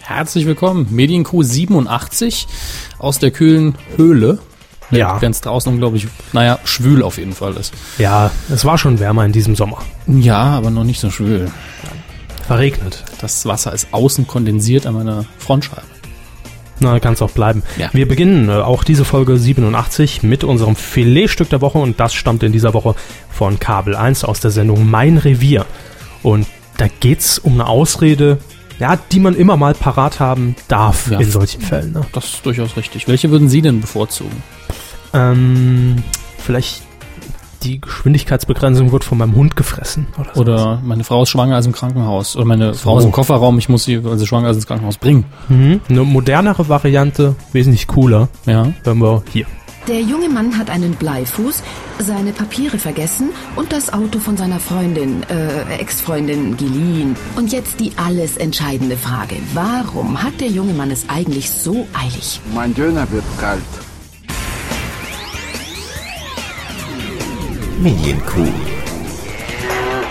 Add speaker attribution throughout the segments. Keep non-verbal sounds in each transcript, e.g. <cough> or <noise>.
Speaker 1: Herzlich willkommen, Medienkuh 87 aus der kühlen Höhle.
Speaker 2: Ja.
Speaker 1: Wenn es draußen unglaublich, naja, schwül auf jeden Fall ist.
Speaker 2: Ja, es war schon wärmer in diesem Sommer.
Speaker 1: Ja, aber noch nicht so schwül.
Speaker 2: Verregnet.
Speaker 1: Das Wasser ist außen kondensiert an meiner Frontscheibe.
Speaker 2: Na, kann es auch bleiben.
Speaker 1: Ja.
Speaker 2: Wir beginnen äh, auch diese Folge 87 mit unserem Filetstück der Woche und das stammt in dieser Woche von Kabel 1 aus der Sendung Mein Revier. Und da geht's um eine Ausrede, ja, die man immer mal parat haben darf
Speaker 1: Ja.
Speaker 2: in solchen Fällen. Ne?
Speaker 1: Das ist durchaus richtig. Welche würden Sie denn bevorzugen?
Speaker 2: Ähm, vielleicht die Geschwindigkeitsbegrenzung wird von meinem Hund gefressen. Oder, sowas.
Speaker 1: Oder meine Frau ist schwanger also im Krankenhaus. Oder meine Frau ist im
Speaker 2: Oh.
Speaker 1: Kofferraum, ich muss sie, weil sie schwanger ist, ins Krankenhaus bringen.
Speaker 2: Mhm. Eine modernere Variante, wesentlich cooler,
Speaker 1: Ja.
Speaker 2: wenn wir hier.
Speaker 3: Der junge Mann hat einen Bleifuß, seine Papiere vergessen und das Auto von seiner Freundin, äh, Ex-Freundin geliehen. Und jetzt die alles entscheidende Frage. Warum hat der junge Mann es eigentlich so eilig?
Speaker 4: Mein Döner wird kalt.
Speaker 5: Medienkuh.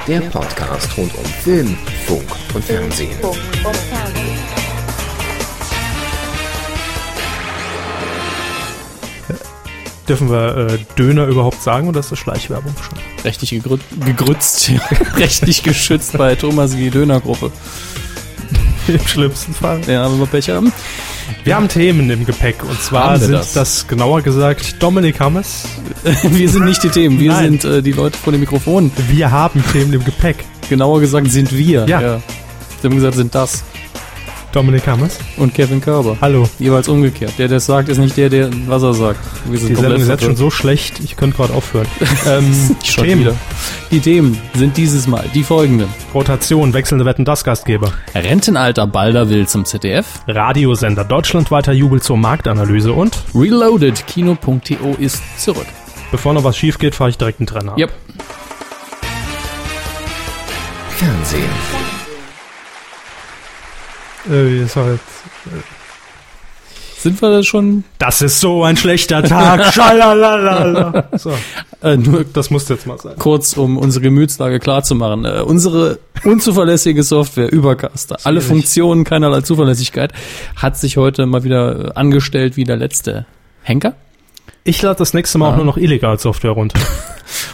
Speaker 5: Der Podcast rund um Film, Funk und Fernsehen.
Speaker 2: Dürfen wir äh, Döner überhaupt sagen oder ist das Schleichwerbung schon? <laughs>
Speaker 1: Rechtlich gegrü gegrützt, <laughs> ja. rechtlich geschützt bei Thomas G. Dönergruppe.
Speaker 2: Im schlimmsten Fall.
Speaker 1: Ja, wenn wir Pech haben.
Speaker 2: Wir haben Themen im Gepäck und
Speaker 1: Haben
Speaker 2: zwar
Speaker 1: wir
Speaker 2: sind
Speaker 1: das?
Speaker 2: das? genauer gesagt Dominik Hammes.
Speaker 1: Wir sind nicht die Themen, wir
Speaker 2: Nein.
Speaker 1: sind äh, die Leute vor dem Mikrofon.
Speaker 2: Wir haben Themen im Gepäck.
Speaker 1: Genauer gesagt sind wir.
Speaker 2: Ja.
Speaker 1: Sie haben gesagt, sind das.
Speaker 2: Dominik Hammes.
Speaker 1: Und Kevin Körber.
Speaker 2: Hallo.
Speaker 1: Jeweils umgekehrt. Der, der es sagt, ist nicht der, der was er sagt. Wir sind
Speaker 2: Die Sendung ist jetzt
Speaker 1: verwirrt.
Speaker 2: schon so schlecht, ich könnte gerade aufhören. <laughs> ähm,
Speaker 1: Schon
Speaker 2: Themen.
Speaker 1: wieder. Die Themen sind dieses Mal die folgenden.
Speaker 2: Rotation, wechselnde Wetten, das Gastgeber.
Speaker 1: Rentenalter Balder will zum ZDF.
Speaker 2: Radiosender, deutschlandweiter Jubel zur Marktanalyse und
Speaker 1: Reloaded Kino.to ist zurück.
Speaker 2: bevor noch was schief geht, fahre ich direkt einen Trainer.
Speaker 1: Yep.
Speaker 5: Fernsehen.
Speaker 2: Äh, sorry.
Speaker 1: Sind wir da schon?
Speaker 2: Das ist so ein schlechter <laughs> Tag. Schalalala. So,
Speaker 1: Äh, nur
Speaker 2: das musste jetzt mal sein.
Speaker 1: kurz, um unsere Gemütslage klarzumachen. Äh, unsere unzuverlässige Software, Übercaster, alle Funktionen, keinerlei Zuverlässigkeit, hat sich heute mal wieder äh, angestellt wie der letzte Henker.
Speaker 2: Ich lade das nächste Mal auch nur noch illegal Software runter.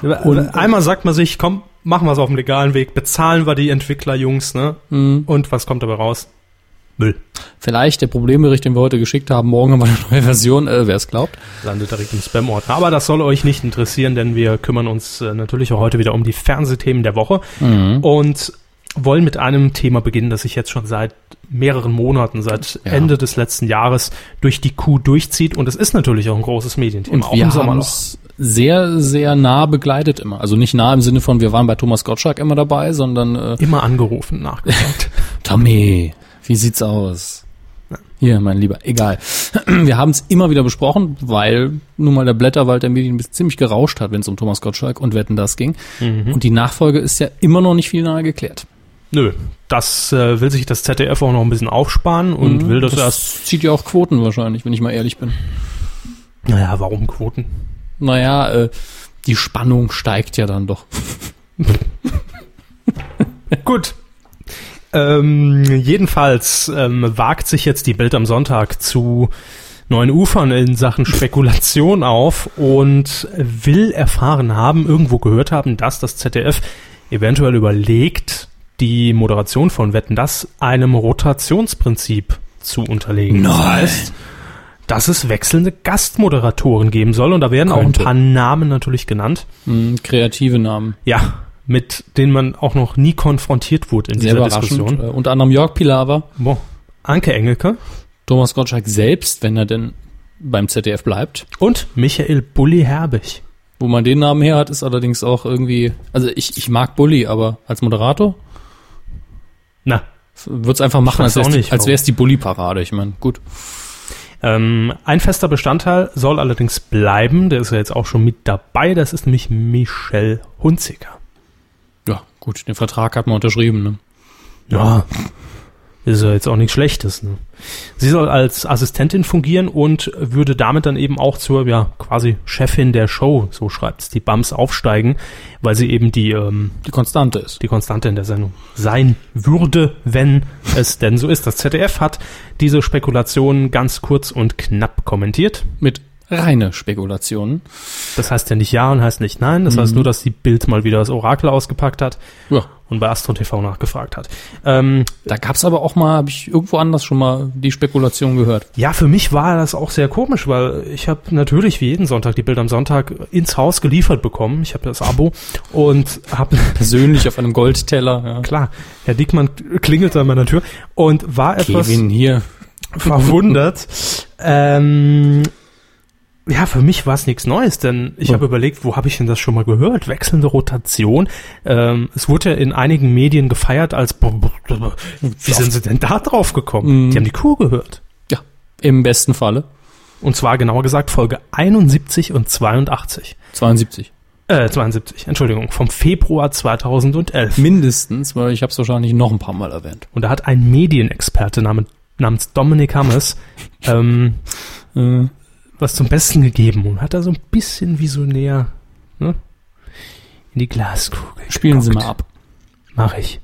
Speaker 1: Und-
Speaker 2: Und einmal sagt man sich, komm, machen wir es auf dem legalen Weg, bezahlen wir die Entwicklerjungs, ne?
Speaker 1: Mhm.
Speaker 2: Und was kommt dabei raus? Müll.
Speaker 1: Vielleicht der Problembericht, den wir heute geschickt haben. Morgen haben wir eine neue Version, äh, wer es glaubt.
Speaker 2: Landet direkt im Spam-Ordner. Aber das soll euch nicht interessieren, denn wir kümmern uns äh, natürlich auch heute wieder um die Fernsehthemen der Woche
Speaker 1: Mhm.
Speaker 2: und wollen mit einem Thema beginnen, das sich jetzt schon seit mehreren Monaten, seit
Speaker 1: Ja.
Speaker 2: Ende des letzten Jahres durch die Kuh durchzieht. Und es ist natürlich auch ein großes Medienthema, auch im
Speaker 1: wir
Speaker 2: Sommer
Speaker 1: haben
Speaker 2: noch.
Speaker 1: es sehr, sehr nah begleitet immer. Also nicht nah im Sinne von, wir waren bei Thomas Gottschalk immer dabei, sondern äh,
Speaker 2: Immer angerufen, nachgefragt.
Speaker 1: Tommy, wie sieht's aus? Hier, mein Lieber, egal. <clears throat> Wir haben es immer wieder besprochen, weil nun mal der Blätterwald der Medien bis ziemlich gerauscht hat, wenn es um Thomas Gottschalk und Wetten das ging.
Speaker 2: Mhm.
Speaker 1: Und die Nachfolge ist ja immer noch nicht viel nahe geklärt.
Speaker 2: Nö, das äh, will sich das ZDF auch noch ein bisschen aufsparen und will Mhm, das, erst.
Speaker 1: Mhm. zieht ja auch Quoten wahrscheinlich, wenn ich mal ehrlich bin.
Speaker 2: Naja, warum Quoten?
Speaker 1: Naja, äh, die Spannung steigt ja dann doch.
Speaker 2: <laughs> Gut. Ähm, jedenfalls ähm, wagt sich jetzt die Bild am Sonntag zu neuen Ufern in Sachen <laughs> Spekulation auf und will erfahren haben, irgendwo gehört haben, dass das ZDF eventuell überlegt, die Moderation von Wetten das einem Rotationsprinzip zu unterlegen. Das heißt, dass es wechselnde Gastmoderatoren geben soll und da werden
Speaker 1: Könnte.
Speaker 2: auch ein paar Namen natürlich genannt.
Speaker 1: Hm, kreative Namen.
Speaker 2: Ja, mit denen man auch noch nie konfrontiert wurde in
Speaker 1: Sehr
Speaker 2: dieser
Speaker 1: überraschend. Äh,
Speaker 2: Diskussion.
Speaker 1: unter anderem Jörg Pilawa,
Speaker 2: Boah. Anke Engelke
Speaker 1: Thomas Gottschalk selbst, wenn er denn beim ZDF bleibt.
Speaker 2: und Michael Bulli Herbig.
Speaker 1: Wo man den Namen her hat, ist allerdings auch irgendwie, also ich, ich mag Bully, aber als Moderator
Speaker 2: Na,
Speaker 1: wird's einfach machen, als
Speaker 2: weiß
Speaker 1: wär's
Speaker 2: auch
Speaker 1: die-
Speaker 2: nicht,
Speaker 1: als
Speaker 2: warum.
Speaker 1: wär's die Bully-Parade. Ich meine, gut.
Speaker 2: ähm, ein fester Bestandteil soll allerdings bleiben, der ist ja jetzt auch schon mit dabei, das ist nämlich Michelle Hunziker.
Speaker 1: Ja, gut, den Vertrag hat man unterschrieben. Ne?
Speaker 2: Ja. Ist ja jetzt auch nichts Schlechtes. Ne? Sie soll als Assistentin fungieren und würde damit dann eben auch zur, ja, quasi Chefin der Show, so schreibt's, die Bums aufsteigen, weil sie eben die, ähm,
Speaker 1: Die Konstante ist.
Speaker 2: die Konstante in der Sendung sein würde, wenn es denn so ist. Das ZDF hat diese Spekulationen ganz kurz und knapp kommentiert.
Speaker 1: Mit reine Spekulationen.
Speaker 2: Das heißt ja nicht ja und heißt nicht nein. Das heißt nur, dass die Bild mal wieder das Orakel ausgepackt hat
Speaker 1: Ja.
Speaker 2: und bei Astro TV nachgefragt hat. Ähm,
Speaker 1: Da gab's aber auch mal, habe ich irgendwo anders schon mal die Spekulation gehört.
Speaker 2: ja, für mich war das auch sehr komisch, weil ich habe natürlich wie jeden Sonntag die Bild am Sonntag ins Haus geliefert bekommen. Ich habe das Abo und habe
Speaker 1: Persönlich auf einem Goldteller.
Speaker 2: <laughs> klar, Herr Dickmann klingelt an meiner Tür und war
Speaker 1: Ja.
Speaker 2: etwas
Speaker 1: Kevin hier.
Speaker 2: verwundert. ähm, ja, für mich war es nichts Neues, denn ich
Speaker 1: Ja.
Speaker 2: habe überlegt, wo habe ich denn das schon mal gehört? Wechselnde Rotation. Ähm, es wurde ja in einigen Medien gefeiert als wie sind sie denn da drauf
Speaker 1: Mhm.
Speaker 2: gekommen? Die haben die Kuh gehört.
Speaker 1: Ja, im besten Falle.
Speaker 2: Und zwar genauer gesagt Folge 71 und 82.
Speaker 1: 72.
Speaker 2: Äh, 72, Entschuldigung, vom Februar 2011.
Speaker 1: Mindestens, weil ich habe es wahrscheinlich noch ein paar Mal erwähnt.
Speaker 2: Und da hat ein Medienexperte namens, namens Dominik Hammes ähm,
Speaker 1: Äh,
Speaker 2: was zum Besten gegeben und hat da so ein bisschen visionär ne, in die Glaskugel.
Speaker 1: spielen Sie
Speaker 2: geguckt.
Speaker 1: mal ab.
Speaker 2: Mach ich.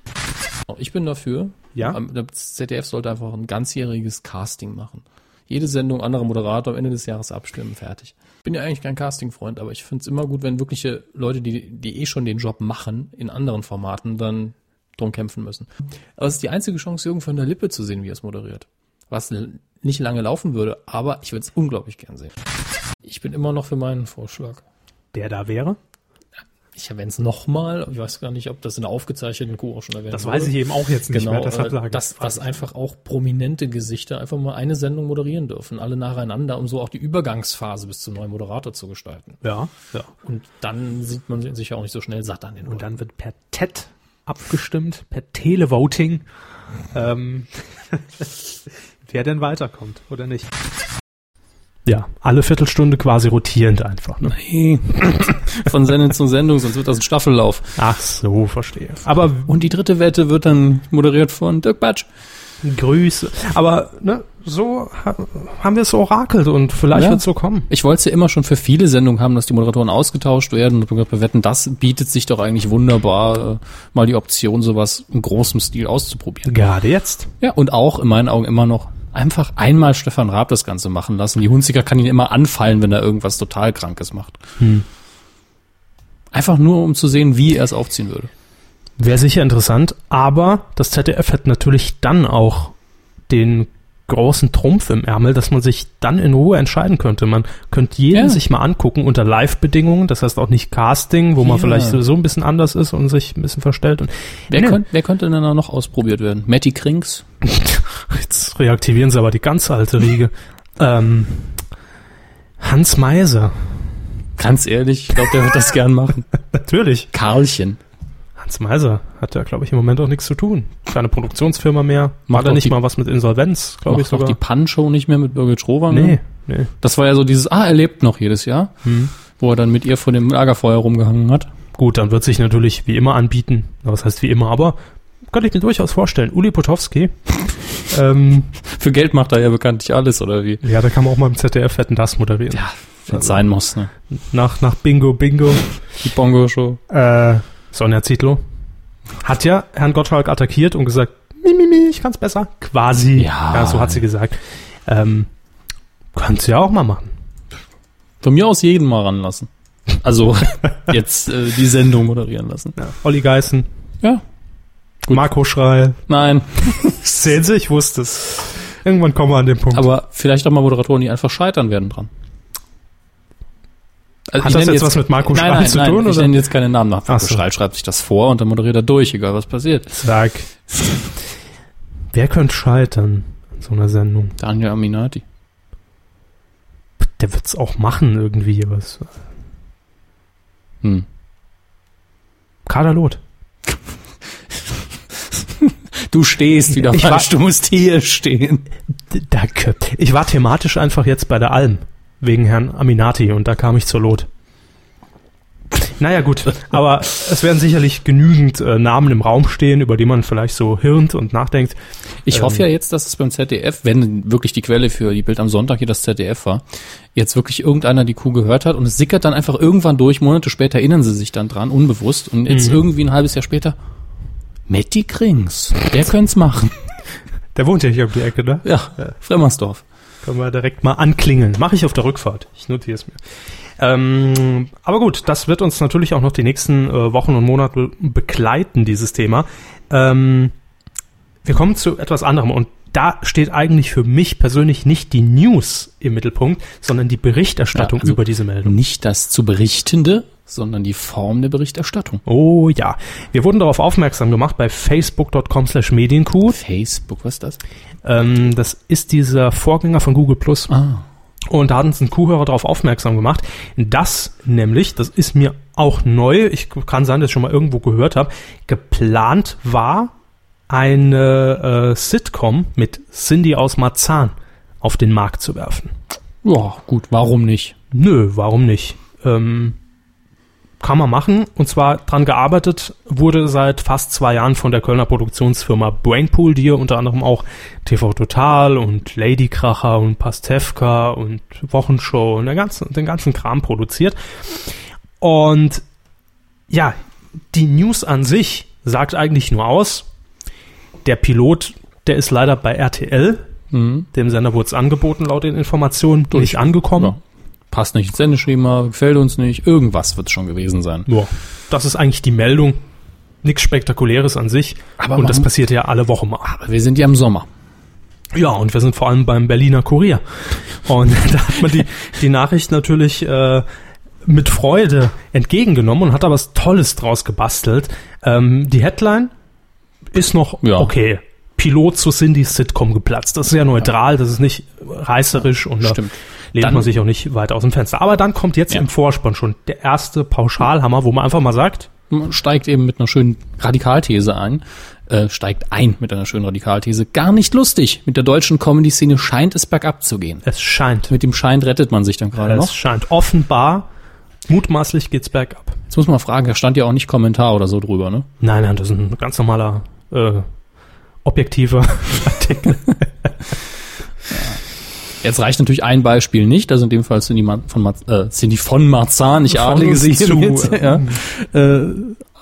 Speaker 1: Ich bin dafür.
Speaker 2: Ja?
Speaker 1: Ähm, Das ZDF sollte einfach ein ganzjähriges Casting machen. Jede Sendung anderer Moderator am Ende des Jahres abstimmen, fertig. Bin ja eigentlich kein Casting-Freund, aber ich find's immer gut, wenn wirkliche Leute, die, die eh schon den Job machen, in anderen Formaten dann drum kämpfen müssen. Aber es ist die einzige Chance, Jürgen von der Lippe zu sehen, wie er es moderiert. Was l- nicht lange laufen würde, aber ich würde es unglaublich gern sehen. Ich bin immer noch für meinen Vorschlag.
Speaker 2: Der da wäre?
Speaker 1: Ich erwähne es nochmal. Ich weiß gar nicht, ob das in der aufgezeichneten Kuh auch schon erwähnt
Speaker 2: Das
Speaker 1: wurde.
Speaker 2: weiß ich eben auch jetzt nicht
Speaker 1: Genau,
Speaker 2: mehr, deshalb
Speaker 1: äh,
Speaker 2: sage ich.
Speaker 1: dass, dass einfach auch prominente Gesichter einfach mal eine Sendung moderieren dürfen, alle nacheinander, um so auch die Übergangsphase bis zum neuen Moderator zu gestalten.
Speaker 2: Ja, ja.
Speaker 1: Und dann sieht man sich ja auch nicht so schnell satt an den
Speaker 2: Und
Speaker 1: Ohren.
Speaker 2: dann wird per TED abgestimmt, per Televoting, ähm, <laughs> wer denn weiterkommt oder nicht. Ja, alle Viertelstunde quasi rotierend einfach. Ne?
Speaker 1: Nee. <laughs> Von Sendung zu Sendung, sonst wird das ein Staffellauf.
Speaker 2: Ach so, verstehe. Aber
Speaker 1: Und die dritte Wette wird dann moderiert von Dirk Batsch.
Speaker 2: Grüße. Aber ne, so ha haben wir es orakelt und vielleicht
Speaker 1: Ja.
Speaker 2: wird es so kommen.
Speaker 1: Ich wollte es ja immer schon für viele Sendungen haben, dass die Moderatoren ausgetauscht werden. Und hab gedacht, wir wetten, das bietet sich doch eigentlich wunderbar, äh, mal die Option, sowas in großem Stil auszuprobieren.
Speaker 2: Gerade jetzt.
Speaker 1: Ja, und auch in meinen Augen immer noch einfach einmal Stefan Raab das Ganze machen lassen. Die Hunziker kann ihn immer anfallen, wenn er irgendwas total Krankes macht.
Speaker 2: Hm.
Speaker 1: Einfach nur, um zu sehen, wie er es aufziehen würde.
Speaker 2: Wäre sicher interessant, aber das ZDF hat natürlich dann auch den großen Trumpf im Ärmel, dass man sich dann in Ruhe entscheiden könnte. Man könnte jeden
Speaker 1: Ja.
Speaker 2: sich mal angucken unter Live-Bedingungen, das heißt auch nicht Casting, wo man
Speaker 1: Ja.
Speaker 2: vielleicht sowieso ein bisschen anders ist und sich ein bisschen verstellt. Und
Speaker 1: Wer,
Speaker 2: Nee.
Speaker 1: könnt, wer könnte denn da noch ausprobiert werden? Matty Krings?
Speaker 2: Jetzt reaktivieren sie aber die ganz alte Riege. ähm, Hans Meiser.
Speaker 1: Ganz ehrlich, ich glaube, der wird das gern
Speaker 2: <laughs>
Speaker 1: machen.
Speaker 2: Natürlich.
Speaker 1: Karlchen.
Speaker 2: Hans Meiser hat ja, glaube ich, im Moment auch nichts zu tun. Keine Produktionsfirma mehr. Macht
Speaker 1: Macht
Speaker 2: er
Speaker 1: auch
Speaker 2: nicht
Speaker 1: die-
Speaker 2: mal was mit Insolvenz, glaube ich
Speaker 1: Macht doch
Speaker 2: sogar.
Speaker 1: die Pan-Show nicht mehr mit Birgit Schrover. ne?
Speaker 2: nee, nee.
Speaker 1: Das war ja so dieses, ah, er lebt noch jedes Jahr.
Speaker 2: Hm.
Speaker 1: Wo er dann mit ihr vor dem Lagerfeuer rumgehangen hat.
Speaker 2: Gut, dann wird sich natürlich wie immer anbieten. Na, Was heißt wie immer, aber könnte ich mir durchaus vorstellen.
Speaker 1: <laughs>
Speaker 2: Uli Potowski. ähm,
Speaker 1: Für Geld macht er ja bekanntlich alles, oder wie?
Speaker 2: ja, da kann man auch mal im ZDF Wetten das moderieren.
Speaker 1: Ja, wenn
Speaker 2: also
Speaker 1: es sein muss. Ne?
Speaker 2: Nach, nach Bingo Bingo.
Speaker 1: Die Bongo-Show.
Speaker 2: Äh, Sonja Zietlow. Hat ja Herrn Gottschalk attackiert und gesagt, mi, mi, mi, ich kann's besser. Quasi.
Speaker 1: Ja.
Speaker 2: so hat sie gesagt. Ähm, kannst ja auch mal machen.
Speaker 1: Von mir aus jeden mal ranlassen.
Speaker 2: <laughs>
Speaker 1: Also jetzt äh, die Sendung moderieren lassen.
Speaker 2: Ja. Olli Geißen.
Speaker 1: Ja.
Speaker 2: Marco Schreil.
Speaker 1: Nein,
Speaker 2: Sehen Sie, ich wusste es. Irgendwann kommen wir an den Punkt.
Speaker 1: aber vielleicht auch mal Moderatoren, die einfach scheitern werden dran. Also
Speaker 2: Hat
Speaker 1: ich
Speaker 2: das
Speaker 1: nenne
Speaker 2: jetzt was mit Marco
Speaker 1: nein,
Speaker 2: Schreil
Speaker 1: nein,
Speaker 2: zu
Speaker 1: nein, Ich
Speaker 2: tun, oder?
Speaker 1: nenne jetzt keine Namen nach.
Speaker 2: Ach
Speaker 1: Marco
Speaker 2: so.
Speaker 1: Schreil schreibt sich das vor und dann moderiert er durch, egal was passiert.
Speaker 2: Sag. Wer könnte scheitern an so einer Sendung?
Speaker 1: Daniel Aminati.
Speaker 2: Der wird's auch machen irgendwie. Was?
Speaker 1: Hm.
Speaker 2: Kaderlot.
Speaker 1: Du stehst wieder
Speaker 2: Ich
Speaker 1: falsch, du musst hier stehen.
Speaker 2: Danke. Ich war thematisch einfach jetzt bei der Alm. Wegen Herrn Aminati und da kam ich zur Lot. Naja, gut. Aber es werden sicherlich genügend äh, Namen im Raum stehen, über die man vielleicht so hirnt und nachdenkt.
Speaker 1: Ich hoffe ja jetzt, dass es beim ZDF, wenn wirklich die Quelle für die Bild am Sonntag hier das ZDF war, jetzt wirklich irgendeiner die Kuh gehört hat und es sickert dann einfach irgendwann durch, Monate später erinnern sie sich dann dran, unbewusst und jetzt irgendwie ein halbes Jahr später, Matti Krings, der könnte machen.
Speaker 2: Der wohnt ja hier um die Ecke, ne?
Speaker 1: <laughs> Ja, Fremmersdorf.
Speaker 2: Können wir direkt mal anklingeln. Mache ich auf der Rückfahrt. Ich notiere es mir. Ähm, aber gut, das wird uns natürlich auch noch die nächsten äh, Wochen und Monate begleiten, dieses Thema. Ähm, wir kommen zu etwas anderem und da steht eigentlich für mich persönlich nicht die News im Mittelpunkt, sondern die Berichterstattung
Speaker 1: Ja, also-
Speaker 2: über diese Meldung.
Speaker 1: Nicht das zu Berichtende, sondern die Form der Berichterstattung.
Speaker 2: Oh ja, wir wurden darauf aufmerksam gemacht bei facebook.com slash medienkuh.
Speaker 1: Facebook, was ist das?
Speaker 2: Ähm, das ist dieser Vorgänger von Google Plus.
Speaker 1: Ah.
Speaker 2: Und da hat uns ein Kuhhörer darauf aufmerksam gemacht, dass nämlich, das ist mir auch neu, ich kann sein, dass ich schon mal irgendwo gehört habe, geplant war eine äh, Sitcom mit Cindy aus Marzahn auf den Markt zu werfen.
Speaker 1: Ja, gut, warum nicht?
Speaker 2: Nö, warum nicht? Ähm, kann man machen. Und zwar dran gearbeitet wurde seit fast zwei Jahren von der Kölner Produktionsfirma Brainpool, die ja unter anderem auch TV Total und Ladykracher und Pastewka und Wochenshow und den ganzen, den ganzen Kram produziert. Und ja, die News an sich sagt eigentlich nur aus, der Pilot, der ist leider bei RTL, dem Sender wurde es angeboten laut den Informationen, nicht angekommen.
Speaker 1: Ja. Passt nicht ins Sendeschema, gefällt uns nicht, irgendwas wird es schon gewesen sein.
Speaker 2: Ja, das ist eigentlich die Meldung. Nichts Spektakuläres an sich.
Speaker 1: Aber
Speaker 2: und
Speaker 1: man-
Speaker 2: das passiert ja alle Woche mal.
Speaker 1: Aber wir sind ja im Sommer.
Speaker 2: Ja, und wir sind vor allem beim Berliner Kurier. Und <laughs> da hat man die, die Nachricht natürlich äh, mit Freude entgegengenommen und hat da was Tolles draus gebastelt. Ähm, die Headline ist noch
Speaker 1: Ja.
Speaker 2: okay. Pilot zu Cindy's Sitcom geplatzt. Das ist ja neutral, das ist nicht reißerisch und da
Speaker 1: Stimmt.
Speaker 2: lehnt
Speaker 1: Dann-
Speaker 2: man sich auch nicht weit aus dem Fenster. Aber dann kommt jetzt
Speaker 1: Ja.
Speaker 2: im Vorspann schon der erste Pauschalhammer, wo man einfach mal sagt,
Speaker 1: Man steigt eben mit einer schönen Radikalthese ein, äh, steigt ein mit einer schönen Radikalthese. Gar nicht lustig. Mit der deutschen Comedy-Szene scheint es bergab zu gehen.
Speaker 2: es scheint.
Speaker 1: Mit dem Schein rettet man sich dann gerade
Speaker 2: Es
Speaker 1: noch.
Speaker 2: scheint offenbar, mutmaßlich geht's bergab.
Speaker 1: Jetzt muss man mal fragen, da stand ja auch nicht Kommentar oder so drüber, ne?
Speaker 2: Nein, nein, das ist ein ganz normaler, äh, objektiver <laughs> Artikel.
Speaker 1: Jetzt reicht natürlich ein Beispiel nicht, also in dem Fall sind die, Man von, Mar äh, sind die von Marzahn, ich adlige
Speaker 2: uns
Speaker 1: sie
Speaker 2: zu, Mhm.
Speaker 1: hiermit, ja, äh,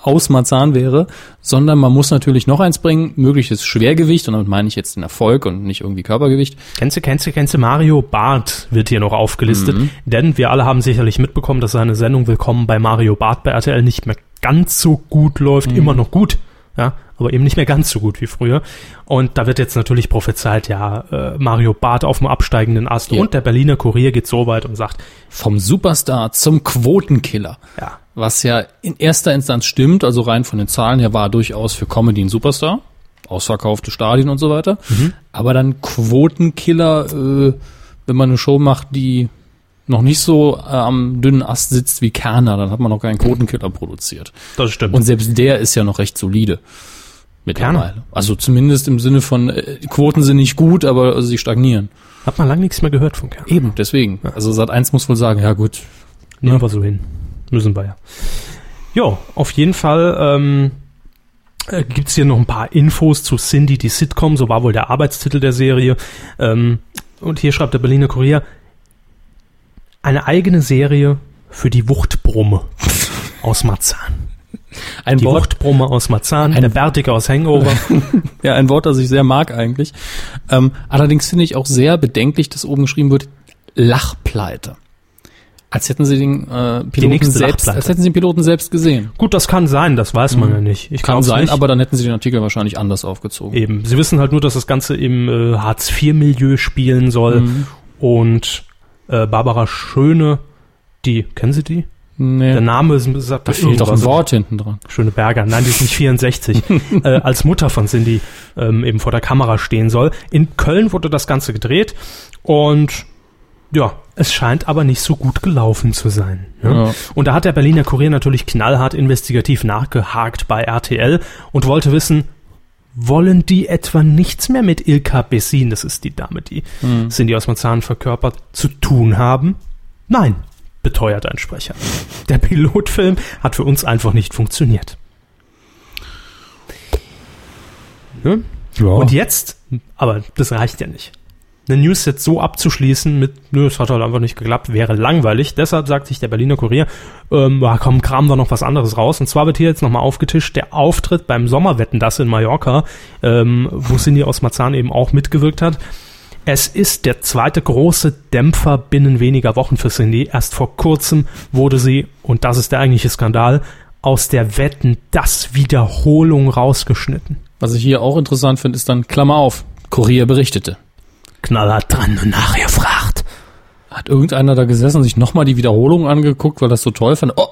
Speaker 1: aus Marzahn wäre, sondern man muss natürlich noch eins bringen, mögliches Schwergewicht, und damit meine ich jetzt den Erfolg und nicht irgendwie Körpergewicht.
Speaker 2: kennst du, kennst du, kennst du, Mario Barth wird hier noch aufgelistet,
Speaker 1: Mhm.
Speaker 2: denn wir alle haben sicherlich mitbekommen, dass seine Sendung Willkommen bei Mario Barth bei RTL nicht mehr ganz so gut läuft,
Speaker 1: Mhm.
Speaker 2: immer noch gut, ja, aber eben nicht mehr ganz so gut wie früher. Und da wird jetzt natürlich prophezeit, ja, äh, Mario Barth auf dem absteigenden Ast
Speaker 1: Ja.
Speaker 2: und der Berliner Kurier geht so weit und sagt,
Speaker 1: Vom Superstar zum Quotenkiller.
Speaker 2: ja,
Speaker 1: Was ja in erster Instanz stimmt, also rein von den Zahlen her war er durchaus für Comedy ein Superstar. Ausverkaufte Stadien und so weiter.
Speaker 2: Mhm.
Speaker 1: Aber dann Quotenkiller, äh, wenn man eine Show macht, die noch nicht so äh, am dünnen Ast sitzt wie Kerner, dann hat man noch keinen Quotenkiller produziert.
Speaker 2: das stimmt.
Speaker 1: Und selbst der ist ja noch recht solide. Mittlerweile.
Speaker 2: Kerner?
Speaker 1: Also zumindest im Sinne von, äh, Quoten sind nicht gut, aber äh, sie stagnieren.
Speaker 2: hat man lange nichts mehr gehört von Kern.
Speaker 1: Eben, ne? deswegen. Also Sat 1 muss wohl sagen, ja gut,
Speaker 2: Nehmen wir so hin. Müssen wir ja. Jo, auf jeden Fall ähm, äh, gibt's hier noch ein paar Infos zu Cindy, die Sitcom, so war wohl der Arbeitstitel der Serie. Ähm, und hier schreibt der Berliner Kurier, eine eigene Serie für die Wuchtbrumme
Speaker 1: <laughs>
Speaker 2: aus Marzahn.
Speaker 1: ein
Speaker 2: Die
Speaker 1: Wort
Speaker 2: Wuchtbrumme aus Marzahn,
Speaker 1: Ein-
Speaker 2: der Bärtige
Speaker 1: <laughs>
Speaker 2: aus Hangover.
Speaker 1: Ja, ein Wort, das ich sehr mag eigentlich. Ähm, allerdings finde ich auch sehr bedenklich, dass oben geschrieben wird, Lachpleite. Als hätten sie den äh, Piloten
Speaker 2: nächste
Speaker 1: selbst,
Speaker 2: Lachpleite.
Speaker 1: als hätten sie den Piloten selbst gesehen.
Speaker 2: Gut, das kann sein, das weiß man ja nicht. Ich
Speaker 1: Mhm. Kann
Speaker 2: glaub's
Speaker 1: sein,
Speaker 2: nicht.
Speaker 1: aber dann hätten sie den Artikel wahrscheinlich anders aufgezogen.
Speaker 2: Eben. Sie wissen halt nur, dass das Ganze im äh, Hartz-IV-Milieu spielen soll.
Speaker 1: Mhm.
Speaker 2: Und äh, Barbara Schöne, die, kennen Sie die?
Speaker 1: Nee,
Speaker 2: Der Name ist, sagt
Speaker 1: da fehlt doch ein
Speaker 2: irgendwas.
Speaker 1: Wort hinten dran.
Speaker 2: Schöne Berger, nein, die ist
Speaker 1: <laughs>
Speaker 2: nicht 64, äh, als Mutter von Cindy ähm, eben vor der Kamera stehen soll. In Köln wurde das Ganze gedreht und ja, es scheint aber nicht so gut gelaufen zu sein. Ne?
Speaker 1: Ja.
Speaker 2: Und da hat der Berliner Kurier natürlich knallhart investigativ nachgehakt bei RTL und wollte wissen, wollen die etwa nichts mehr mit Ilka Bessin, das ist die Dame, die Cindy aus Marzahn verkörpert, zu tun haben? Nein, beteuert ein Sprecher. Der Pilotfilm hat für uns einfach nicht funktioniert. Ne?
Speaker 1: Ja.
Speaker 2: Und jetzt, aber das reicht ja nicht. Eine News jetzt so abzuschließen mit, nö, es hat halt einfach nicht geklappt, wäre langweilig. Deshalb sagt sich der Berliner Kurier, ähm, ah, komm, kramen wir noch was anderes raus. Und zwar wird hier jetzt nochmal aufgetischt der Auftritt beim Sommerwetten, das in Mallorca, ähm, wo Cindy aus Marzahn eben auch mitgewirkt hat. Es ist der zweite große Dämpfer binnen weniger Wochen für Cindy. Erst vor kurzem wurde sie, und das ist der eigentliche Skandal, aus der Wetten das Wiederholung rausgeschnitten.
Speaker 1: Was ich hier auch interessant finde, ist dann, Klammer auf, Kurier berichtete.
Speaker 2: Knallhart dran und nachgefragt.
Speaker 1: Hat irgendeiner da gesessen und sich nochmal die Wiederholung angeguckt, weil das so toll fand? Oh,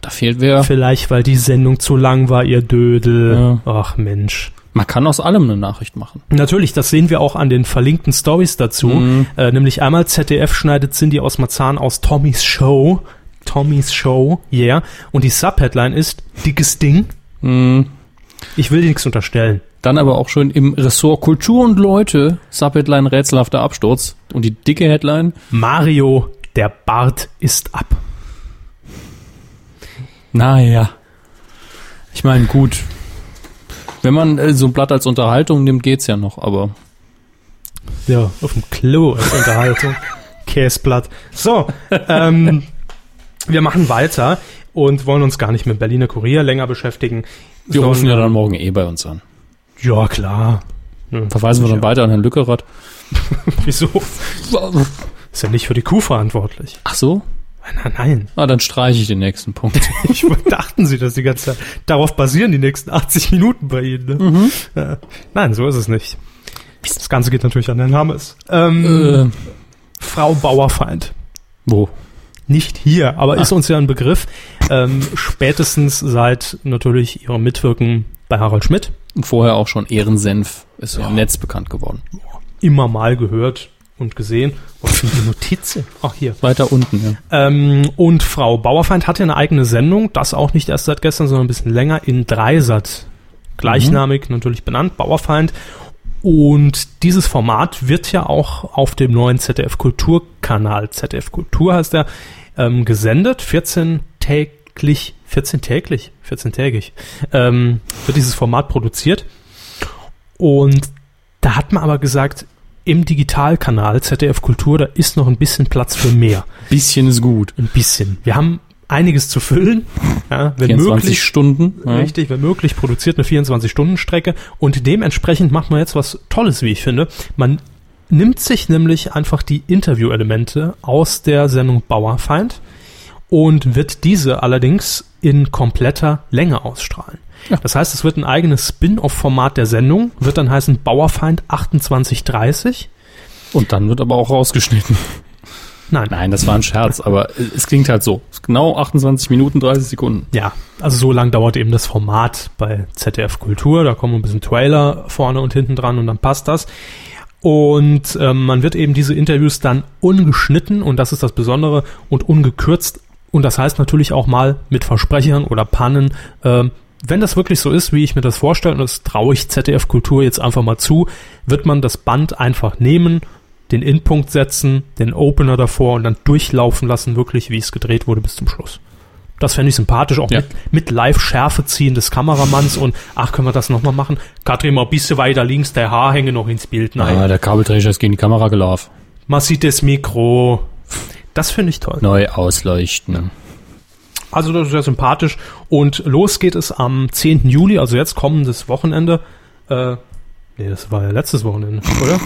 Speaker 1: da fehlt wer.
Speaker 2: Vielleicht, weil die Sendung zu lang war, ihr Dödel. Ach Mensch.
Speaker 1: Man kann aus allem eine Nachricht machen.
Speaker 2: Natürlich, das sehen wir auch an den verlinkten Stories dazu. Äh, nämlich einmal ZDF schneidet Cindy aus Marzahn aus Tommys Show. Tommys Show, yeah. Und die Subheadline ist dickes Ding. Ich will dir nichts unterstellen.
Speaker 1: Dann aber auch schön im Ressort Kultur und Leute, Subheadline rätselhafter Absturz und die dicke Headline.
Speaker 2: Mario, der Bart ist ab.
Speaker 1: Naja. Ich meine, gut. Wenn man äh, so ein Blatt als Unterhaltung nimmt, geht's ja noch, aber
Speaker 2: Ja, auf dem Klo
Speaker 1: <laughs>
Speaker 2: als Unterhaltung. Käseblatt. So, ähm, wir machen weiter und wollen uns gar nicht mit Berliner Kurier länger beschäftigen.
Speaker 1: wir
Speaker 2: sondern-
Speaker 1: rufen ja dann morgen eh bei uns an.
Speaker 2: Ja, klar. Hm,
Speaker 1: Verweisen wir dann
Speaker 2: sicher.
Speaker 1: weiter an Herrn Lückerath.
Speaker 2: Wieso? Ist ja nicht für die Kuh verantwortlich.
Speaker 1: Ach so?
Speaker 2: Nein, nein, nein.
Speaker 1: Ah, dann streiche ich den nächsten Punkt. <laughs>
Speaker 2: Ich <laughs> dachten Sie das die ganze Zeit. Darauf basieren die nächsten 80 Minuten bei Ihnen. Ne?
Speaker 1: Mhm.
Speaker 2: Ja. Nein, so ist es nicht. Das Ganze geht natürlich an Herrn Hammes.
Speaker 1: äh,
Speaker 2: Ähm, Frau Bauerfeind.
Speaker 1: wo?
Speaker 2: Nicht hier, aber ist uns ja ein Begriff. Ähm, spätestens seit natürlich ihrem Mitwirken bei Harald Schmidt
Speaker 1: Und vorher auch schon Ehrensenf ist ja. im Netz bekannt geworden.
Speaker 2: immer mal gehört und gesehen. Oh, das sind die Notizen. Ach, hier.
Speaker 1: Weiter unten, ja.
Speaker 2: Ähm, und Frau Bauerfeind hatte eine eigene Sendung, das auch nicht erst seit gestern, sondern ein bisschen länger in Dreisat. Gleichnamig natürlich benannt, Bauerfeind. Und dieses Format wird ja auch auf dem neuen ZDF-Kulturkanal, ZDF Kultur heißt er, ähm, gesendet. 14 täglich, 14 täglich, 14 tägig, ähm, wird dieses Format produziert. Und da hat man aber gesagt, im Digitalkanal ZDF Kultur, da ist noch ein bisschen Platz für mehr.
Speaker 1: Bisschen ist gut.
Speaker 2: Ein bisschen. Wir haben einiges zu füllen. Ja, wenn
Speaker 1: 24
Speaker 2: möglich,
Speaker 1: Stunden. Ja.
Speaker 2: richtig, wenn möglich, produziert eine 24-Stunden-Strecke. Und dementsprechend macht man jetzt was Tolles, wie ich finde. Man nimmt sich nämlich einfach die Interview-Elemente aus der Sendung Bauerfeind und wird diese allerdings in kompletter Länge ausstrahlen. Das heißt, es wird ein eigenes Spin-off-Format der Sendung, wird dann heißen Bauerfeind 2830.
Speaker 1: Und dann wird aber auch rausgeschnitten.
Speaker 2: Nein,
Speaker 1: Nein, das war ein Scherz, aber es klingt halt so. Genau 28 Minuten 30 Sekunden.
Speaker 2: Ja, also so lang dauert eben das Format bei ZDF Kultur. Da kommen ein bisschen Trailer vorne und hinten dran und dann passt das. Und ähm, man wird eben diese Interviews dann ungeschnitten und das ist das Besondere und ungekürzt. Und das heißt natürlich auch mal mit Versprechern oder Pannen. Ähm, wenn das wirklich so ist, wie ich mir das vorstelle, und das traue ich ZDF Kultur jetzt einfach mal zu, wird man das Band einfach nehmen, den Endpunkt setzen, den Opener davor und dann durchlaufen lassen, wirklich wie es gedreht wurde bis zum Schluss. Das fände ich sympathisch, auch
Speaker 1: Ja.
Speaker 2: mit, mit Live-Schärfe ziehen des Kameramanns und ach, können wir das nochmal machen? Katrin, mal ein bisschen weiter links, der Haar hänge noch ins Bild. Nein.
Speaker 1: Ah, der Kabelträger ist gegen die Kamera gelaufen.
Speaker 2: Man sieht das Mikro. Das finde ich toll.
Speaker 1: Neu ausleuchten.
Speaker 2: Also das ist sehr sympathisch. Und los geht es am 10. Juli, also jetzt kommendes Wochenende. Äh, nee, das war ja letztes Wochenende, oder?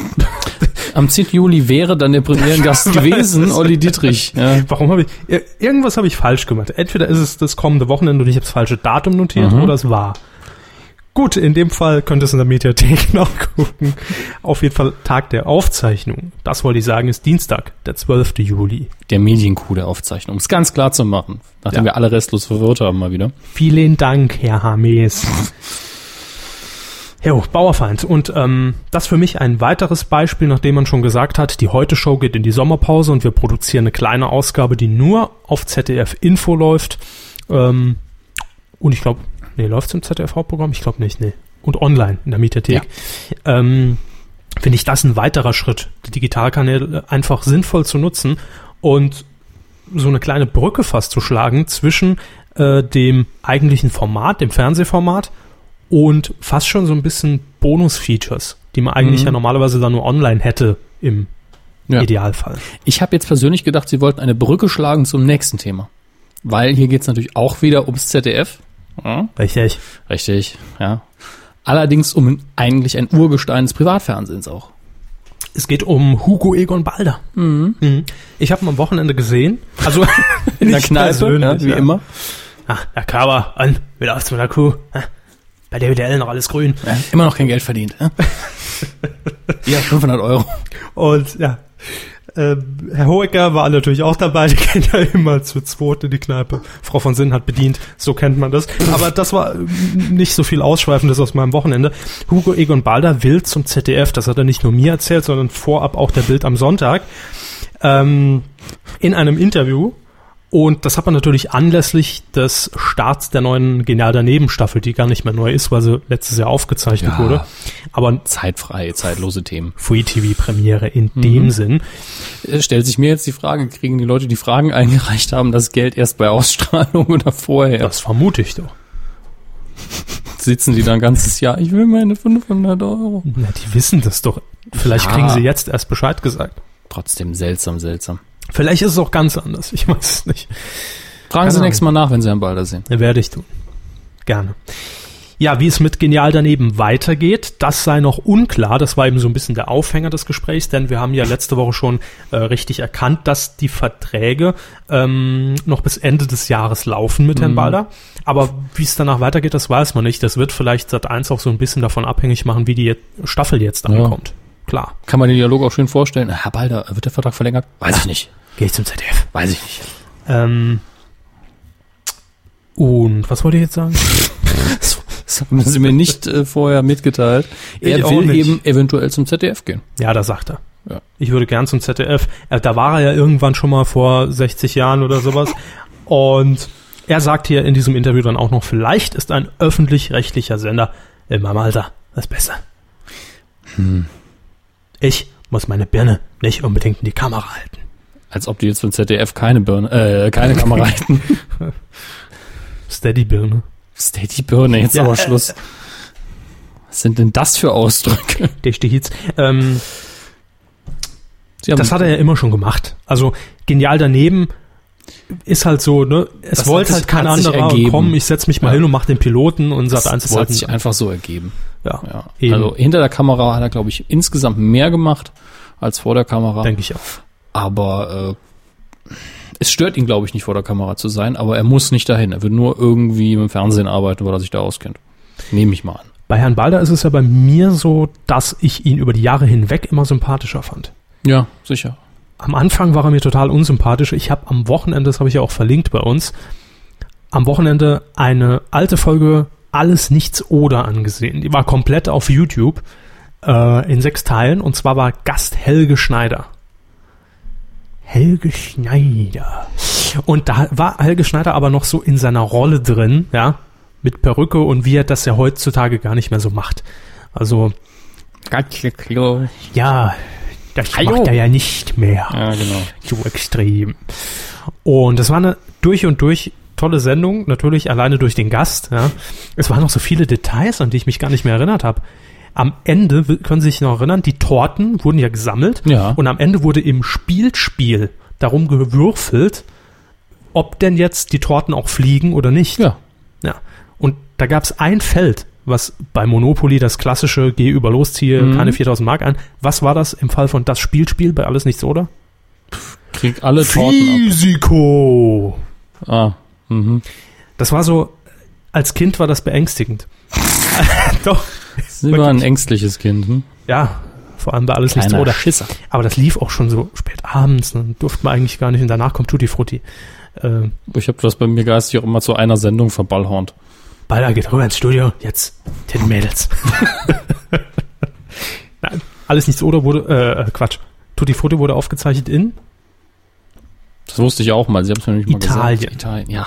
Speaker 1: Am 10. Juli wäre dann der <laughs> Premierengast gewesen, Olli Dietrich. Ja.
Speaker 2: Warum habe ich... Ir- Irgendwas habe ich falsch gemacht. Entweder ist es das kommende Wochenende und ich habe das falsche Datum notiert oder es war. Gut, in dem Fall könnt ihr es in der Mediathek <laughs> nachgucken. Auf jeden Fall Tag der Aufzeichnung. Das wollte ich sagen, ist Dienstag, der 12. Juli.
Speaker 1: Der Medienkuh der Aufzeichnung, um es ganz klar zu machen. Nachdem
Speaker 2: Ja.
Speaker 1: wir alle restlos verwirrt haben mal wieder.
Speaker 2: Vielen Dank, Herr Hames. Jo, Bauerfeind. Und ähm, das für mich ein weiteres Beispiel, nachdem man schon gesagt hat, die Heute-Show geht in die Sommerpause und wir produzieren eine kleine Ausgabe, die nur auf ZDF-Info läuft. Ähm, und ich glaube, nee, läuft im ZDF-Hauptprogramm? Ich glaube nicht, nee. Und online in der Mediathek. Ähm, Finde ich das ein weiterer Schritt, die Digitalkanäle einfach sinnvoll zu nutzen. Und so eine kleine Brücke fast zu schlagen zwischen äh, dem eigentlichen Format, dem Fernsehformat und fast schon so ein bisschen Bonus-Features, die man eigentlich
Speaker 1: Mhm.
Speaker 2: ja normalerweise dann nur online hätte im
Speaker 1: Ja.
Speaker 2: Idealfall.
Speaker 1: Ich habe jetzt persönlich gedacht, sie wollten eine Brücke schlagen zum nächsten Thema. Weil hier geht's natürlich auch wieder ums ZDF. Ja,
Speaker 2: Richtig.
Speaker 1: richtig, ja. Allerdings um eigentlich ein Urgestein des Privatfernsehens auch.
Speaker 2: Es geht um Hugo Egon Balder. Mhm. Ich habe ihn am Wochenende gesehen. Also
Speaker 1: <laughs> In der
Speaker 2: nicht
Speaker 1: Kneipe, ja,
Speaker 2: persönlich,
Speaker 1: wie
Speaker 2: ja.
Speaker 1: immer.
Speaker 2: Ah, der Kaber, an, wieder aus meiner Kuh. Ah, Bei der WDL noch alles grün.
Speaker 1: Ja, immer noch kein Geld verdient. <laughs> Ja, ja 500 Euro.
Speaker 2: Und ja, ähm, Herr Hoecker war natürlich auch dabei. Die <laughs> gehen ja immer zu zweit in die Kneipe. Frau von Sinn hat bedient, so kennt man das. Aber das war ähm, nicht so viel Ausschweifendes aus meinem Wochenende. Hugo Egon Balder will zum ZDF, das hat er nicht nur mir erzählt, sondern vorab auch der Bild am Sonntag, ähm, in einem Interview. Und das hat man natürlich anlässlich des Starts der neuen Genial daneben Staffel, die gar nicht mehr neu ist, weil sie letztes Jahr aufgezeichnet
Speaker 1: Ja.
Speaker 2: wurde. Aber
Speaker 1: Zeitfreie, zeitlose Themen.
Speaker 2: Free TV Premiere in dem Sinn.
Speaker 1: Äh, Stellt sich mir jetzt die Frage, kriegen die Leute, die Fragen eingereicht haben, das Geld erst bei Ausstrahlung <laughs> oder vorher?
Speaker 2: Das vermute ich doch.
Speaker 1: Sitzen die dann ein ganzes Jahr, ich will meine 500 Euro.
Speaker 2: Na, die wissen das doch. Vielleicht
Speaker 1: Ja.
Speaker 2: kriegen sie jetzt erst Bescheid gesagt.
Speaker 1: Trotzdem seltsam, seltsam.
Speaker 2: Vielleicht ist es auch ganz anders. Ich weiß es nicht.
Speaker 1: Fragen Sie
Speaker 2: Keine
Speaker 1: nächstes Mal nach, wenn Sie einen Balder sehen.
Speaker 2: Werde ich tun. Gerne. Ja, wie es mit Genial daneben weitergeht, das sei noch unklar. Das war eben so ein bisschen der Aufhänger des Gesprächs, denn wir haben ja letzte Woche schon äh, richtig erkannt, dass die Verträge ähm, noch bis Ende des Jahres laufen mit Herrn Balder. Aber wie es danach weitergeht, das weiß man nicht. Das wird vielleicht Sat 1 auch so ein bisschen davon abhängig machen, wie die jetzt- Staffel jetzt ankommt. Klar.
Speaker 1: Kann man den Dialog auch schön vorstellen. Herr Balder, äh, wird der Vertrag verlängert? <laughs> Weiß ich nicht.
Speaker 2: Gehe ich zum ZDF.
Speaker 1: Weiß ich nicht.
Speaker 2: Ähm, und was wollte ich jetzt sagen?
Speaker 1: Das haben Sie mir nicht äh, vorher mitgeteilt. Er
Speaker 2: Ich auch
Speaker 1: will
Speaker 2: nicht.
Speaker 1: eben eventuell zum ZDF gehen.
Speaker 2: Ja, da sagt er.
Speaker 1: Ja.
Speaker 2: Ich würde gern zum ZDF. Äh, Da war er ja irgendwann schon mal vor 60 Jahren oder sowas. Und er sagt hier in diesem Interview dann auch noch, vielleicht ist ein öffentlich-rechtlicher Sender in meinem Alter das Beste. Ich muss meine Birne nicht unbedingt in die Kamera halten.
Speaker 1: Als ob die jetzt vom ZDF keine Birne, äh,
Speaker 2: <laughs>
Speaker 1: keine Kamera hätten.
Speaker 2: Steady Birne.
Speaker 1: Steady Birne, jetzt
Speaker 2: Ja,
Speaker 1: aber
Speaker 2: äh,
Speaker 1: Schluss. Was sind denn das für Ausdrücke?
Speaker 2: Dichte Hitz. Ähm,
Speaker 1: Sie haben-
Speaker 2: Das hat er ja immer schon gemacht. Also genial daneben ist halt so, ne? Es
Speaker 1: Das
Speaker 2: wollte
Speaker 1: hat
Speaker 2: halt
Speaker 1: sich-
Speaker 2: kein
Speaker 1: hat sich
Speaker 2: anderer
Speaker 1: ergeben.
Speaker 2: kommen, ich setz mich mal
Speaker 1: Ja.
Speaker 2: hin und mach den Piloten und
Speaker 1: das,
Speaker 2: sagt eins
Speaker 1: das hat
Speaker 2: wollten.
Speaker 1: sich einfach so ergeben.
Speaker 2: Ja,
Speaker 1: Ja.
Speaker 2: Eben.
Speaker 1: Also hinter der Kamera hat er, glaube ich, insgesamt mehr gemacht als vor der Kamera.
Speaker 2: denke ich auch.
Speaker 1: Aber äh, es stört ihn, glaube ich, nicht vor der Kamera zu sein, aber er muss nicht dahin. Er will nur irgendwie im Fernsehen arbeiten, weil er sich da auskennt. Nehme ich mal an.
Speaker 2: Bei Herrn Balder ist es ja bei mir so, dass ich ihn über die Jahre hinweg immer sympathischer fand.
Speaker 1: Ja, sicher.
Speaker 2: Am Anfang war er mir total unsympathisch. Ich habe am Wochenende, das habe ich ja auch verlinkt bei uns, am Wochenende eine alte Folge Alles Nichts Oder angesehen. Die war komplett auf YouTube äh, in sechs Teilen. Und zwar war Gast Helge Schneider. Helge Schneider. Und da war Helge Schneider aber noch so in seiner Rolle drin, ja, mit Perücke und wie er das ja heutzutage gar nicht mehr so macht. Also,
Speaker 1: Ja,
Speaker 2: ja, das
Speaker 1: Hallo.
Speaker 2: macht er ja nicht mehr
Speaker 1: genau.
Speaker 2: so extrem. Und das war eine durch und durch tolle Sendung, natürlich alleine durch den Gast. Ja. Es waren noch so viele Details, an die ich mich gar nicht mehr erinnert habe. Am Ende, w- können Sie sich noch erinnern, die Torten wurden ja gesammelt
Speaker 1: Ja.
Speaker 2: und am Ende wurde im Spielspiel darum gewürfelt, ob denn jetzt die Torten auch fliegen oder nicht.
Speaker 1: Ja.
Speaker 2: Ja. Und da gab es ein Feld, was bei Monopoly das klassische Geh über los, ziehe
Speaker 1: Mhm.
Speaker 2: keine 4000 Mark an. Was war das im Fall von das Spielspiel bei Alles Nichts, oder?
Speaker 1: Krieg alle Torten
Speaker 2: Risiko.
Speaker 1: ab. Ah. Mhm.
Speaker 2: Das war so, als Kind war das beängstigend. <laughs> Doch,
Speaker 1: Sie war ein ängstliches Kind. Hm?
Speaker 2: ja, vor allem bei alles nichts
Speaker 1: Kleiner
Speaker 2: oder.
Speaker 1: Schisser.
Speaker 2: Aber das lief auch schon so spät abends, dann durfte man eigentlich gar nicht und danach kommt Tutti Frutti. Äh,
Speaker 1: Ich habe das bei mir geistig auch immer zu einer Sendung verballhornt.
Speaker 2: Baller geht rüber ins Studio, jetzt den Mädels. <laughs> Nein, alles nichts oder wurde, äh, Quatsch. Tutti Frutti wurde aufgezeichnet in,
Speaker 1: Das wusste ich auch mal. Sie haben es mir nämlich mal
Speaker 2: Italien.
Speaker 1: gesagt. Italien. Ja.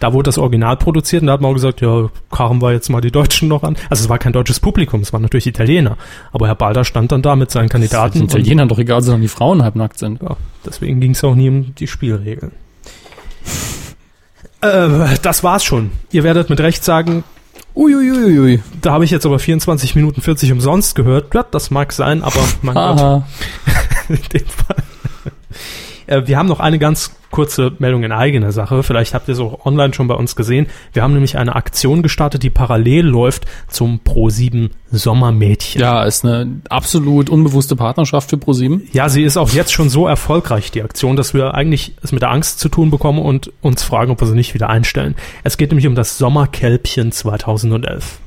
Speaker 2: da wurde das Original produziert und da hat man auch gesagt, ja, karren wir jetzt mal die Deutschen noch an. Also es war kein deutsches Publikum, es waren natürlich Italiener. Aber Herr Balder stand dann da mit seinen
Speaker 1: Das ist
Speaker 2: Kandidaten.
Speaker 1: den Italienern doch egal, solange die Frauen halbnackt sind.
Speaker 2: und, ja, deswegen ging es auch nie um die Spielregeln. Äh, das war's schon. Ihr werdet mit Recht sagen,
Speaker 1: Uiuiuiui.
Speaker 2: da habe ich jetzt aber 24 Minuten 40 umsonst gehört. Ja, das mag sein, aber
Speaker 1: <laughs>
Speaker 2: mein Gott,
Speaker 1: Haha.
Speaker 2: in <laughs> dem Fall. Äh, Wir haben noch eine ganz kurze Meldung in eigener Sache. Vielleicht habt ihr es auch online schon bei uns gesehen. Wir haben nämlich eine Aktion gestartet, die parallel läuft zum Pro7 Sommermädchen.
Speaker 1: Ja, ist eine absolut unbewusste Partnerschaft für ProSieben.
Speaker 2: Ja, sie ist auch jetzt schon so erfolgreich, die Aktion, dass wir eigentlich es mit der Angst zu tun bekommen und uns fragen, ob wir sie nicht wieder einstellen. Es geht nämlich um das Sommerkälbchen 2011.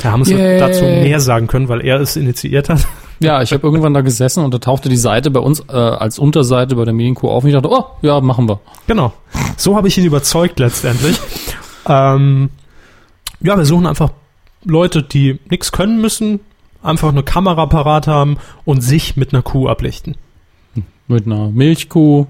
Speaker 2: Herr Hammes
Speaker 1: Yay.
Speaker 2: wird dazu mehr sagen können, weil er es initiiert hat.
Speaker 1: Ja, ich habe irgendwann da gesessen und da tauchte die Seite bei uns äh, als Unterseite bei der Medienkuh auf und ich dachte, oh, ja, machen wir.
Speaker 2: Genau. So habe ich ihn
Speaker 1: <laughs>
Speaker 2: überzeugt letztendlich. ähm, ja, wir suchen einfach Leute, die nichts können müssen, einfach eine Kamera parat haben und sich mit einer Kuh ablichten.
Speaker 1: Mit einer Milchkuh,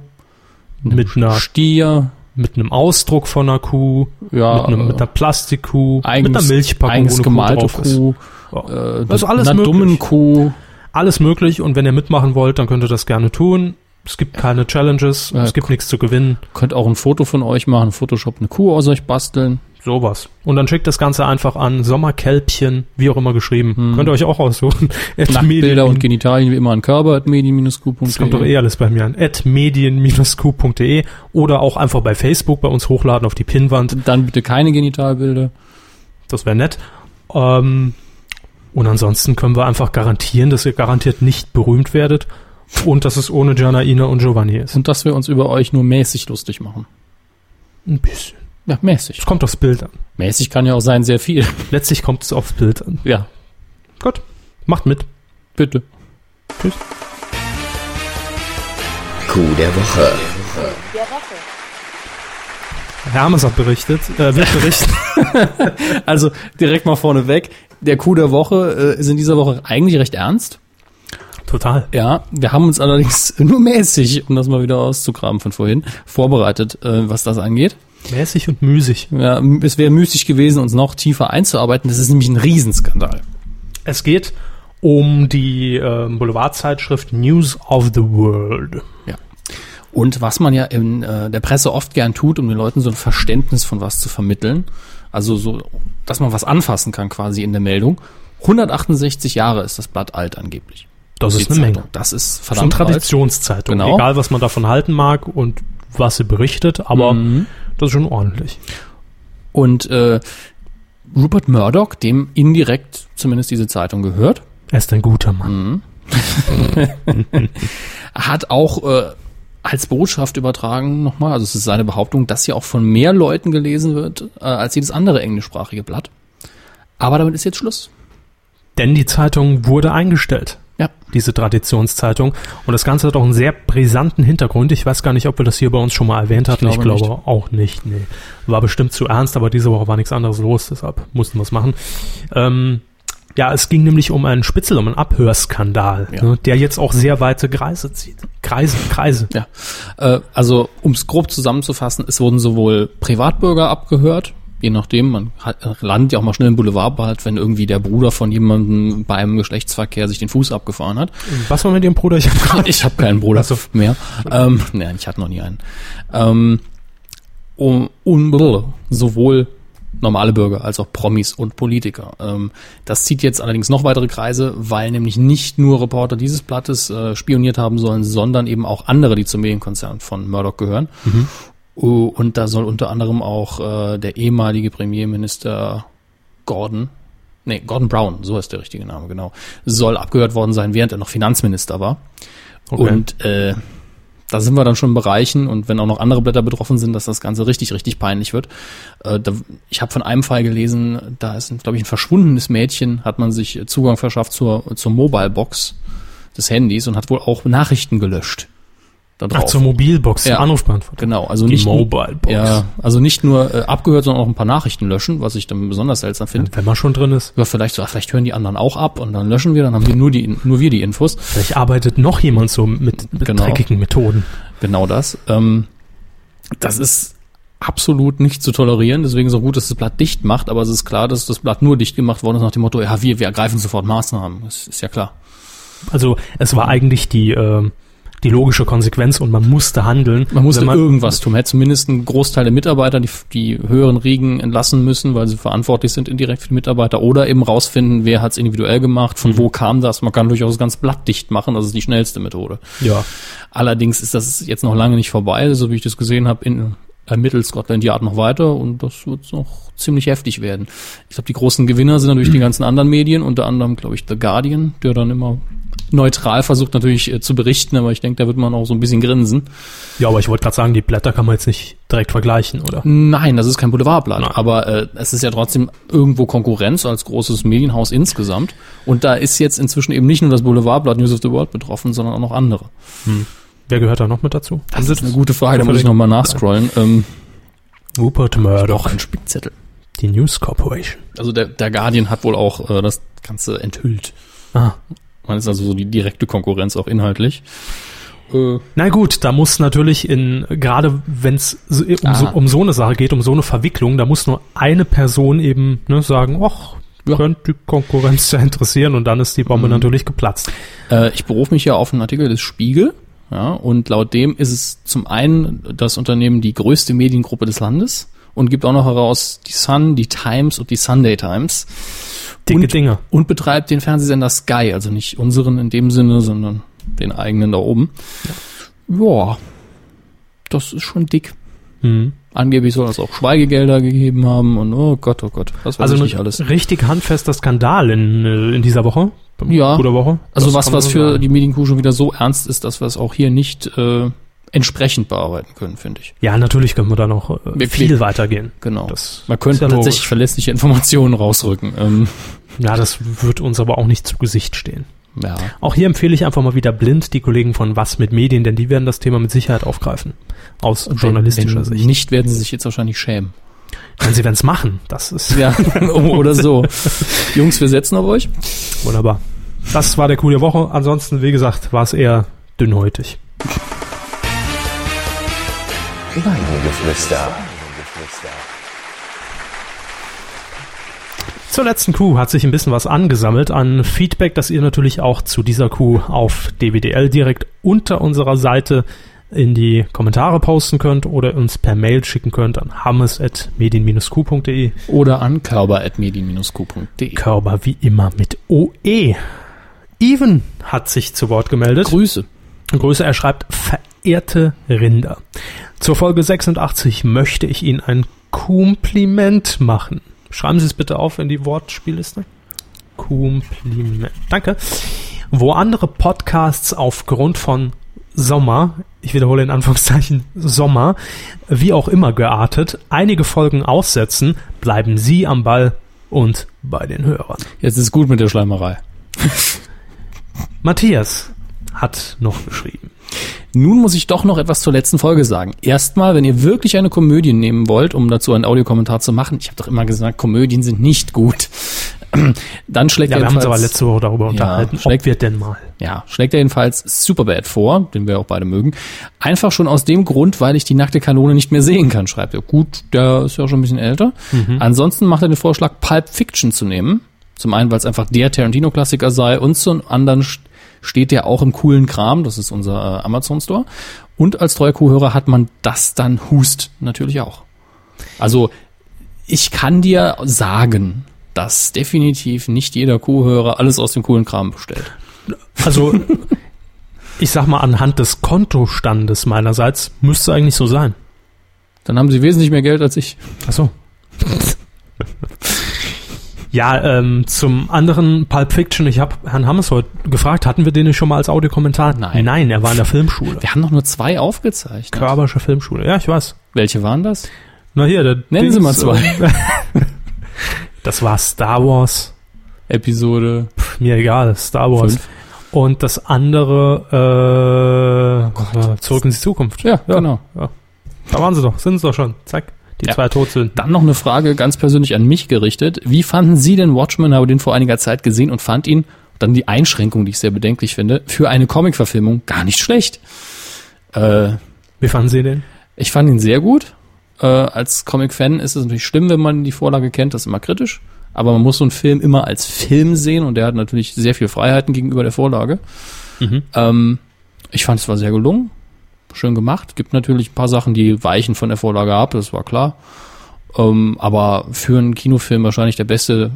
Speaker 2: Mit einer
Speaker 1: Stier,
Speaker 2: mit einem Ausdruck von einer Kuh,
Speaker 1: Ja, äh,
Speaker 2: mit, einem, mit einer Plastikkuh,
Speaker 1: eigens,
Speaker 2: mit einer Milchpackung,
Speaker 1: eigens
Speaker 2: wo eine
Speaker 1: gemalte
Speaker 2: drauf ist.
Speaker 1: Kuh,
Speaker 2: Ja.
Speaker 1: äh,
Speaker 2: Das ist alles
Speaker 1: einer
Speaker 2: möglich.
Speaker 1: dummen Kuh.
Speaker 2: Alles möglich und wenn ihr mitmachen wollt, dann könnt ihr das gerne tun. Es gibt keine Challenges,
Speaker 1: Ja,
Speaker 2: es gibt nichts zu gewinnen,
Speaker 1: Könnt auch ein Foto von euch machen, Photoshop eine Kuh aus euch basteln.
Speaker 2: sowas. Und dann schickt das Ganze einfach an Sommerkälbchen, wie auch immer geschrieben. Könnt ihr euch auch aussuchen. At
Speaker 1: Nacktbilder
Speaker 2: medien-
Speaker 1: und Genitalien wie immer an Körper at
Speaker 2: Das kommt doch
Speaker 1: medien-q.de.
Speaker 2: eh alles bei mir an. At medien-q.de oder auch einfach bei Facebook bei uns hochladen auf die Pinnwand.
Speaker 1: Dann bitte keine Genitalbilder.
Speaker 2: Das wäre nett. Ähm, und ansonsten können wir einfach garantieren, dass ihr garantiert nicht berühmt werdet und dass es ohne Gianna, Ina und Giovanni ist.
Speaker 1: Und dass wir uns über euch nur mäßig lustig machen.
Speaker 2: Ein bisschen.
Speaker 1: Ja, mäßig.
Speaker 2: Es kommt aufs Bild an.
Speaker 1: Mäßig kann ja auch sein, sehr viel. <laughs>
Speaker 2: Letztlich kommt es aufs Bild an.
Speaker 1: Ja,
Speaker 2: Gut. Macht mit.
Speaker 1: bitte.
Speaker 5: Kuh der Woche.
Speaker 2: Herr Hermes hat berichtet, äh, wird berichten.
Speaker 1: Also direkt mal vorneweg. Der Coup der Woche äh, ist in dieser Woche eigentlich recht ernst.
Speaker 2: Total.
Speaker 1: Ja, wir haben uns allerdings <laughs> nur mäßig, um das mal wieder auszugraben von vorhin, vorbereitet, äh, was das angeht.
Speaker 2: Mäßig und müßig.
Speaker 1: Ja, m- es wäre müßig gewesen, uns noch tiefer einzuarbeiten. Das ist nämlich ein Riesenskandal.
Speaker 2: Es geht um die ähm, Boulevardzeitschrift News of the World.
Speaker 1: Und was man ja in äh, der Presse oft gern tut, um den Leuten so ein Verständnis von was zu vermitteln, also so, dass man was anfassen kann quasi in der Meldung. 168 Jahre ist das Blatt alt angeblich.
Speaker 2: Das
Speaker 1: Die
Speaker 2: ist eine Menge.
Speaker 1: Zeitung. Das ist
Speaker 2: Das ist eine
Speaker 1: verdammt alt.
Speaker 2: Traditionszeitung.
Speaker 1: Genau.
Speaker 2: Egal, was man davon halten mag und was sie berichtet, aber
Speaker 1: Mhm.
Speaker 2: das ist schon ordentlich.
Speaker 1: Und äh, Rupert Murdoch, dem indirekt zumindest diese Zeitung gehört,
Speaker 2: Er ist ein guter Mann.
Speaker 1: Mhm. hat auch äh, als Botschaft übertragen nochmal, also es ist seine Behauptung, dass hier auch von mehr Leuten gelesen wird äh, als jedes andere englischsprachige Blatt. Aber damit ist jetzt Schluss.
Speaker 2: Denn die Zeitung wurde eingestellt.
Speaker 1: Ja.
Speaker 2: Diese Traditionszeitung. Und das Ganze hat auch einen sehr brisanten Hintergrund. Ich weiß gar nicht, ob wir das hier bei uns schon mal erwähnt hatten. Ich
Speaker 1: glaube
Speaker 2: glaube, auch nicht. Nee. War bestimmt zu ernst, aber diese Woche war nichts anderes los, deshalb mussten wir es machen. Ähm, ja, es ging nämlich um einen Spitzel, um einen Abhörskandal,
Speaker 1: Ja.
Speaker 2: ne, der jetzt auch sehr weite Kreise zieht. Kreise, Kreise.
Speaker 1: Ja. Äh, also, um es grob zusammenzufassen, es wurden sowohl Privatbürger abgehört, je nachdem, man hat, äh, landet ja auch mal schnell im Boulevardbad, wenn irgendwie der Bruder von jemandem beim Geschlechtsverkehr sich den Fuß abgefahren hat.
Speaker 2: Was war mit dem Bruder? Ich hab grad-
Speaker 1: Ich habe keinen Bruder
Speaker 2: Also-
Speaker 1: mehr. Ähm, nein, ich hatte noch nie einen. Ähm, um, um, brr, sowohl normale Bürger als auch Promis und Politiker. Ähm, das zieht jetzt allerdings noch weitere Kreise, weil nämlich nicht nur Reporter dieses Blattes äh, spioniert haben sollen, sondern eben auch andere, die zum Medienkonzern von Murdoch gehören. Uh, Und da soll unter anderem auch äh, der ehemalige Premierminister Gordon, nee, Gordon Brown, so ist der richtige Name, genau, soll abgehört worden sein, während er noch Finanzminister war.
Speaker 2: Okay.
Speaker 1: Und äh, da sind wir dann schon in Bereichen und wenn auch noch andere Blätter betroffen sind, dass das Ganze richtig, richtig peinlich wird. Äh, da, ich habe von einem Fall gelesen, da ist, glaube ich, ein verschwundenes Mädchen, hat man sich Zugang verschafft zur, zur Mobile-Box des Handys und hat wohl auch Nachrichten gelöscht. Da drauf.
Speaker 2: Ach, zur Mobilbox,
Speaker 1: Ja.
Speaker 2: ja. Anrufbeantworter.
Speaker 1: Genau, also
Speaker 2: Die
Speaker 1: nicht
Speaker 2: Mobile-Box.
Speaker 1: Ja, also nicht nur äh, abgehört, sondern auch ein paar Nachrichten löschen, was ich dann besonders seltsam finde.
Speaker 2: Wenn man schon drin ist.
Speaker 1: Ja, vielleicht so, ah, vielleicht hören die anderen auch ab und dann löschen wir, dann haben wir nur die, nur wir die Infos.
Speaker 2: Vielleicht arbeitet noch jemand so mit, mit
Speaker 1: Genau.
Speaker 2: dreckigen Methoden.
Speaker 1: Genau das. Ähm, das ist absolut nicht zu tolerieren. Deswegen so gut, dass das Blatt dicht macht. Aber es ist klar, dass das Blatt nur dicht gemacht worden ist nach dem Motto, ja, wir, wir ergreifen sofort Maßnahmen. Das ist ja klar.
Speaker 2: Also es war eigentlich die ähm, die logische Konsequenz und man musste handeln.
Speaker 1: Man musste
Speaker 2: Wenn
Speaker 1: irgendwas tun. Man hätte zumindest einen Großteil der Mitarbeiter, die, die höheren Riegen entlassen müssen, weil sie verantwortlich sind indirekt für die Mitarbeiter oder eben rausfinden, wer hat es individuell gemacht, von wo kam das. Man kann durchaus ganz blattdicht machen, das ist die schnellste Methode.
Speaker 2: Ja.
Speaker 1: Allerdings ist das jetzt noch lange nicht vorbei, so wie ich das gesehen habe, in ermittelt Scotland Yard noch weiter und das wird noch ziemlich heftig werden. Ich glaube, die großen Gewinner sind natürlich die ganzen anderen Medien, unter anderem, glaube ich, The Guardian, der dann immer neutral versucht natürlich äh, zu berichten, aber ich denke, da wird man auch so ein bisschen grinsen.
Speaker 2: Ja, aber ich wollte gerade sagen, die Blätter kann man jetzt nicht direkt vergleichen, oder?
Speaker 1: Nein, das ist kein Boulevardblatt,
Speaker 2: Nein.
Speaker 1: aber äh, es ist ja trotzdem irgendwo Konkurrenz als großes Medienhaus insgesamt. Und da ist jetzt inzwischen eben nicht nur das Boulevardblatt News of the World betroffen, sondern auch noch andere.
Speaker 2: Wer gehört da noch mit dazu?
Speaker 1: Das ist eine gute Frage, da muss ich
Speaker 2: Zufällig-
Speaker 1: nochmal nachscrollen. Ähm,
Speaker 2: Rupert Murdoch,
Speaker 1: ein Spickzettel.
Speaker 2: die News Corporation.
Speaker 1: Also der, der Guardian hat wohl auch äh, das Ganze enthüllt.
Speaker 2: Ah.
Speaker 1: Man ist also so die direkte Konkurrenz auch inhaltlich. Äh,
Speaker 2: Na gut, da muss natürlich in, gerade wenn es so- um, so,
Speaker 1: Ah.
Speaker 2: um so eine Sache geht, um so eine Verwicklung, da muss nur eine Person eben ne, sagen, ach,
Speaker 1: Ja. Hm.
Speaker 2: könnte die Konkurrenz ja interessieren und dann ist die Bombe natürlich geplatzt.
Speaker 1: Äh, ich berufe mich ja auf einen Artikel des Spiegel. Ja, und laut dem ist es zum einen das Unternehmen die größte Mediengruppe des Landes und gibt auch noch heraus die Sun, die Times und die Sunday Times
Speaker 2: Dicke
Speaker 1: Und-
Speaker 2: Dinge.
Speaker 1: und betreibt den Fernsehsender Sky, also nicht unseren in dem Sinne, sondern den eigenen da oben. Ja, das ist schon dick.
Speaker 2: Mhm.
Speaker 1: Angeblich soll das auch Schweigegelder gegeben haben und oh Gott, oh Gott, was weiß
Speaker 2: Also
Speaker 1: ich
Speaker 2: ein
Speaker 1: nicht alles.
Speaker 2: richtig handfester Skandal in, äh, in dieser Woche.
Speaker 1: Ja.
Speaker 2: Guter Woche.
Speaker 1: Also
Speaker 2: Das
Speaker 1: was,
Speaker 2: kann man
Speaker 1: was
Speaker 2: so
Speaker 1: für
Speaker 2: sagen.
Speaker 1: die Medienkuh schon wieder so ernst ist, dass wir es auch hier nicht äh, entsprechend bearbeiten können, finde ich.
Speaker 2: Ja, natürlich können wir da noch äh,
Speaker 1: Wir-
Speaker 2: viel weitergehen.
Speaker 1: Genau.
Speaker 2: Das
Speaker 1: Man könnte
Speaker 2: ist ja
Speaker 1: tatsächlich
Speaker 2: logisch.
Speaker 1: verlässliche Informationen rausrücken. Ähm,
Speaker 2: Ja, das wird uns aber auch nicht zu Gesicht stehen.
Speaker 1: ja.
Speaker 2: Auch hier empfehle ich einfach mal wieder blind die Kollegen von Was mit Medien, denn die werden das Thema mit Sicherheit aufgreifen. Aus journalistischer
Speaker 1: wenn, wenn
Speaker 2: Sicht.
Speaker 1: Nicht werden sie sich jetzt wahrscheinlich schämen.
Speaker 2: Wenn sie es machen, das ist
Speaker 1: Ja, <laughs> oder
Speaker 2: <laughs>
Speaker 1: so. Jungs, wir setzen auf euch.
Speaker 2: wunderbar. Das war der Coup der Woche. Ansonsten, wie gesagt, war es eher dünnhäutig.
Speaker 5: Weidengeflüster.
Speaker 2: Zur letzten Coup hat sich ein bisschen was angesammelt an Feedback, das ihr natürlich auch zu dieser Coup auf DWDL direkt unter unserer Seite in die Kommentare posten könnt oder uns per Mail schicken könnt an hammes.medien-q.de.
Speaker 1: Oder an körper.medien-q.de.
Speaker 2: Körper wie immer mit OE. Even hat sich zu Wort gemeldet.
Speaker 1: Grüße.
Speaker 2: Größe, er schreibt, verehrte Rinder. Zur Folge 86 möchte ich Ihnen ein Kompliment machen. Schreiben Sie es bitte auf in die Wortspielliste. Kompliment. Danke. Wo andere Podcasts aufgrund von Sommer, ich wiederhole in Anführungszeichen Sommer, wie auch immer geartet, einige Folgen aussetzen, bleiben Sie am Ball und bei den Hörern.
Speaker 1: Jetzt ist gut mit der Schleimerei.
Speaker 2: Matthias hat noch geschrieben.
Speaker 1: Nun muss ich doch noch etwas zur letzten Folge sagen. Erstmal, wenn ihr wirklich eine Komödie nehmen wollt, um dazu einen Audiokommentar zu machen, ich habe doch immer gesagt, Komödien sind nicht gut, <clears throat> dann schlägt
Speaker 2: Ja, wir haben uns
Speaker 1: jedenfalls-
Speaker 2: aber letzte Woche darüber unterhalten,
Speaker 1: schlägt-
Speaker 2: ob wir denn mal.
Speaker 1: ja, schlägt er jedenfalls Superbad vor, den wir auch beide mögen. Einfach schon aus dem Grund, weil ich die nackte Kanone nicht mehr sehen kann, schreibt er. Gut, der ist ja schon ein bisschen älter. Ansonsten macht er den Vorschlag, Pulp Fiction zu nehmen. Zum einen, weil es einfach der Tarantino-Klassiker sei und zum anderen st- steht der auch im coolen Kram, das ist unser äh, Amazon-Store. Und als treuer Kuhhörer hat man das dann Hust natürlich auch. Also ich kann dir sagen, dass definitiv nicht jeder Kuhhörer alles aus dem coolen Kram bestellt. <laughs>
Speaker 2: Also, ich sag mal, anhand des Kontostandes meinerseits müsste eigentlich so sein.
Speaker 1: Dann haben sie wesentlich mehr Geld als ich.
Speaker 2: Ach so. Ja, ähm, zum anderen Pulp Fiction. Ich habe Herrn Hammes heute gefragt, hatten wir den nicht schon mal als Audiokommentar?
Speaker 1: Nein.
Speaker 2: Nein, er war in der Filmschule.
Speaker 1: Wir haben doch nur zwei aufgezeichnet.
Speaker 2: Körbersche Filmschule. Ja, ich weiß.
Speaker 1: Welche waren das?
Speaker 2: Na hier, der
Speaker 1: Nennen Sie mal zwei.
Speaker 2: äh, <laughs> Das war Star Wars.
Speaker 1: Episode
Speaker 2: Pff, mir egal, Star Wars.
Speaker 1: Fünf.
Speaker 2: Und das andere, äh, zurück in die Zukunft.
Speaker 1: Oh Ja, genau.
Speaker 2: Da waren sie doch, sind sie doch schon. Zack, die
Speaker 1: Ja.
Speaker 2: zwei Totzeln.
Speaker 1: Dann noch eine Frage ganz persönlich an mich gerichtet. Wie fanden Sie denn Watchmen? Habe den vor einiger Zeit gesehen und fand ihn, dann die Einschränkung, die ich sehr bedenklich finde, für eine Comic-Verfilmung gar nicht schlecht. Äh,
Speaker 2: Wie fanden Sie den?
Speaker 1: ich fand ihn sehr gut. Äh, als Comic-Fan ist es natürlich schlimm, wenn man die Vorlage kennt, das ist immer kritisch. Aber man muss so einen Film immer Mhm. als Film sehen und der hat natürlich sehr viel Freiheiten gegenüber der Vorlage. Ähm, Ich fand es war sehr gelungen, schön gemacht. Gibt natürlich ein paar Sachen, die weichen von der Vorlage ab, das war klar. Ähm, aber für einen Kinofilm wahrscheinlich der beste,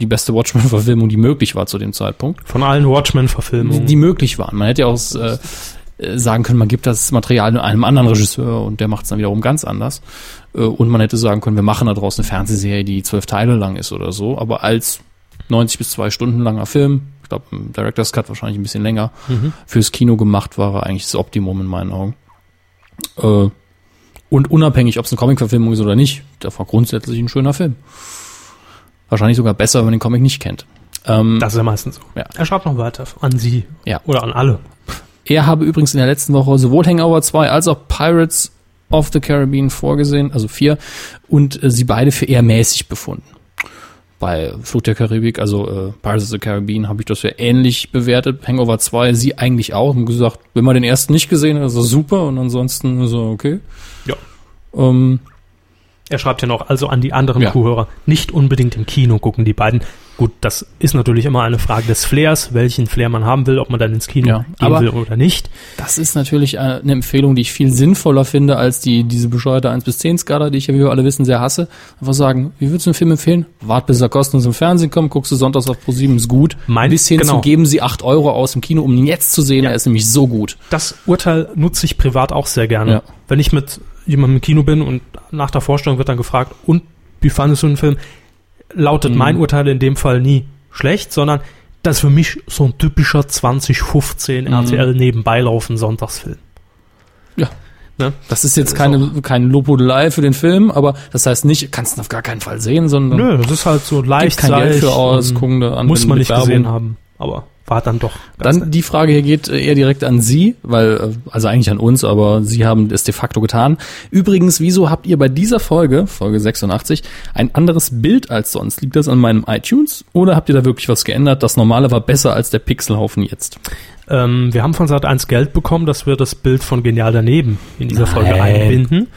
Speaker 1: die beste Watchmen-Verfilmung, die möglich war zu dem Zeitpunkt.
Speaker 2: Von allen
Speaker 1: Die,
Speaker 2: Watchmen-Verfilmungen.
Speaker 1: die möglich waren. Man hätte ja auch äh, äh, sagen können, man gibt das Material einem anderen Regisseur und der macht es dann wiederum ganz anders. Äh, und man hätte sagen können, wir machen da draußen eine Fernsehserie, die zwölf Teile lang ist oder so. Aber als 90 bis zwei Stunden langer Film, ich glaube, im Director's Cut wahrscheinlich ein bisschen länger,
Speaker 2: Mhm.
Speaker 1: fürs Kino gemacht war, er eigentlich das Optimum in meinen Augen. Äh, und unabhängig, ob es eine Comic-Verfilmung ist oder nicht, das war grundsätzlich ein schöner Film. Wahrscheinlich sogar besser, wenn man den Comic nicht kennt. Ähm,
Speaker 2: Das ist ja meistens so.
Speaker 1: Ja.
Speaker 2: Er schreibt noch weiter an sie.
Speaker 1: Ja.
Speaker 2: Oder an alle.
Speaker 1: Er habe übrigens in der letzten Woche sowohl Hangover 2 als auch Pirates of the Caribbean vorgesehen, also vier, und äh, sie beide für eher mäßig befunden. Bei Flucht der Karibik, also äh, Pirates of the Caribbean, habe ich das ja ähnlich bewertet. Hangover 2, sie eigentlich auch. Und gesagt, wenn man den ersten nicht gesehen hat, ist das super. Und ansonsten so, okay.
Speaker 2: Ja.
Speaker 1: Ähm,
Speaker 2: Er schreibt ja noch, also an die anderen
Speaker 1: Ja.
Speaker 2: Kuhhörer, nicht unbedingt im Kino gucken, die beiden. Gut, das ist natürlich immer eine Frage des Flairs, welchen Flair man haben will, ob man dann ins Kino
Speaker 1: Ja,
Speaker 2: gehen
Speaker 1: aber-
Speaker 2: will oder nicht.
Speaker 1: das ist natürlich äh, eine Empfehlung, die ich viel sinnvoller finde, als die, diese bescheuerte 1 bis 10 Skala, die ich ja, wie wir alle wissen, sehr hasse. Einfach sagen, wie würdest du einen Film empfehlen? Wart, bis er kostenlos im Fernsehen kommt, guckst du sonntags auf ProSieben, ist gut.
Speaker 2: Mein-
Speaker 1: bis hin
Speaker 2: genau.
Speaker 1: zu geben sie 8 Euro aus im Kino, um ihn jetzt zu sehen,
Speaker 2: Ja.
Speaker 1: er ist nämlich so gut.
Speaker 2: Das Urteil nutze ich privat auch sehr gerne.
Speaker 1: Ja.
Speaker 2: Wenn ich mit jemandem im Kino bin und nach der Vorstellung wird dann gefragt, und wie fandest du den Film? Lautet
Speaker 1: Mhm.
Speaker 2: mein Urteil in dem Fall nie schlecht, sondern das ist für mich so ein typischer
Speaker 1: Mhm.
Speaker 2: 2015 RTL nebenbei laufen Sonntagsfilm.
Speaker 1: Ja.
Speaker 2: Ne?
Speaker 1: Das ist jetzt keine, keine Lobhudelei für den Film, aber das heißt nicht, kannst du auf gar keinen Fall sehen, sondern
Speaker 2: Nö, das ist halt so
Speaker 1: gibt
Speaker 2: leicht
Speaker 1: kein Geld
Speaker 2: seicht
Speaker 1: für aus,
Speaker 2: und
Speaker 1: gucken da an.
Speaker 2: Muss
Speaker 1: wenn
Speaker 2: man
Speaker 1: mit
Speaker 2: nicht
Speaker 1: Werbung-
Speaker 2: gesehen haben, aber war dann doch. ganz
Speaker 1: Dann die Frage hier geht äh, eher direkt an Sie, weil, äh, also eigentlich an uns, aber Sie haben es de facto getan. Übrigens, wieso habt ihr bei dieser Folge, Folge 86, ein anderes Bild als sonst? Liegt das an meinem iTunes oder habt ihr da wirklich was geändert? Das normale war besser als der Pixelhaufen jetzt.
Speaker 2: Ähm, wir haben von Sat 1 Geld bekommen, dass wir das Bild von Genial daneben in dieser Folge
Speaker 1: Nein.
Speaker 2: einbinden.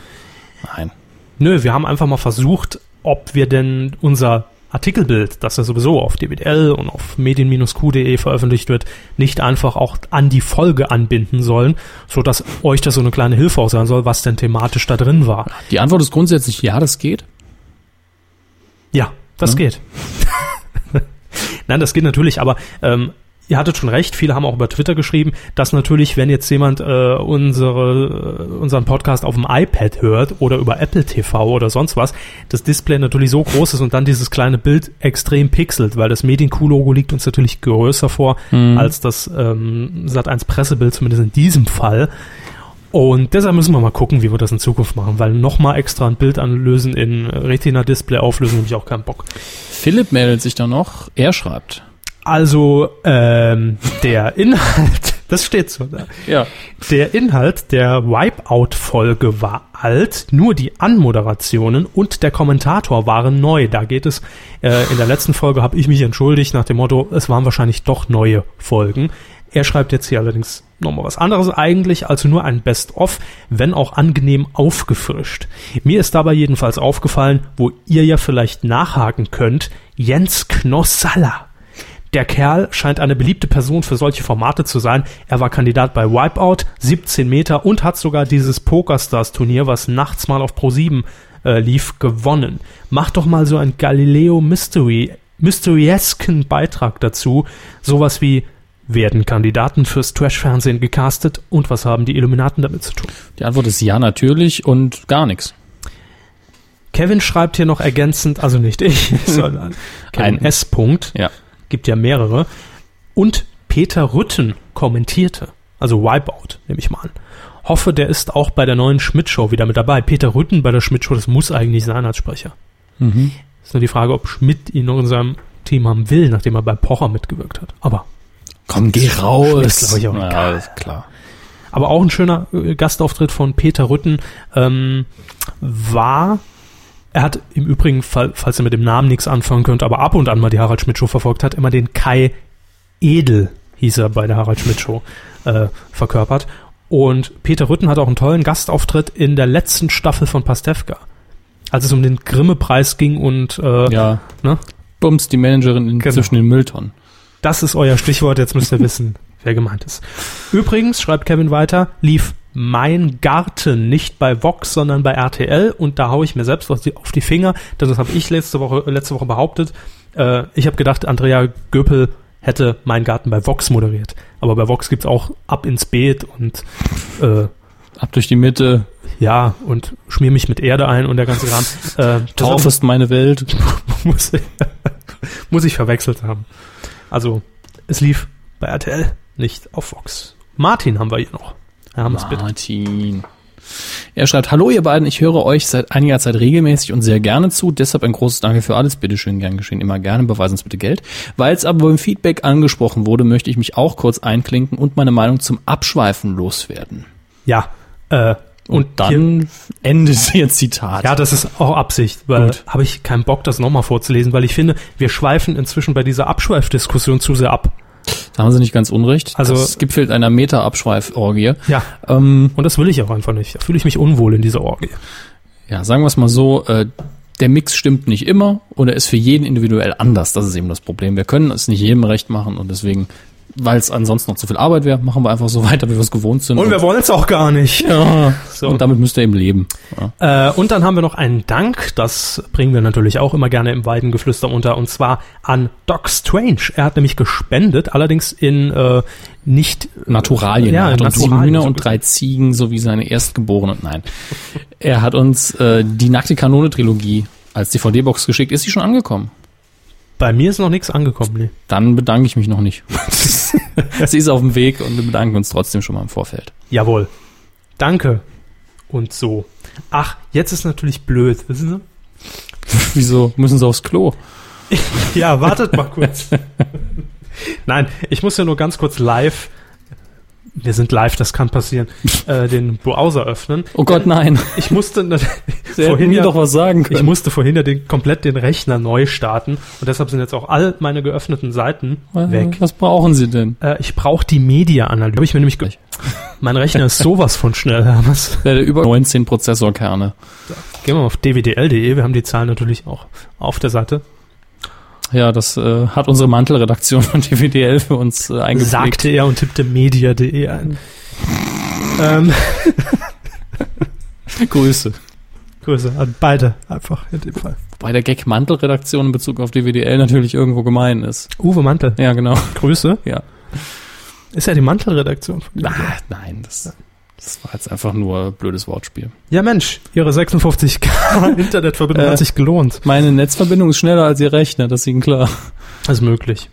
Speaker 1: Nein.
Speaker 2: Nö, wir haben einfach mal versucht, ob wir denn unser Artikelbild, das ja sowieso auf DWDL und auf medien-q.de veröffentlicht wird, nicht einfach auch an die Folge anbinden sollen, so dass euch das so eine kleine Hilfe auch sein soll, was denn thematisch da drin war.
Speaker 1: Die Antwort ist grundsätzlich ja, das geht.
Speaker 2: Ja, das geht. <laughs> Nein, das geht natürlich, aber ähm, ihr hattet schon recht, viele haben auch über Twitter geschrieben, dass natürlich, wenn jetzt jemand äh, unsere, äh, unseren Podcast auf dem iPad hört oder über Apple TV oder sonst was, das Display natürlich so groß ist und dann dieses kleine Bild extrem pixelt, weil das Medien-Q-Logo liegt uns natürlich größer vor als das ähm, Sat1-Pressebild, zumindest in diesem Fall. Und deshalb müssen wir mal gucken, wie wir das in Zukunft machen, weil nochmal extra ein Bild anlösen in Retina-Display auflösen, habe ich auch keinen Bock.
Speaker 1: Philipp meldet sich da noch. Er schreibt.
Speaker 2: Also, ähm, der Inhalt, <laughs> das steht so da.
Speaker 1: Ja.
Speaker 2: Der Inhalt der Wipeout-Folge war alt, nur die Anmoderationen und der Kommentator waren neu. Da geht es, äh, in der letzten Folge habe ich mich entschuldigt nach dem Motto, es waren wahrscheinlich doch neue Folgen. Er schreibt jetzt hier allerdings nochmal was anderes eigentlich, also nur ein Best-of, wenn auch angenehm aufgefrischt. Mir ist dabei jedenfalls aufgefallen, wo ihr ja vielleicht nachhaken könnt, Jens Knossalla. Der Kerl scheint eine beliebte Person für solche Formate zu sein. Er war Kandidat bei Wipeout, 17 Meter und hat sogar dieses Pokerstars-Turnier, was nachts mal auf Pro7 äh, lief, gewonnen. Mach doch mal so ein Galileo Mystery, mysteriesken Beitrag dazu. Sowas wie, werden Kandidaten fürs Trash-Fernsehen gecastet und was haben die Illuminaten damit zu tun?
Speaker 1: Die Antwort ist ja, natürlich und gar nichts.
Speaker 2: Kevin schreibt hier noch ergänzend, also nicht ich, sondern Kevin
Speaker 1: Ein-
Speaker 2: S. Punkt.
Speaker 1: Ja.
Speaker 2: gibt ja mehrere. Und Peter Rütten kommentierte, also Wipeout, nehme ich mal an. Hoffe, der ist auch bei der neuen Schmidt-Show wieder mit dabei. Peter Rütten bei der Schmidt-Show, das muss eigentlich sein als Sprecher. Ist nur die Frage, ob Schmidt ihn noch in seinem Team haben will, nachdem er bei Pocher mitgewirkt hat. Aber,
Speaker 1: Komm, geh
Speaker 2: Schmeckt, glaub ich, auch
Speaker 1: ja,
Speaker 2: egal.
Speaker 1: alles klar.
Speaker 2: aber auch ein schöner äh, Gastauftritt von Peter Rütten ähm, war. Er hat im Übrigen, fall- falls ihr mit dem Namen nichts anfangen könnt, aber ab und an mal die Harald Schmidt Show verfolgt hat, immer den Kai Edel, hieß er bei der Harald Schmidt Show, äh, verkörpert. Und Peter Rütten hat auch einen tollen Gastauftritt in der letzten Staffel von Pastewka. Als es um den Grimme-Preis ging und äh,
Speaker 1: Ja.
Speaker 2: ne?
Speaker 1: Bums, die Managerin in
Speaker 2: Genau.
Speaker 1: zwischen den Mülltonnen.
Speaker 2: das ist euer Stichwort, jetzt müsst ihr wissen, wer gemeint ist. Übrigens, schreibt Kevin weiter, lief mein Garten nicht bei Vox, sondern bei RTL und da haue ich mir selbst was die- auf die Finger, denn das habe ich letzte Woche, letzte Woche behauptet. Äh, ich habe gedacht, Andrea Göpel hätte mein Garten bei Vox moderiert. Aber bei Vox gibt's auch ab ins Beet und äh,
Speaker 1: Ab durch die Mitte,
Speaker 2: ja, und schmier mich mit Erde ein und der ganze Kram. Äh,
Speaker 1: Torf ist meine Welt.
Speaker 2: <laughs> muss, muss ich verwechselt haben. Also, es lief bei RTL, nicht auf Vox. Martin haben wir hier noch. Herr Hammes, bitte.
Speaker 1: Martin. Er schreibt, hallo ihr beiden, ich höre euch seit einiger Zeit regelmäßig und sehr gerne zu, deshalb ein großes Danke für alles, bitteschön, gern geschehen, immer gerne, beweisen uns bitte Geld. Weil es aber beim Feedback angesprochen wurde, möchte ich mich auch kurz einklinken und meine Meinung zum Abschweifen loswerden.
Speaker 2: Ja, äh,
Speaker 1: Und,
Speaker 2: und, hier,
Speaker 1: dann endet ihr Zitat.
Speaker 2: ja, das ist auch Absicht, weil
Speaker 1: Gut.
Speaker 2: habe ich keinen Bock, das nochmal vorzulesen, weil ich finde, wir schweifen inzwischen bei dieser Abschweifdiskussion zu sehr ab.
Speaker 1: Da haben sie nicht ganz unrecht.
Speaker 2: Also-
Speaker 1: es gibt vielleicht einer Meta-Abschweiforgie.
Speaker 2: Ja.
Speaker 1: Ähm,
Speaker 2: Und das will ich auch einfach nicht. Da fühle ich mich unwohl in dieser Orgie.
Speaker 1: ja, sagen wir es mal so, äh, der Mix stimmt nicht immer oder ist für jeden individuell anders. Das ist eben das Problem. Wir können es nicht jedem recht machen und deswegen, weil es ansonsten noch zu viel Arbeit wäre, machen wir einfach so <laughs> weiter, wie wir es gewohnt sind.
Speaker 2: Und wir wollen es auch gar nicht.
Speaker 1: ja,
Speaker 2: So.
Speaker 1: und damit müsst ihr eben leben. Ja.
Speaker 2: Äh, und dann haben wir noch einen Dank, das bringen wir natürlich auch immer gerne im Weidengeflüster unter, und zwar an Doc Strange. Er hat nämlich gespendet, allerdings in äh, nicht
Speaker 1: Naturalien.
Speaker 2: Ja,
Speaker 1: er hat uns sieben
Speaker 2: Naturalien,
Speaker 1: Hühner
Speaker 2: so
Speaker 1: und
Speaker 2: gut.
Speaker 1: drei Ziegen sowie seine Erstgeborenen. Nein. Er hat uns äh, die Nackte Kanone-Trilogie als DVD-Box geschickt. Ist sie schon angekommen?
Speaker 2: bei mir ist noch nichts angekommen. Nee.
Speaker 1: Dann bedanke ich mich noch nicht. <laughs> Sie ist auf dem Weg und wir bedanken uns trotzdem schon mal im Vorfeld. <laughs>
Speaker 2: Jawohl. Danke. Und so. Ach, jetzt ist natürlich blöd, wissen
Speaker 1: Wieso müssen sie aufs Klo?
Speaker 2: Sie? Ja, wartet
Speaker 1: <laughs>
Speaker 2: mal kurz. Nein, ich muss ja nur ganz kurz live. Wir sind live, das
Speaker 1: <laughs>
Speaker 2: kann passieren. Äh, den Browser öffnen.
Speaker 1: Oh Gott, nein.
Speaker 2: Ich musste nat-
Speaker 1: Sie hätten
Speaker 2: vorhin
Speaker 1: mir
Speaker 2: ja,
Speaker 1: doch was sagen
Speaker 2: Ich
Speaker 1: können.
Speaker 2: musste vorhin ja den, komplett den Rechner neu starten und deshalb sind jetzt auch all meine geöffneten Seiten weg.
Speaker 1: Was brauchen sie denn?
Speaker 2: Äh, ich brauche die Media-Analyse. Hab Ich mir nämlich ge- mein Rechner ist sowas von schnell, Hermes.
Speaker 1: Ja, der über 19 Prozessorkerne.
Speaker 2: Gehen wir mal auf dwdl.de, wir haben die Zahlen natürlich auch auf der Seite.
Speaker 1: Ja, das äh, hat unsere Mantelredaktion von <laughs> DVDL für uns äh, eingepflegt.
Speaker 2: Sagte er und tippte media.de ein. ähm,
Speaker 1: Grüße.
Speaker 2: Grüße an beide, einfach in dem Fall.
Speaker 1: Wobei der Gag Mantelredaktion in Bezug auf DVDL natürlich irgendwo gemein ist.
Speaker 2: Uwe Mantel,
Speaker 1: Ja, genau.
Speaker 2: Grüße.
Speaker 1: Ja.
Speaker 2: Ist ja die Mantel-Redaktion. von DWDL.
Speaker 1: Ah, nein, das, das war jetzt einfach nur blödes Wortspiel.
Speaker 2: Ja Mensch, Ihre 56k Internetverbindung
Speaker 1: Äh.
Speaker 2: hat sich gelohnt.
Speaker 1: Meine Netzverbindung ist schneller als ihr Rechner, das ist Ihnen klar.
Speaker 2: Das ist möglich.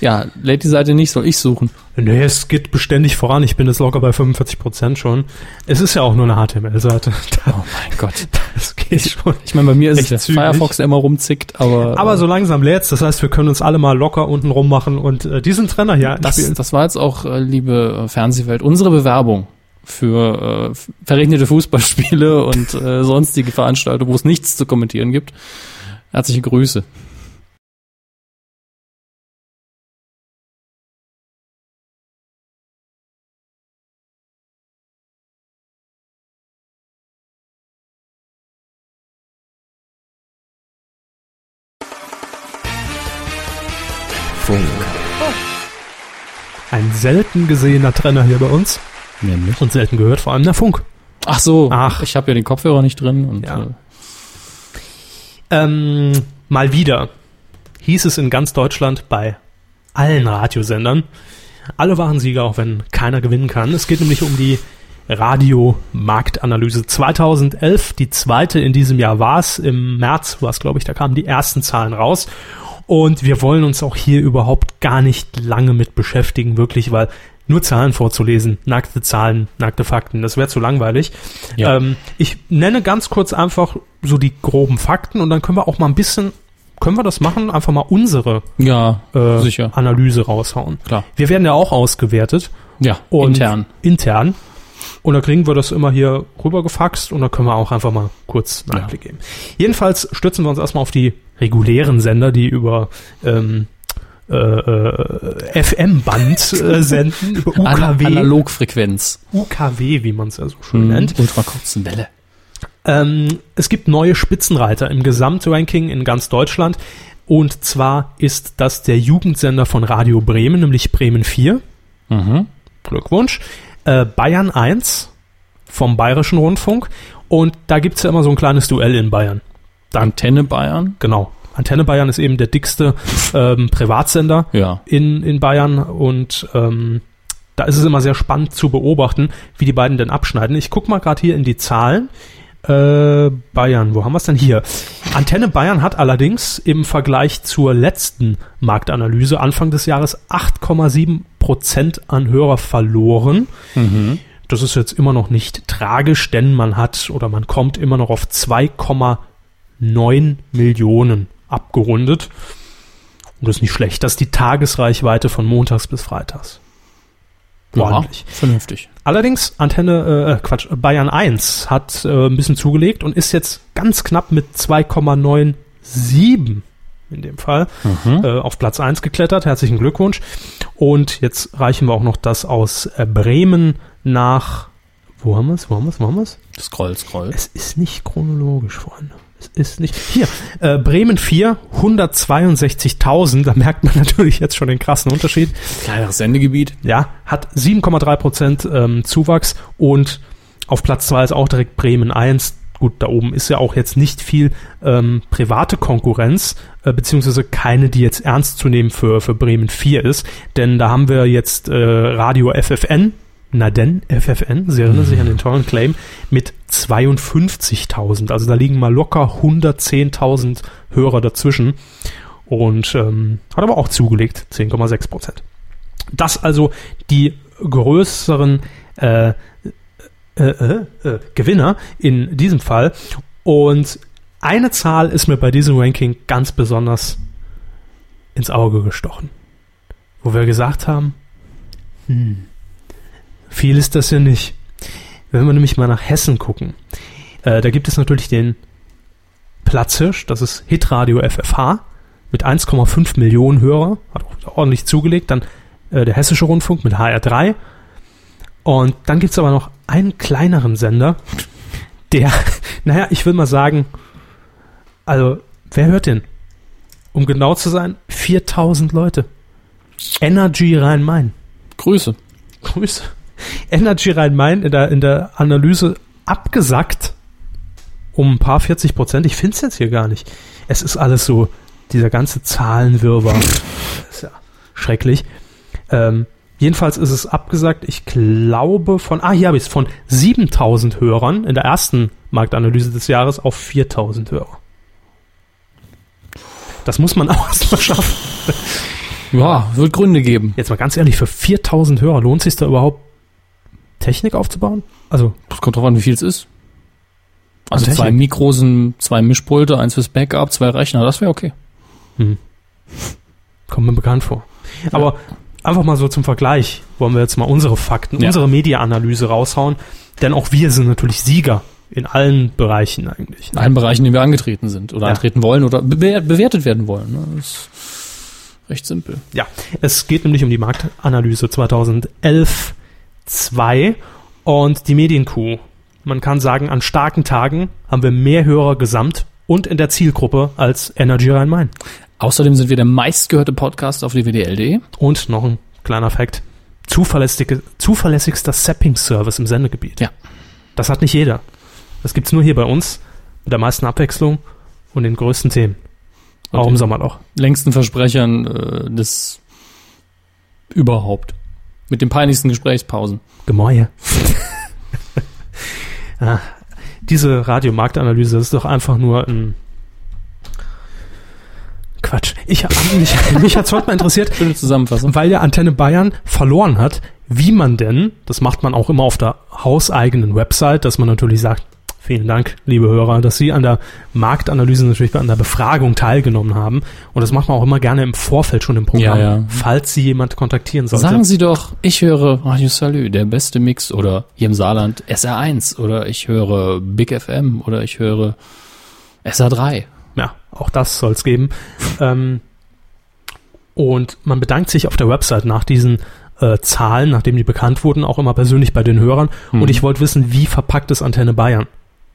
Speaker 1: Ja, lädt die Seite nicht, soll ich suchen.
Speaker 2: Nee, es geht beständig voran. Ich bin jetzt locker bei 45% schon. Es ist ja auch nur eine HTML-Seite.
Speaker 1: Oh mein Gott.
Speaker 2: <laughs> Das geht schon.
Speaker 1: Ich Also- meine, bei mir ist
Speaker 2: Echt
Speaker 1: der
Speaker 2: zügig.
Speaker 1: Firefox, der immer rumzickt, aber,
Speaker 2: Aber so langsam lädt's. Das heißt, wir können uns alle mal locker unten rummachen und äh, diesen Trenner hier
Speaker 1: das,
Speaker 2: einspielen.
Speaker 1: das war jetzt auch, äh, liebe äh, Fernsehwelt, unsere Bewerbung für äh, f- verregnete Fußballspiele <laughs> und äh, sonstige Veranstaltungen, wo es nichts zu kommentieren gibt. Herzliche Grüße.
Speaker 5: Funk.
Speaker 2: Ein selten gesehener Trenner hier bei uns.
Speaker 1: Nämlich.
Speaker 2: Und selten gehört vor allem der Funk.
Speaker 1: Ach so,
Speaker 2: Ach.
Speaker 1: ich habe ja den Kopfhörer nicht drin. Und,
Speaker 2: Ja.
Speaker 1: äh,
Speaker 2: Ähm, mal wieder hieß es in ganz Deutschland bei allen Radiosendern. Alle waren Sieger, auch wenn keiner gewinnen kann. Es geht nämlich um die Radio-Marktanalyse 2011. Die zweite in diesem Jahr war es. Im März war es, glaube ich, da kamen die ersten Zahlen raus. Und wir wollen uns auch hier überhaupt gar nicht lange mit beschäftigen, wirklich, weil nur Zahlen vorzulesen, nackte Zahlen, nackte Fakten, das wäre zu langweilig.
Speaker 1: Ja.
Speaker 2: Ähm, ich nenne ganz kurz einfach so die groben Fakten und dann können wir auch mal ein bisschen, können wir das machen, einfach mal unsere
Speaker 1: ja,
Speaker 2: äh,
Speaker 1: Sicher.
Speaker 2: Analyse raushauen.
Speaker 1: Klar.
Speaker 2: Wir werden ja auch ausgewertet.
Speaker 1: ja,
Speaker 2: Und
Speaker 1: intern.
Speaker 2: Intern. Und da kriegen wir das immer hier rübergefaxt und da können wir auch einfach mal kurz einen
Speaker 1: Ja.
Speaker 2: Einblick geben. Jedenfalls stützen wir uns erstmal auf die regulären Sender, die über ähm, äh, äh, FM-Band
Speaker 1: <laughs>
Speaker 2: äh, senden, über
Speaker 1: Ana-
Speaker 2: UKW,
Speaker 1: Analogfrequenz.
Speaker 2: UKW, wie man es ja so schön
Speaker 1: Mhm.
Speaker 2: nennt.
Speaker 1: Ultrakurzen Welle.
Speaker 2: Ähm, es gibt neue Spitzenreiter im Gesamtranking in ganz Deutschland. Und zwar ist das der Jugendsender von Radio Bremen, nämlich Bremen 4.
Speaker 1: Mhm.
Speaker 2: Glückwunsch. Äh, Bayern 1 vom Bayerischen Rundfunk. Und da gibt's ja immer so ein kleines Duell in Bayern. Dann,
Speaker 1: Antenne Bayern?
Speaker 2: genau. Antenne Bayern ist eben der dickste ähm, Privatsender
Speaker 1: Ja.
Speaker 2: in, in Bayern und ähm, da ist es immer sehr spannend zu beobachten, wie die beiden denn abschneiden. Ich guck mal gerade hier in die Zahlen. Äh, Bayern, wo haben wir es denn hier? Antenne Bayern hat allerdings im Vergleich zur letzten Marktanalyse Anfang des Jahres 8,7 Prozent an Hörer verloren. Das ist jetzt immer noch nicht tragisch, denn man hat oder man kommt immer noch auf 2,9 Millionen abgerundet. Und das ist nicht schlecht. Das ist die Tagesreichweite von montags bis freitags.
Speaker 1: ja.
Speaker 2: Ordentlich.
Speaker 1: Vernünftig.
Speaker 2: Allerdings, Antenne, äh, Quatsch, Bayern 1 hat äh, ein bisschen zugelegt und ist jetzt ganz knapp mit 2,97 in dem Fall äh, auf Platz 1 geklettert. Herzlichen Glückwunsch. Und jetzt reichen wir auch noch das aus äh, Bremen nach. Wo haben wir es? Wo haben wir es? Wo haben wir es?
Speaker 1: Scroll, scroll.
Speaker 2: Es ist nicht chronologisch, Freunde. Es ist nicht. Hier, äh, Bremen 4, 162.000. Da merkt man <laughs> natürlich jetzt schon den krassen Unterschied
Speaker 1: Kleineres Sendegebiet.
Speaker 2: ja, hat 7,3 Prozent ähm, Zuwachs und auf Platz 2 ist auch direkt Bremen 1. Gut, da oben ist ja auch jetzt nicht viel ähm, private Konkurrenz, äh, beziehungsweise keine, die jetzt ernst zu nehmen für, für Bremen 4 ist, denn da haben wir jetzt äh, Radio FFN, na denn, FFN, Sie erinnern sich an den tollen Claim, mit 52.000. Also da liegen mal locker 110.000 Hörer dazwischen und ähm, hat aber auch zugelegt, 10,6 Prozent. Das also die größeren äh, äh, äh, äh, Gewinner in diesem Fall. Und eine Zahl ist mir bei diesem Ranking ganz besonders ins Auge gestochen, wo wir gesagt haben, hm, viel ist das ja nicht. Wenn wir nämlich mal nach Hessen gucken, äh, da gibt es natürlich den Platzhirsch, das ist Hitradio FFH mit 1,5 Millionen Hörer, hat auch wieder ordentlich zugelegt. Dann äh, der Hessische Rundfunk mit HR3. Und dann gibt's aber noch einen kleineren Sender, der, <laughs> naja, ich will mal sagen, also, wer hört den? Um genau zu sein, 4000 Leute. Energy Rhein-Main.
Speaker 1: Grüße.
Speaker 2: Grüße. Energy Rhein-Main in der, in der Analyse abgesackt um ein paar 40 Prozent. Ich finde es jetzt hier gar nicht. Es ist alles so, dieser ganze Zahlenwirrwarr. ist ja schrecklich. Ähm, jedenfalls ist es abgesagt, ich glaube von, ah, hier habe ich es, von 7000 Hörern in der ersten Marktanalyse des Jahres auf 4000 Hörer. Das muss man <laughs> auch erstmal schaffen.
Speaker 1: Ja, wird Gründe geben.
Speaker 2: Jetzt mal ganz ehrlich, für 4000 Hörer lohnt sich da überhaupt Technik aufzubauen? Also,
Speaker 1: Das kommt drauf an, wie viel es ist. Also
Speaker 2: Tatsächlich?
Speaker 1: zwei Mikros, ein- zwei Mischpulte, eins fürs Backup, zwei Rechner, das wäre okay.
Speaker 2: kommt mir bekannt vor. Aber einfach mal so zum Vergleich wollen wir jetzt mal unsere Fakten,
Speaker 1: Ja.
Speaker 2: unsere Media-Analyse raushauen. Denn auch wir sind natürlich Sieger in allen Bereichen eigentlich. ne?
Speaker 1: In allen Bereichen, in denen wir angetreten sind oder
Speaker 2: Ja.
Speaker 1: antreten wollen oder bewer- bewertet werden wollen. Ne? Das ist recht simpel.
Speaker 2: Ja, es geht nämlich um die Marktanalyse 2011 2 und die Medienkuh. Man kann sagen, an starken Tagen haben wir mehr Hörer gesamt und in der Zielgruppe als Energy Rhein-Main.
Speaker 1: Außerdem sind wir der meistgehörte Podcast auf dwdl.de.
Speaker 2: Und noch ein kleiner Fakt. Zuverlässige, zuverlässigster Sapping-Service im Sendegebiet.
Speaker 1: Ja.
Speaker 2: Das hat nicht jeder. Das gibt's nur hier bei uns, mit der meisten Abwechslung und den größten Themen.
Speaker 1: Und
Speaker 2: Auch
Speaker 1: den-
Speaker 2: im Sommerloch.
Speaker 1: längsten Versprechern äh, des überhaupt. Mit den peinlichsten Gesprächspausen.
Speaker 2: Gemäue. ah, diese Radiomarktanalyse ist doch einfach nur ein Quatsch. Ich, mich, mich hat's heute mal interessiert,
Speaker 1: Schöne Zusammenfassung.
Speaker 2: weil ja Antenne Bayern verloren hat, wie man denn, das macht man auch immer auf der hauseigenen Website, dass man natürlich sagt, vielen Dank, liebe Hörer, dass Sie an der Marktanalyse natürlich an der Befragung teilgenommen haben. Und das macht man auch immer gerne im Vorfeld schon im Programm,
Speaker 1: Ja, ja.
Speaker 2: falls Sie jemand kontaktieren sollte.
Speaker 1: Sagen Sie doch, ich höre Radio Salü, der beste Mix, oder hier im Saarland SR1, oder ich höre Big FM, oder ich höre SR3.
Speaker 2: Ja, auch das soll es
Speaker 1: <laughs>
Speaker 2: geben. ähm, und man bedankt sich auf der Website nach diesen äh, Zahlen, nachdem die bekannt wurden, auch immer persönlich bei den Hörern.
Speaker 1: Mhm.
Speaker 2: Und ich wollte wissen, wie verpackt ist Antenne Bayern?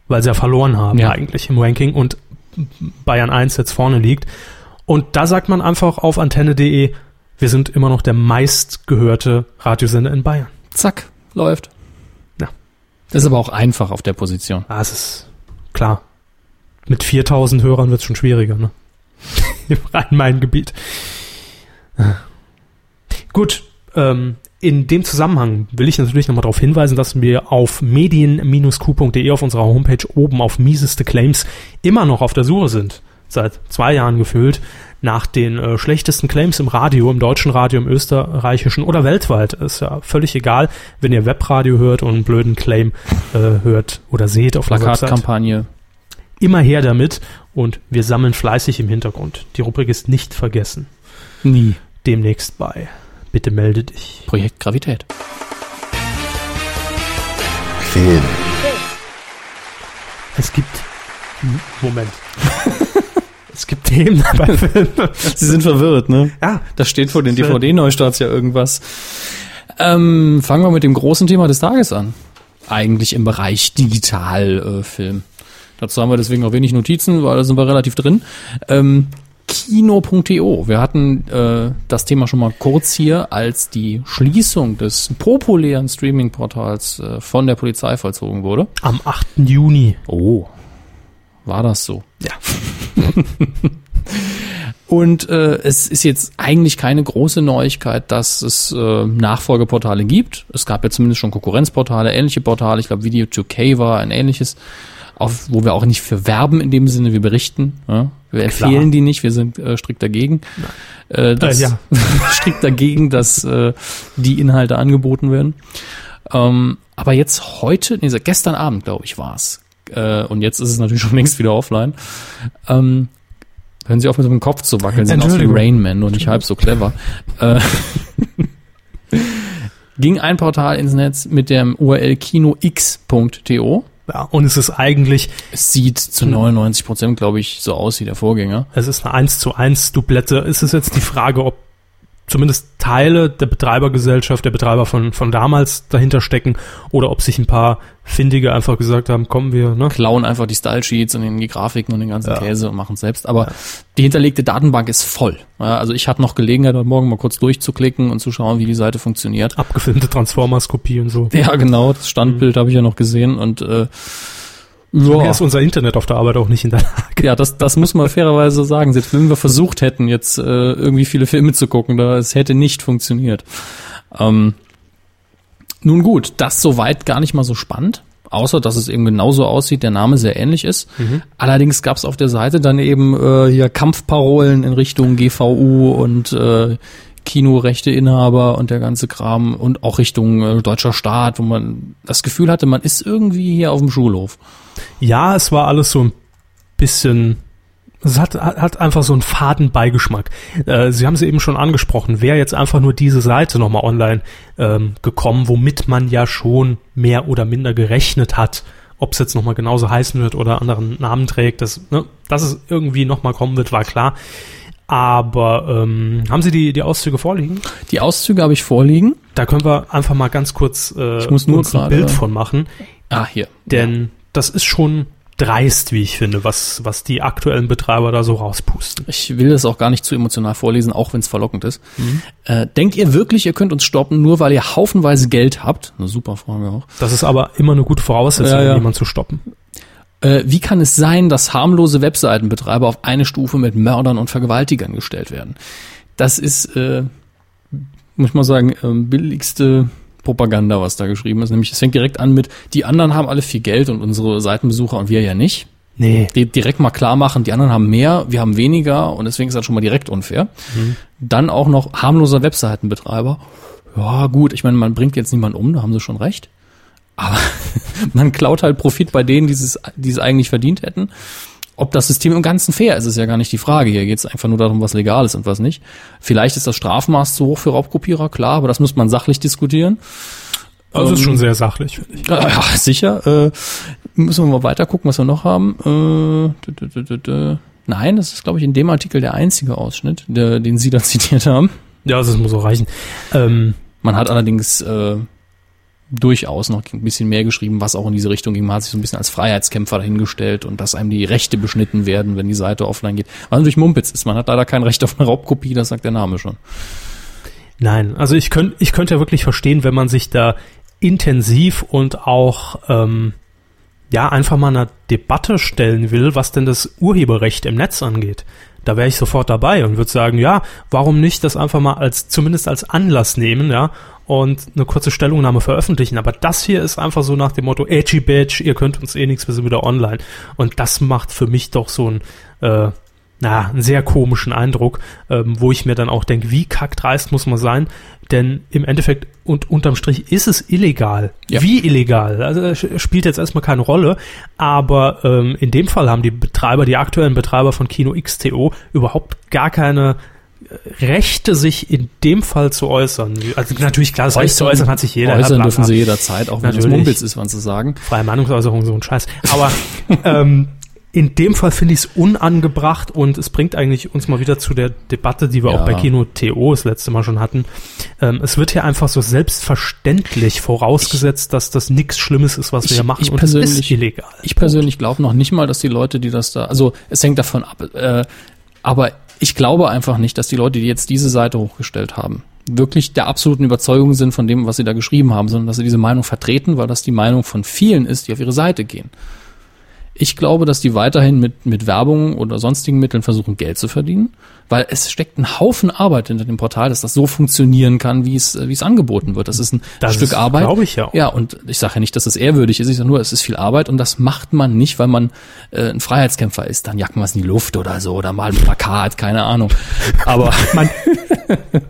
Speaker 2: Weil sie ja verloren haben
Speaker 1: Ja.
Speaker 2: eigentlich im Ranking und Bayern 1 jetzt vorne liegt. Und da sagt man einfach auf antenne.de, Wir sind immer noch der meistgehörte Radiosender in Bayern.
Speaker 1: Zack, läuft.
Speaker 2: Ja.
Speaker 1: Ist aber auch einfach auf der Position.
Speaker 2: Ah, es ist klar. Mit 4000 Hörern wird es schon schwieriger, ne? Im Rhein-Main-Gebiet. Gut, ähm, in dem Zusammenhang will ich natürlich nochmal darauf hinweisen, dass wir auf medien-q.de auf unserer Homepage oben auf mieseste Claims immer noch auf der Suche sind. Seit zwei Jahren gefühlt nach den äh, schlechtesten Claims im Radio, im deutschen Radio, im österreichischen oder weltweit. Ist ja völlig egal, wenn ihr Webradio hört und einen blöden Claim äh, hört oder seht auf der Website
Speaker 1: Plakatkampagne.
Speaker 2: immer her damit und wir sammeln fleißig im Hintergrund. Die Rubrik ist nicht vergessen.
Speaker 1: Nie.
Speaker 2: Demnächst bei. Bitte melde dich.
Speaker 1: Projekt Gravität.
Speaker 5: Film.
Speaker 2: Es gibt. Hm, <laughs> Moment. es gibt Themen <laughs> bei Filmen.
Speaker 1: Sie sind verwirrt, ne?
Speaker 2: Ja,
Speaker 1: Da steht vor den
Speaker 2: Das wird-
Speaker 1: DVD-Neustarts ja irgendwas. Ähm, fangen wir mit dem großen Thema des Tages an. Eigentlich im Bereich Digitalfilm. Äh, Film. Dazu haben wir deswegen auch wenig Notizen, weil da sind wir relativ drin. Ähm, Kino.to. Wir hatten äh, das Thema schon mal kurz hier, als die Schließung des populären Streaming-Portals äh, von der Polizei vollzogen wurde.
Speaker 2: am 8. Juni.
Speaker 1: Oh, war das so?
Speaker 2: Ja.
Speaker 1: <laughs> Und äh, es ist jetzt eigentlich keine große Neuigkeit, dass es äh, Nachfolgeportale gibt. Es gab ja zumindest schon Konkurrenzportale, ähnliche Portale. Ich glaube, Video 2K war ein ähnliches, auf, wo wir auch nicht für werben in dem Sinne, wir berichten. Ja? Wir
Speaker 2: Klar.
Speaker 1: empfehlen die nicht, wir sind äh, strikt dagegen. Äh, dass, <laughs>
Speaker 2: Äh, ja.
Speaker 1: strikt dagegen, dass äh, die Inhalte angeboten werden. Ähm, aber jetzt heute, nee, seit gestern Abend, glaube ich, war's. Äh, und jetzt ist es natürlich <laughs> schon längst wieder offline. Ähm, hören Sie auf mit so dem Kopf zu wackeln, Sie sind aus wie
Speaker 2: Entschuldigung.
Speaker 1: Rain Man, nur nicht halb so clever. äh, <laughs> ging ein Portal ins Netz mit dem URL kinox.to.
Speaker 2: Ja, und es ist eigentlich,
Speaker 1: Es sieht zu
Speaker 2: Hm.
Speaker 1: 99 Prozent, glaube ich, so aus wie der Vorgänger.
Speaker 2: es ist eine 1 zu 1 Dublette. Es ist jetzt die Frage, ob zumindest Teile der Betreibergesellschaft, der Betreiber von, von damals dahinter stecken oder ob sich ein paar Findige einfach gesagt haben, kommen wir, ne?
Speaker 1: klauen einfach die Style-Sheets und den- die Grafiken und den ganzen Käse und machen es selbst. Aber die hinterlegte Datenbank ist voll. Ja, also ich hatte noch Gelegenheit, heute Morgen mal kurz durchzuklicken und zu schauen, wie die Seite funktioniert.
Speaker 2: Ah. Abgefilmte Transformers-Kopie und so.
Speaker 1: Ja, genau, das Standbild habe ich ja noch gesehen und äh,
Speaker 2: Mhm. Mir
Speaker 1: ja,
Speaker 2: ist unser Internet auf der Arbeit auch nicht in der Lage.
Speaker 1: ja, das, das muss man fairerweise sagen. Selbst wenn wir versucht hätten, jetzt äh, irgendwie viele Filme zu gucken, da es hätte nicht funktioniert. Ähm, nun gut, das soweit gar nicht mal so spannend. Außer, dass es eben genauso aussieht, der Name sehr ähnlich ist. Allerdings gab es auf der Seite dann eben äh, hier Kampfparolen in Richtung GVU und äh, Kinorechteinhaber und der ganze Kram und auch Richtung äh, deutscher Staat, wo man das Gefühl hatte, man ist irgendwie hier auf dem Schulhof.
Speaker 2: Ja, es war alles so ein bisschen. Es hat, hat hat einfach so einen faden Beigeschmack. Äh, Sie haben es eben schon angesprochen. Wäre jetzt einfach nur diese Seite nochmal online ähm, gekommen, womit man ja schon mehr oder minder gerechnet hat, ob es jetzt nochmal genauso heißen wird oder anderen Namen trägt, das, ne, dass es irgendwie nochmal kommen wird, war klar. Aber ähm, haben Sie die, die Auszüge vorliegen?
Speaker 1: Die Auszüge habe ich vorliegen.
Speaker 2: Da können wir einfach mal ganz kurz äh,
Speaker 1: Ich muss nur
Speaker 2: uns ein
Speaker 1: gerade-
Speaker 2: Bild von machen.
Speaker 1: Ah, hier.
Speaker 2: Denn das ist schon dreist, wie ich finde, was, was die aktuellen Betreiber da so rauspusten.
Speaker 1: Ich will das auch gar nicht zu emotional vorlesen, auch wenn es verlockend ist. Äh, denkt ihr wirklich, ihr könnt uns stoppen, nur weil ihr haufenweise Geld habt? Eine super Frage auch.
Speaker 2: Das ist aber immer eine gute Voraussetzung,
Speaker 1: Ja, ja.
Speaker 2: um jemanden zu stoppen.
Speaker 1: Äh, wie kann es sein, dass harmlose Webseitenbetreiber auf eine Stufe mit Mördern und Vergewaltigern gestellt werden? Das ist, äh, muss ich mal sagen, ähm, billigste Propaganda, was da geschrieben ist. Nämlich, es fängt direkt an mit, die anderen haben alle viel Geld und unsere Seitenbesucher und wir ja nicht.
Speaker 2: Nee.
Speaker 1: die direkt mal klar machen, die anderen haben mehr, wir haben weniger und deswegen ist das schon mal direkt unfair. Dann auch noch harmloser Webseitenbetreiber. Ja, gut, ich meine, man bringt jetzt niemanden um, da haben sie schon recht. Aber <laughs> man klaut halt Profit bei denen, die es, die es eigentlich verdient hätten. Ob das System im Ganzen fair ist, ist ja gar nicht die Frage. Hier geht es einfach nur darum, was legal ist und was nicht. Vielleicht ist das Strafmaß zu hoch für Raubkopierer, klar, aber das muss man sachlich diskutieren.
Speaker 2: Also ist
Speaker 1: Ähm,
Speaker 2: schon sehr sachlich, finde ich.
Speaker 1: ja, ja, sicher. Äh, müssen wir mal weiter gucken, was wir noch haben. Äh, dü- dü- dü- dü- dü. Nein, das ist, glaube ich, in dem Artikel der einzige Ausschnitt, der, den Sie da <laughs> zitiert haben.
Speaker 2: Ja, das muss auch reichen. Ähm,
Speaker 1: Man hat allerdings äh, durchaus noch ein bisschen mehr geschrieben, was auch in diese Richtung ging. Man hat sich so ein bisschen als Freiheitskämpfer dahingestellt und dass einem die Rechte beschnitten werden, wenn die Seite offline geht. Was natürlich Mumpitz ist. Man hat leider kein Recht auf eine Raubkopie, das sagt der Name schon.
Speaker 2: Nein, also ich könnte ich könnte ja wirklich verstehen, wenn man sich da intensiv und auch ähm, ja einfach mal einer Debatte stellen will, was denn das Urheberrecht im Netz angeht. Da wäre ich sofort dabei und würde sagen, ja, warum nicht das einfach mal als zumindest als Anlass nehmen, ja, und eine kurze Stellungnahme veröffentlichen. Aber das hier ist einfach so nach dem Motto, edgy Badge, ihr könnt uns eh nichts, wir sind wieder online. Und das macht für mich doch so ein äh, na, einen sehr komischen Eindruck, ähm, wo ich mir dann auch denke, wie kackdreist muss man sein? Denn im Endeffekt und unterm Strich ist es illegal.
Speaker 1: Ja.
Speaker 2: Wie illegal? Also es spielt jetzt erstmal keine Rolle, aber ähm, in dem Fall haben die Betreiber, die aktuellen Betreiber von Kino XTO überhaupt gar keine äh, Rechte, sich in dem Fall zu äußern. Also natürlich klar, das Recht zu äußern hat sich jeder. ja,
Speaker 1: Äußern
Speaker 2: bla,
Speaker 1: dürfen
Speaker 2: bla.
Speaker 1: sie jederzeit, auch wenn es
Speaker 2: Natürlich.
Speaker 1: Mumpitz ist, wann zu sagen.
Speaker 2: Freie Meinungsäußerung, so ein Scheiß. Aber ähm, in dem Fall finde ich es unangebracht und es bringt eigentlich uns mal wieder zu der Debatte, die wir
Speaker 1: Ja.
Speaker 2: auch bei Kino TO das letzte Mal schon hatten. Ähm, es wird hier einfach so selbstverständlich vorausgesetzt, dass das nichts Schlimmes ist, was wir
Speaker 1: Ich-
Speaker 2: hier machen
Speaker 1: ich
Speaker 2: und es ist
Speaker 1: persönlich-
Speaker 2: illegal.
Speaker 1: Ich persönlich glaube noch nicht mal, dass die Leute, die das da, also es hängt davon ab, äh, aber ich glaube einfach nicht, dass die Leute, die jetzt diese Seite hochgestellt haben, wirklich der absoluten Überzeugung sind von dem, was sie da geschrieben haben, sondern dass sie diese Meinung vertreten, weil das die Meinung von vielen ist, die auf ihre Seite gehen. Ich glaube, dass die weiterhin mit, mit Werbung oder sonstigen Mitteln versuchen, Geld zu verdienen, weil es steckt ein Haufen Arbeit hinter dem Portal, dass das so funktionieren kann, wie es, wie es angeboten wird. Das ist ein
Speaker 2: Das
Speaker 1: Stück
Speaker 2: ist,
Speaker 1: Arbeit.
Speaker 2: glaube ich, ja auch.
Speaker 1: Ja, und ich sage ja nicht, dass es ehrwürdig ist, ich sage nur, es ist viel Arbeit und das macht man nicht, weil man äh, ein Freiheitskämpfer ist. Dann jagt man es in die Luft oder so oder mal ein Plakat, keine Ahnung. Aber <laughs>
Speaker 2: Man,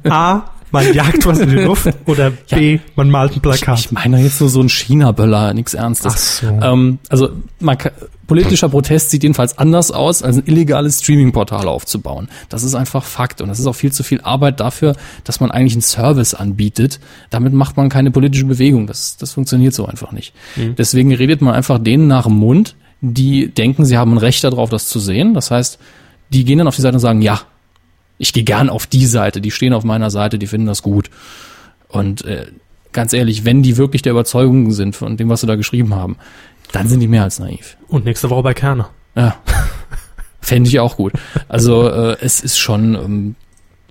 Speaker 2: A, man jagt was in die Luft oder B, man malt ein Plakat.
Speaker 1: ich meine jetzt nur so ein China-Böller, nichts Ernstes.
Speaker 2: Ach so.
Speaker 1: Ähm, also man kann, politischer Protest sieht jedenfalls anders aus, als ein illegales Streaming-Portal aufzubauen. Das ist einfach Fakt und das ist auch viel zu viel Arbeit dafür, dass man eigentlich einen Service anbietet. Damit macht man keine politische Bewegung. Das, das funktioniert so einfach nicht.
Speaker 2: Mhm.
Speaker 1: Deswegen redet man einfach denen nach dem Mund, die denken, sie haben ein Recht darauf, das zu sehen. Das heißt, die gehen dann auf die Seite und sagen, ja, ich gehe gern auf die Seite, die stehen auf meiner Seite, die finden das gut. Und äh, ganz ehrlich, wenn die wirklich der Überzeugung sind von dem, was sie da geschrieben haben, dann sind die mehr als naiv.
Speaker 2: und nächste Woche bei Kerner.
Speaker 1: Ja. Fände ich auch gut. Also äh, es ist schon ähm,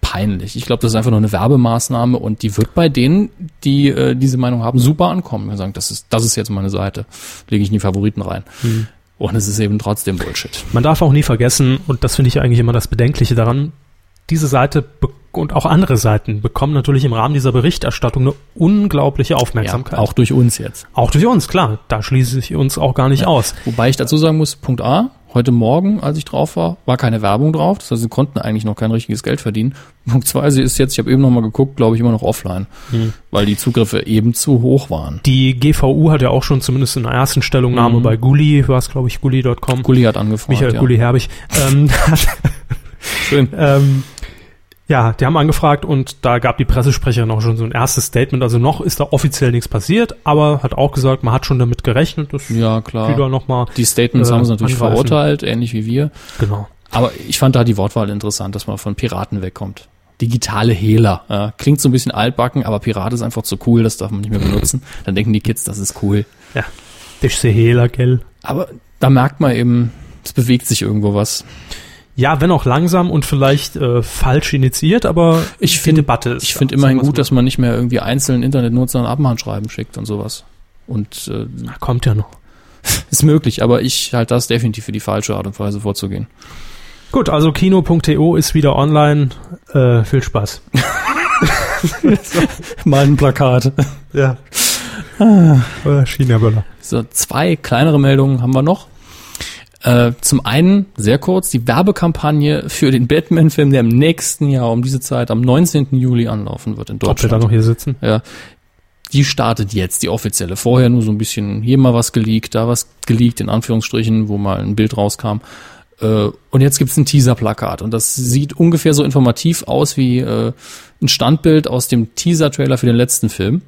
Speaker 1: peinlich. Ich glaube, das ist einfach nur eine Werbemaßnahme und die wird bei denen, die äh, diese Meinung haben, super ankommen. Wir sagen, das ist, das ist jetzt meine Seite. Lege ich in die Favoriten rein. Und es ist eben trotzdem Bullshit.
Speaker 2: Man darf auch nie vergessen, und das finde ich ja eigentlich immer das Bedenkliche daran, diese Seite be- und auch andere Seiten bekommen natürlich im Rahmen dieser Berichterstattung eine unglaubliche
Speaker 1: Ja,
Speaker 2: Aufmerksamkeit.
Speaker 1: auch durch uns jetzt.
Speaker 2: Auch durch uns, klar. Da schließe ich uns auch gar nicht aus.
Speaker 1: Wobei ich dazu sagen muss, Punkt A, heute Morgen, als ich drauf war, war keine Werbung drauf. Das heißt, sie konnten eigentlich noch kein richtiges Geld verdienen. <laughs> Punkt 2, sie ist jetzt, ich habe eben noch mal geguckt, glaube ich, immer noch offline, weil die Zugriffe eben zu hoch waren.
Speaker 2: Die GVU hat ja auch schon zumindest in der ersten Stellungnahme bei Gulli, war es glaube ich, Gulli.com,
Speaker 1: Mhm. Gulli hat angefragt.
Speaker 2: Michael
Speaker 1: ja.
Speaker 2: Gulli-Herbig, ähm, <laughs> hat
Speaker 1: Schön.
Speaker 2: Ähm, ja, die haben angefragt und da gab die Pressesprecherin auch schon so ein erstes Statement. Also noch ist da offiziell nichts passiert, aber hat auch gesagt, man hat schon damit gerechnet, dass
Speaker 1: Ja,
Speaker 2: die da
Speaker 1: klar.
Speaker 2: nochmal.
Speaker 1: Die Statements
Speaker 2: äh,
Speaker 1: haben sie natürlich
Speaker 2: angreifen.
Speaker 1: verurteilt, ähnlich wie wir.
Speaker 2: Genau.
Speaker 1: Aber ich fand da die Wortwahl interessant, dass man von Piraten wegkommt. Digitale Hehler. Ja, klingt so ein bisschen altbacken, aber Pirat ist einfach zu cool, das darf man nicht mehr benutzen. Dann denken die Kids, das ist cool.
Speaker 2: Ja. Das ist der Hehler, gell?
Speaker 1: Aber da merkt man eben, es bewegt sich irgendwo was.
Speaker 2: Ja, wenn auch langsam und vielleicht äh, falsch initiiert, aber
Speaker 1: Ich
Speaker 2: die
Speaker 1: finde
Speaker 2: Debatte ist.
Speaker 1: Ich
Speaker 2: da,
Speaker 1: finde
Speaker 2: sagen
Speaker 1: immerhin
Speaker 2: wir's
Speaker 1: gut,
Speaker 2: mal.
Speaker 1: dass man nicht mehr irgendwie einzelnen Internetnutzern Abmahnschreiben schickt und sowas. Und äh,
Speaker 2: Na, kommt ja noch.
Speaker 1: ist möglich, aber ich halte das definitiv für die falsche Art und Weise vorzugehen.
Speaker 2: Gut, also kino.to ist wieder online. Äh, viel Spaß.
Speaker 1: <laughs> Mal ein Plakat.
Speaker 2: Ja. Ah, China-Böller.
Speaker 1: So, zwei kleinere Meldungen haben wir noch. Äh, zum einen, sehr kurz, die Werbekampagne für den Batman-Film, der im nächsten Jahr um diese Zeit am 19. Juli anlaufen wird in
Speaker 2: Ob wir da
Speaker 1: Deutschland.
Speaker 2: noch hier sitzen?
Speaker 1: Ja. Die startet jetzt, die offizielle. Vorher nur so ein bisschen hier mal was geleakt, da was geleakt, in Anführungsstrichen, wo mal ein Bild rauskam. Äh, Und jetzt gibt's ein Teaser-Plakat und das sieht ungefähr so informativ aus wie äh, ein Standbild aus dem Teaser-Trailer für den letzten Film.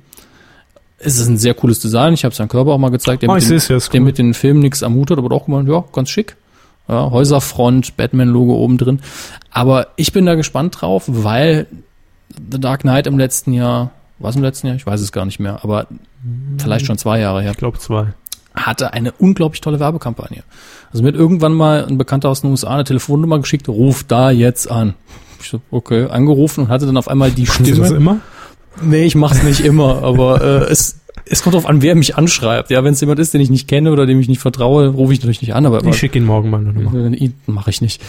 Speaker 1: Es ist ein sehr cooles Design, ich habe es an Körper auch mal gezeigt, der,
Speaker 2: Oh, ich
Speaker 1: mit,
Speaker 2: seh's ja,
Speaker 1: dem,
Speaker 2: ist
Speaker 1: der
Speaker 2: cool.
Speaker 1: mit den Filmen nichts am Hut hat, aber auch gemeint, ja, ganz schick. Ja, Häuserfront, Batman-Logo oben drin. Aber ich bin da gespannt drauf, weil The Dark Knight im letzten Jahr, war es im letzten Jahr? Ich weiß es gar nicht mehr, aber vielleicht schon zwei Jahre her,
Speaker 2: Ich glaube zwei.
Speaker 1: hatte eine unglaublich tolle Werbekampagne. Also mir hat irgendwann mal ein Bekannter aus den USA eine Telefonnummer geschickt, ruf da jetzt an. Ich so, okay, angerufen und hatte dann auf einmal die
Speaker 2: Sie das
Speaker 1: Stimme.
Speaker 2: immer?
Speaker 1: Nee, ich mach's nicht immer, aber äh, es, es kommt drauf an, wer mich anschreibt. Ja, wenn es jemand ist, den ich nicht kenne oder dem ich nicht vertraue, rufe ich natürlich nicht an, aber
Speaker 2: Ich schicke Ihnen morgen meine Nummer.
Speaker 1: mache ich nicht.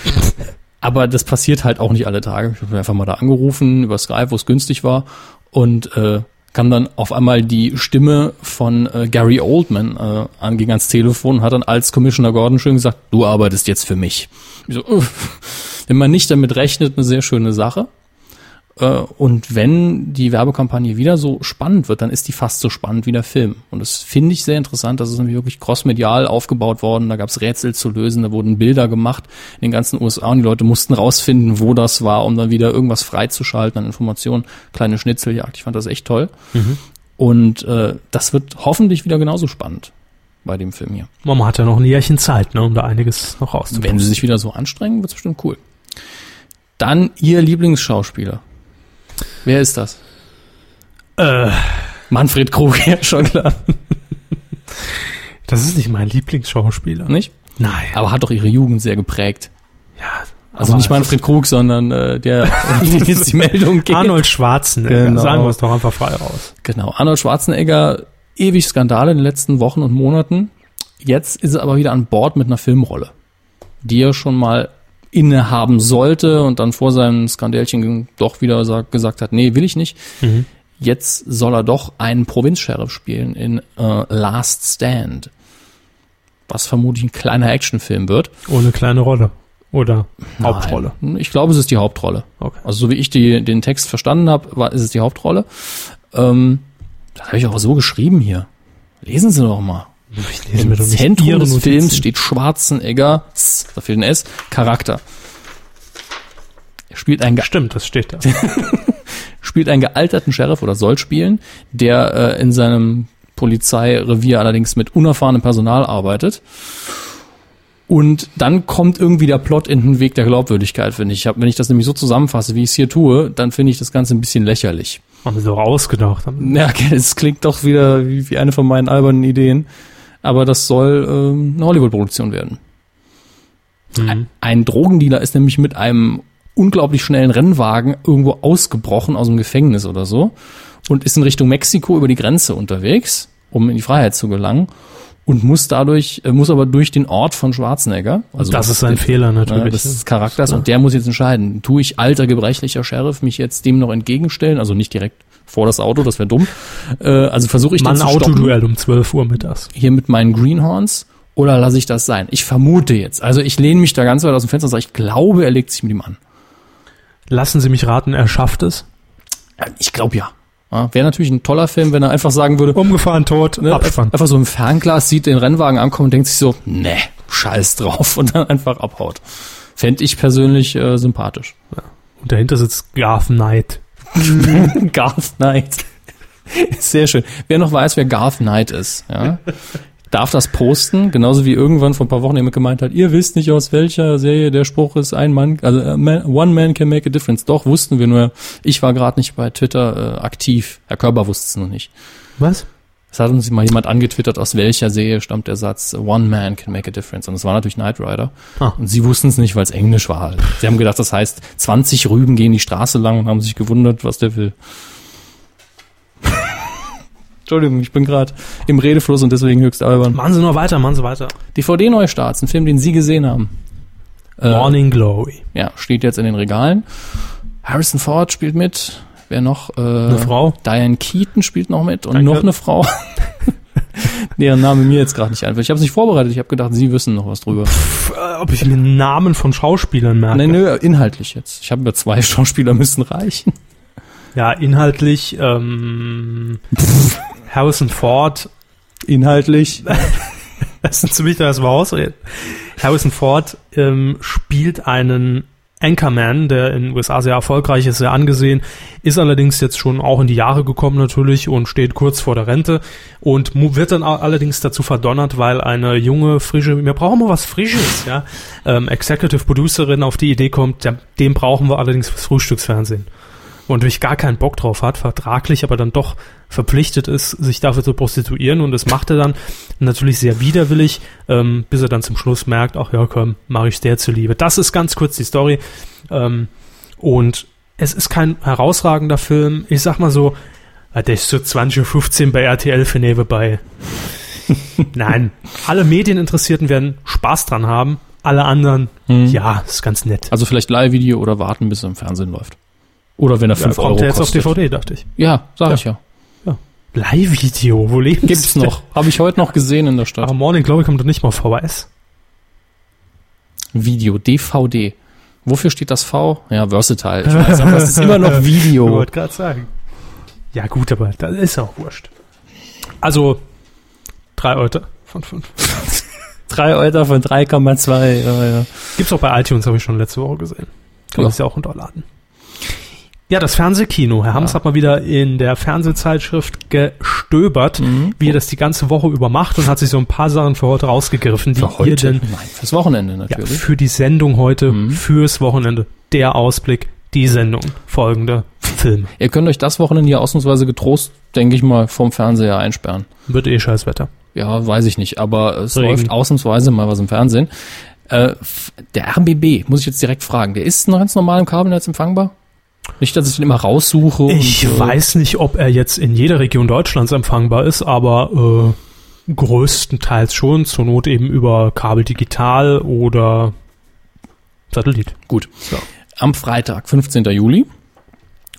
Speaker 1: Aber das passiert halt auch nicht alle Tage. Ich habe einfach mal da angerufen über Skype, wo es günstig war und äh, kam dann auf einmal die Stimme von äh, Gary Oldman äh, anging ans Telefon und hat dann als Commissioner Gordon schön gesagt, du arbeitest jetzt für mich. Ich so, uff. wenn man nicht damit rechnet, eine sehr schöne Sache. Äh, Und wenn die Werbekampagne wieder so spannend wird, dann ist die fast so spannend wie der Film. Und das finde ich sehr interessant. Das ist nämlich wirklich crossmedial aufgebaut worden. Da gab es Rätsel zu lösen, da wurden Bilder gemacht in den ganzen USA und die Leute mussten rausfinden, wo das war, um dann wieder irgendwas freizuschalten an Informationen. Kleine Schnitzeljagd. Ich fand das echt toll. Und äh, das wird hoffentlich wieder genauso spannend bei dem Film hier.
Speaker 2: Mama hat ja noch ein Jährchen Zeit, ne, um da einiges noch rauszufinden.
Speaker 1: Wenn sie sich wieder so anstrengen, wird's bestimmt cool. Dann ihr Lieblingsschauspieler. Wer ist das?
Speaker 2: Äh,
Speaker 1: Manfred Krug, <laughs> ja, schon klar.
Speaker 2: das ist nicht mein Lieblingsschauspieler.
Speaker 1: Nicht?
Speaker 2: Nein.
Speaker 1: Aber hat doch ihre Jugend sehr geprägt.
Speaker 2: ja,
Speaker 1: Also
Speaker 2: aber
Speaker 1: nicht Manfred Krug, sondern äh, der,
Speaker 2: <laughs>
Speaker 1: den jetzt die Meldung geht.
Speaker 2: Arnold Schwarzenegger,
Speaker 1: Genau.
Speaker 2: sagen wir es doch einfach frei raus.
Speaker 1: Genau, Arnold Schwarzenegger, ewig Skandale in den letzten Wochen und Monaten. Jetzt ist er aber wieder an Bord mit einer Filmrolle, die er schon mal innehaben sollte und dann vor seinem Skandälchen doch wieder sag, gesagt hat, nee, will ich nicht.
Speaker 2: Mhm.
Speaker 1: Jetzt soll er doch einen Provinzsheriff spielen in äh, Last Stand, was vermutlich ein kleiner Actionfilm wird.
Speaker 2: Ohne kleine Rolle. Oder Hauptrolle.
Speaker 1: Nein. Hm, Ich glaube, es ist die Hauptrolle.
Speaker 2: Okay.
Speaker 1: Also so wie ich die, den Text verstanden habe, war, ist es die Hauptrolle. Ähm, das habe ich auch so geschrieben hier. Lesen Sie doch mal.
Speaker 2: Ich lese
Speaker 1: Im
Speaker 2: mir doch nicht Ihre
Speaker 1: Zentrum des
Speaker 2: Notizen.
Speaker 1: Films steht Schwarzenegger, S, da fehlt ein S, Charakter. Er spielt einen, ge-
Speaker 2: Stimmt, das steht da.
Speaker 1: spielt einen gealterten Sheriff oder soll spielen, der äh, in seinem Polizeirevier allerdings mit unerfahrenem Personal arbeitet. Und dann kommt irgendwie der Plot in den Weg der Glaubwürdigkeit, finde ich. Ich hab- Wenn ich das nämlich so zusammenfasse, wie ich es hier tue, dann finde ich das Ganze ein bisschen lächerlich.
Speaker 2: Haben sie doch
Speaker 1: <laughs>
Speaker 2: ausgedacht.
Speaker 1: Ja, okay, es klingt doch wieder wie, wie eine von meinen albernen Ideen. Aber das soll ähm, eine Hollywood-Produktion werden.
Speaker 2: Mhm.
Speaker 1: Ein, ein Drogendealer ist nämlich mit einem unglaublich schnellen Rennwagen irgendwo ausgebrochen aus dem Gefängnis oder so und ist in Richtung Mexiko über die Grenze unterwegs, um in die Freiheit zu gelangen und muss dadurch, äh, muss aber durch den Ort von Schwarzenegger. Also
Speaker 2: das ist ein Fehler natürlich. ne?
Speaker 1: ja, das ist des Charakters und der muss jetzt entscheiden. Tue ich alter, gebrechlicher Sheriff mich jetzt dem noch entgegenstellen? Also nicht direkt vor das Auto, das wäre dumm. Äh, also versuche ich den
Speaker 2: Mann
Speaker 1: zu stoppen,
Speaker 2: Autoduell um 12 Uhr mittags.
Speaker 1: hier mit meinen Greenhorns oder lasse ich das sein? Ich vermute jetzt. Also ich lehne mich da ganz weit aus dem Fenster und sage, ich glaube, er legt sich mit ihm an.
Speaker 2: Lassen Sie mich raten, er schafft es.
Speaker 1: Ich glaube ja. ja wäre natürlich ein toller Film, wenn er einfach sagen würde,
Speaker 2: Umgefahren, tot,
Speaker 1: ne,
Speaker 2: Oh, Abspann.
Speaker 1: einfach so im Fernglas sieht den Rennwagen ankommen und denkt sich so, ne, scheiß drauf <laughs> und dann einfach abhaut. Fände ich persönlich äh, sympathisch.
Speaker 2: Und dahinter sitzt Garth Knight.
Speaker 1: <laughs> Garth Knight. Sehr schön. Wer noch weiß, wer Garth Knight ist, ja, darf das posten, genauso wie irgendwann vor ein paar Wochen jemand gemeint hat, ihr wisst nicht aus welcher Serie der Spruch ist, ein Mann, also äh, man, one man can make a difference. Doch, wussten wir nur, ich war gerade nicht bei Twitter äh, aktiv. Herr Körber wusste es noch nicht.
Speaker 2: Was?
Speaker 1: Es hat uns mal jemand angetwittert, aus welcher Serie stammt der Satz, one man can make a difference. Und es war natürlich Knight Rider.
Speaker 2: Ah.
Speaker 1: Und sie wussten es nicht, weil es Englisch war halt. Sie haben gedacht, das heißt, 20 Rüben gehen die Straße lang und haben sich gewundert, was der will. <laughs> Entschuldigung, ich bin gerade im Redefluss und deswegen höchst albern.
Speaker 2: Machen Sie nur weiter, machen Sie weiter.
Speaker 1: DVD-Neustarts, ein Film, den Sie gesehen haben. Äh,
Speaker 2: Morning Glory.
Speaker 1: Ja, steht jetzt in den Regalen. Harrison Ford spielt mit. Wer noch? Äh,
Speaker 2: Eine Frau.
Speaker 1: Diane Keaton spielt noch mit und
Speaker 2: Danke.
Speaker 1: noch eine Frau. <laughs> Deren Name mir jetzt gerade nicht einfällt. Ich habe es nicht vorbereitet. Ich habe gedacht, Sie wissen noch was drüber.
Speaker 2: Pff, äh, ob ich mir den Namen von Schauspielern merke?
Speaker 1: Nein, nö, inhaltlich jetzt. Ich habe über zwei <laughs> Schauspieler müssen
Speaker 2: <laughs>
Speaker 1: reichen.
Speaker 2: Ja, inhaltlich ähm, Harrison Ford.
Speaker 1: Inhaltlich.
Speaker 2: <laughs> Das ist ziemlich, das war ausreden. Harrison Ford ähm, spielt einen Anchorman, der in den USA sehr erfolgreich ist, sehr angesehen, ist allerdings jetzt schon auch in die Jahre gekommen natürlich und steht kurz vor der Rente und mu- wird dann au- allerdings dazu verdonnert, weil eine junge, frische, wir brauchen mal was Frisches, ja, ähm, Executive Producerin auf die Idee kommt, der, dem brauchen wir allerdings fürs Frühstücksfernsehen. Und durch gar keinen Bock drauf hat, vertraglich aber dann doch verpflichtet ist, sich dafür zu prostituieren und das macht er dann natürlich sehr widerwillig, ähm, bis er dann zum Schluss merkt, ach ja, komm, mache ich der zuliebe. Das ist ganz kurz die Story. Ähm, Und es ist kein herausragender Film. Ich sag mal so, ah, der ist so 20.15 Uhr bei RTL für
Speaker 1: <laughs>
Speaker 2: nebenbei. Nein, alle Medieninteressierten werden Spaß dran haben. Alle anderen, ja, ist ganz nett.
Speaker 1: Hm. Also vielleicht Leihvideo oder warten, bis er im Fernsehen läuft. Oder wenn er 5
Speaker 2: kommt
Speaker 1: Euro
Speaker 2: der jetzt auf
Speaker 1: kostet.
Speaker 2: DVD, dachte ich.
Speaker 1: Ja, sag
Speaker 2: Ja.
Speaker 1: ich ja.
Speaker 2: Live-Video, wo leben's <laughs>
Speaker 1: Gibt's noch. Habe ich heute noch gesehen in der Stadt.
Speaker 2: Aber Morning Glory kommt doch nicht mal auf VHS.
Speaker 1: Video, DVD. Wofür steht das V? Ja, Versatile. Ich weiß,
Speaker 2: <laughs>
Speaker 1: aber es ist immer noch Video.
Speaker 2: gerade sagen. Ja gut, aber das ist auch wurscht. Also, drei Euro von fünf.
Speaker 1: 3 Euro von 3,2. Ja, ja.
Speaker 2: Gibt's auch bei iTunes, habe ich schon letzte Woche gesehen. Kann
Speaker 1: Ja.
Speaker 2: man sich auch runterladen. Ja, das Fernsehkino. Herr Hams hat mal wieder in der Fernsehzeitschrift gestöbert, wie er das die ganze Woche über macht und hat sich so ein paar Sachen für heute rausgegriffen, die ihr denn
Speaker 1: Nein, fürs Wochenende
Speaker 2: ja,
Speaker 1: natürlich.
Speaker 2: für die Sendung heute, fürs Wochenende, der Ausblick, die Sendung, folgende Filme.
Speaker 1: Ihr könnt euch das Wochenende hier ausnahmsweise getrost, denke ich mal, vom Fernseher einsperren.
Speaker 2: Wird eh scheiß Wetter.
Speaker 1: Ja, weiß ich nicht, aber es
Speaker 2: Regen.
Speaker 1: läuft ausnahmsweise mal was im Fernsehen. Äh, f- der RBB, muss ich jetzt direkt fragen, der ist noch ganz normal im Kabelnetz empfangbar? Nicht, dass ich den immer raussuche.
Speaker 2: Ich
Speaker 1: und, äh,
Speaker 2: weiß nicht, ob er jetzt in jeder Region Deutschlands empfangbar ist, aber äh, größtenteils schon, zur Not eben über Kabel digital oder Satellit.
Speaker 1: Gut. Am Freitag, 15. Juli,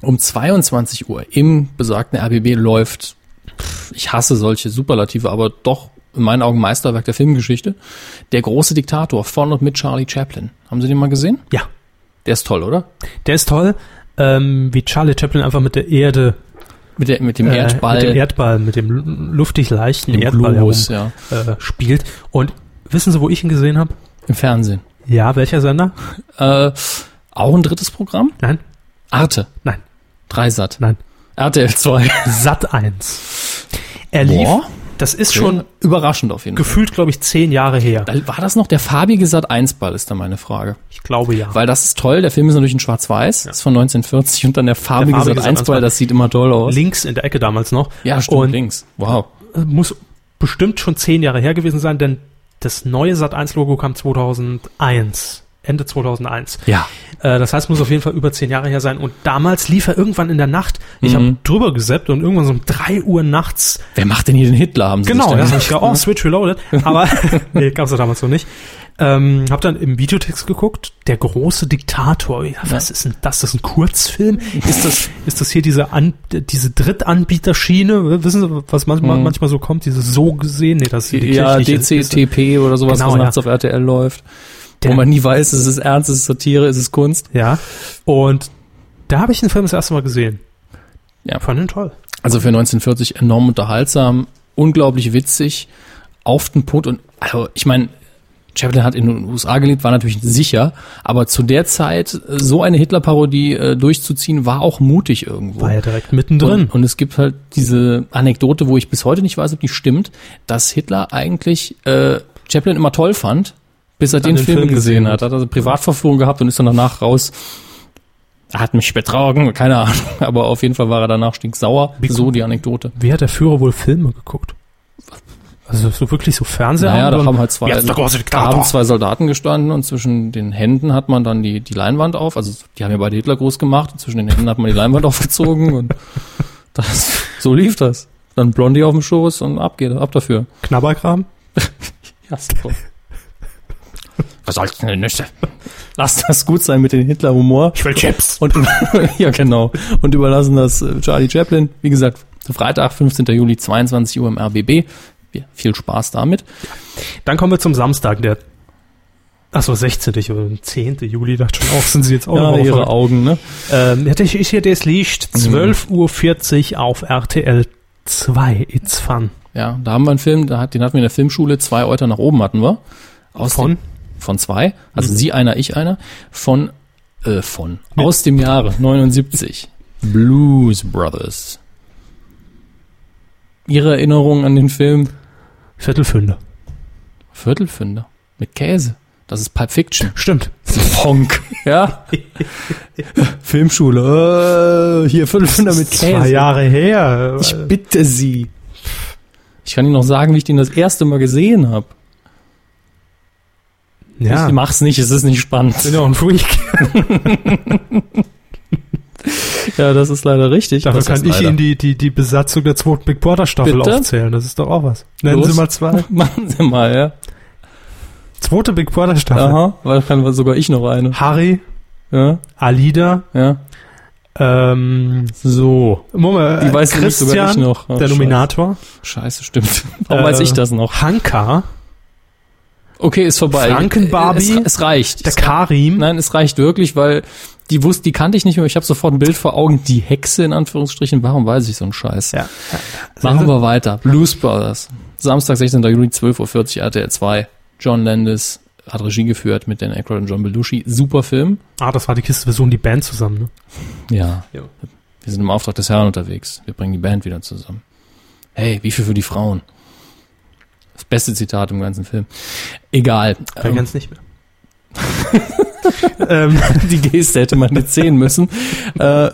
Speaker 1: um 22 Uhr im besagten RBB läuft, pff, ich hasse solche Superlative, aber doch in meinen Augen Meisterwerk der Filmgeschichte, der große Diktator von und mit Charlie Chaplin. Haben Sie den mal gesehen?
Speaker 2: Ja,
Speaker 1: Der ist toll, oder?
Speaker 2: der ist toll, ähm, wie Charlie Chaplin einfach mit der Erde,
Speaker 1: Mit, der, mit dem
Speaker 2: äh,
Speaker 1: Erdball,
Speaker 2: mit dem Erdball, mit dem lu- luftig leichten
Speaker 1: dem
Speaker 2: Erdball
Speaker 1: Globus,
Speaker 2: herum,
Speaker 1: ja.
Speaker 2: äh, spielt. Und wissen Sie, wo ich ihn gesehen habe?
Speaker 1: Im Fernsehen.
Speaker 2: Ja, welcher Sender?
Speaker 1: Äh, auch ein drittes Programm?
Speaker 2: Nein,
Speaker 1: Arte.
Speaker 2: nein,
Speaker 1: Dreisat.
Speaker 2: nein.
Speaker 1: RTL 2.
Speaker 2: Sat 1. Er
Speaker 1: <laughs>
Speaker 2: lief,
Speaker 1: Boah.
Speaker 2: das ist schon
Speaker 1: überraschend auf jeden Fall.
Speaker 2: gefühlt, glaube ich, zehn Jahre her.
Speaker 1: Da- War das noch der farbige Sat 1 Ball, ist da meine Frage.
Speaker 2: Ich glaube ja.
Speaker 1: Weil das ist toll, der Film ist natürlich in schwarz-weiß, ist von 1940 und dann der farbige,
Speaker 2: farbige
Speaker 1: Sat 1 Ball,
Speaker 2: Sat.1
Speaker 1: das sieht immer toll aus.
Speaker 2: links in der Ecke damals noch.
Speaker 1: Ja, stimmt,
Speaker 2: Und
Speaker 1: links. Wow.
Speaker 2: äh, muss bestimmt schon zehn Jahre her gewesen sein, denn das neue Sat1-Logo kam 2001. Ende 2001.
Speaker 1: Ja.
Speaker 2: Äh, das heißt, muss auf jeden Fall über zehn Jahre her sein. Und damals lief er irgendwann in der Nacht. Ich
Speaker 1: Mhm.
Speaker 2: habe drüber gesappt und irgendwann so um drei Uhr nachts.
Speaker 1: Wer macht denn hier den Hitler, haben sie
Speaker 2: Genau,
Speaker 1: sich
Speaker 2: ja,
Speaker 1: dann
Speaker 2: hab
Speaker 1: gesagt.
Speaker 2: ich ja auch Switch Reloaded. Aber <laughs> nee, gab's ja damals noch nicht. Ähm, hab dann im Videotext geguckt, der große Diktator. Ja, was ist denn das? Das ist ein Kurzfilm? Ist das, ist das hier diese, An diese Drittanbieterschiene? Wissen Sie, was manchmal, manchmal so kommt? Dieses so gesehen? Nee, das ist die
Speaker 1: Hm. Ja,
Speaker 2: kirchliche-
Speaker 1: DCTP oder sowas,
Speaker 2: Genau,
Speaker 1: was
Speaker 2: ja.
Speaker 1: nachts auf RTL läuft.
Speaker 2: Der-
Speaker 1: Wo man nie weiß, ist es ernst, ist es Satire, ist es Kunst.
Speaker 2: Ja. Und da habe ich den Film das erste Mal gesehen.
Speaker 1: Ja.
Speaker 2: Fand ihn toll.
Speaker 1: Also für 1940 enorm unterhaltsam, unglaublich witzig, auf den Punkt und also ich meine, Chaplin hat in den USA gelebt, war natürlich sicher, aber zu der Zeit äh, so eine Hitler-Parodie äh, durchzuziehen, war auch mutig irgendwo.
Speaker 2: War ja direkt mittendrin.
Speaker 1: Und, und es gibt halt diese Anekdote, wo ich bis heute nicht weiß, ob die stimmt, dass Hitler eigentlich äh, Chaplin immer toll fand, bis er den,
Speaker 2: den
Speaker 1: Film,
Speaker 2: Film gesehen
Speaker 1: gesehen hat. Hat also Privatverführung gehabt und ist dann danach raus. Er hat mich betrogen, keine Ahnung. <laughs> Aber auf jeden Fall war er danach stinksauer.
Speaker 2: Wie
Speaker 1: so die Anekdote.
Speaker 2: Wer hat der Führer wohl Filme geguckt? Also so wirklich so Fernseher?
Speaker 1: Naja, da
Speaker 2: und-
Speaker 1: haben halt zwei,
Speaker 2: Jetzt der große
Speaker 1: da
Speaker 2: Diktator.
Speaker 1: haben zwei Soldaten gestanden und zwischen den Händen hat man dann die, die Leinwand auf. Also die haben ja beide Hitler groß gemacht und zwischen den Händen hat man die Leinwand <laughs> aufgezogen und das, so lief das. Dann Blondie auf dem Schoß und ab geht, ab dafür.
Speaker 2: Knabberkram?
Speaker 1: Ja, so. <laughs> Was soll's denn, Nüsse? Lass das gut sein mit dem Hitler-Humor.
Speaker 2: Ich will Chips.
Speaker 1: Und, <laughs> ja, genau. Und überlassen das äh, Charlie Chaplin. Wie gesagt, Freitag, 15. Juli, 22 Uhr im RBB. Ja, viel Spaß damit.
Speaker 2: Dann kommen wir zum Samstag, der. Achso, 16. Ich- oder 10. Juli, dachte schon auch, sind sie jetzt auch noch
Speaker 1: ihre
Speaker 2: auf.
Speaker 1: Augen, ne?
Speaker 2: Ähm, ja, das ist hier das Licht, 12.40 Uhr auf RTL 2, It's Fun.
Speaker 1: Ja, da haben wir einen Film, da hat, den hatten wir in der Filmschule, zwei Euter nach oben hatten wir. Aus
Speaker 2: Von? Mhm.
Speaker 1: Dem, von zwei. Also sie einer, ich einer. Von, äh, von. Aus dem Jahre 79. Blues Brothers. Ihre Erinnerung an den Film?
Speaker 2: Viertelfünde.
Speaker 1: Viertelfünder. Mit Käse. Das ist Pulp
Speaker 2: <laughs>
Speaker 1: Fiction.
Speaker 2: Stimmt.
Speaker 1: Honk. Ja? Filmschule. Äh, hier Viertelfünder mit
Speaker 2: Zwei Jahre her.
Speaker 1: Ich bitte Sie. Ich kann Ihnen noch sagen, wie ich den das erste Mal gesehen habe.
Speaker 2: ja.
Speaker 1: Ich mach's nicht, es ist nicht spannend.
Speaker 2: <laughs> bin ja auch ein Freak.
Speaker 1: Ja, das ist leider richtig.
Speaker 2: Dafür
Speaker 1: Das
Speaker 2: kann
Speaker 1: ist
Speaker 2: ich
Speaker 1: leider.
Speaker 2: Ihnen die, die, die Besatzung der zweiten Big Brother Staffel
Speaker 1: Bitte?
Speaker 2: aufzählen. Das ist doch auch was. Nennen
Speaker 1: Los.
Speaker 2: Sie mal zwei.
Speaker 1: Machen Sie mal, ja.
Speaker 2: Zweite Big Brother Staffel.
Speaker 1: Aha, weil kann sogar ich noch eine.
Speaker 2: Harry,
Speaker 1: Ja,
Speaker 2: Alida,
Speaker 1: ja.
Speaker 2: ähm, so. Moment,
Speaker 1: Die weiß nämlich sogar
Speaker 2: Äh, Christian,
Speaker 1: ich noch. Ah,
Speaker 2: der Nominator,
Speaker 1: Scheiße, stimmt. <laughs> Warum
Speaker 2: Äh,
Speaker 1: weiß ich das noch?
Speaker 2: Hanka,
Speaker 1: Okay, ist vorbei. Äh,
Speaker 2: Frankenbarbie?
Speaker 1: Es, es reicht.
Speaker 2: der
Speaker 1: es,
Speaker 2: Karim,
Speaker 1: nein, es reicht wirklich, weil die wusste, die kannte ich nicht mehr. Ich habe sofort ein Bild vor Augen. Die Hexe in Anführungsstrichen. Warum weiß ich so einen Scheiß?
Speaker 2: Ja.
Speaker 1: Machen wir weiter. Blues Brothers. Samstag, 16. Juli, 12.40 Uhr, RTL 2. John Landis hat Regie geführt mit Dan Aykroyd und John Belushi. Super Film.
Speaker 2: Ah, das war die Kiste, wir suchen die Band zusammen, ne?
Speaker 1: Ja.
Speaker 2: Jo.
Speaker 1: Wir sind im Auftrag des Herrn unterwegs. Wir bringen die Band wieder zusammen. Hey, wie viel für die Frauen? Das beste Zitat im ganzen Film. Egal. <laughs> Ähm,
Speaker 2: nicht mehr. ähm,
Speaker 1: die Geste hätte man jetzt sehen müssen. Äh,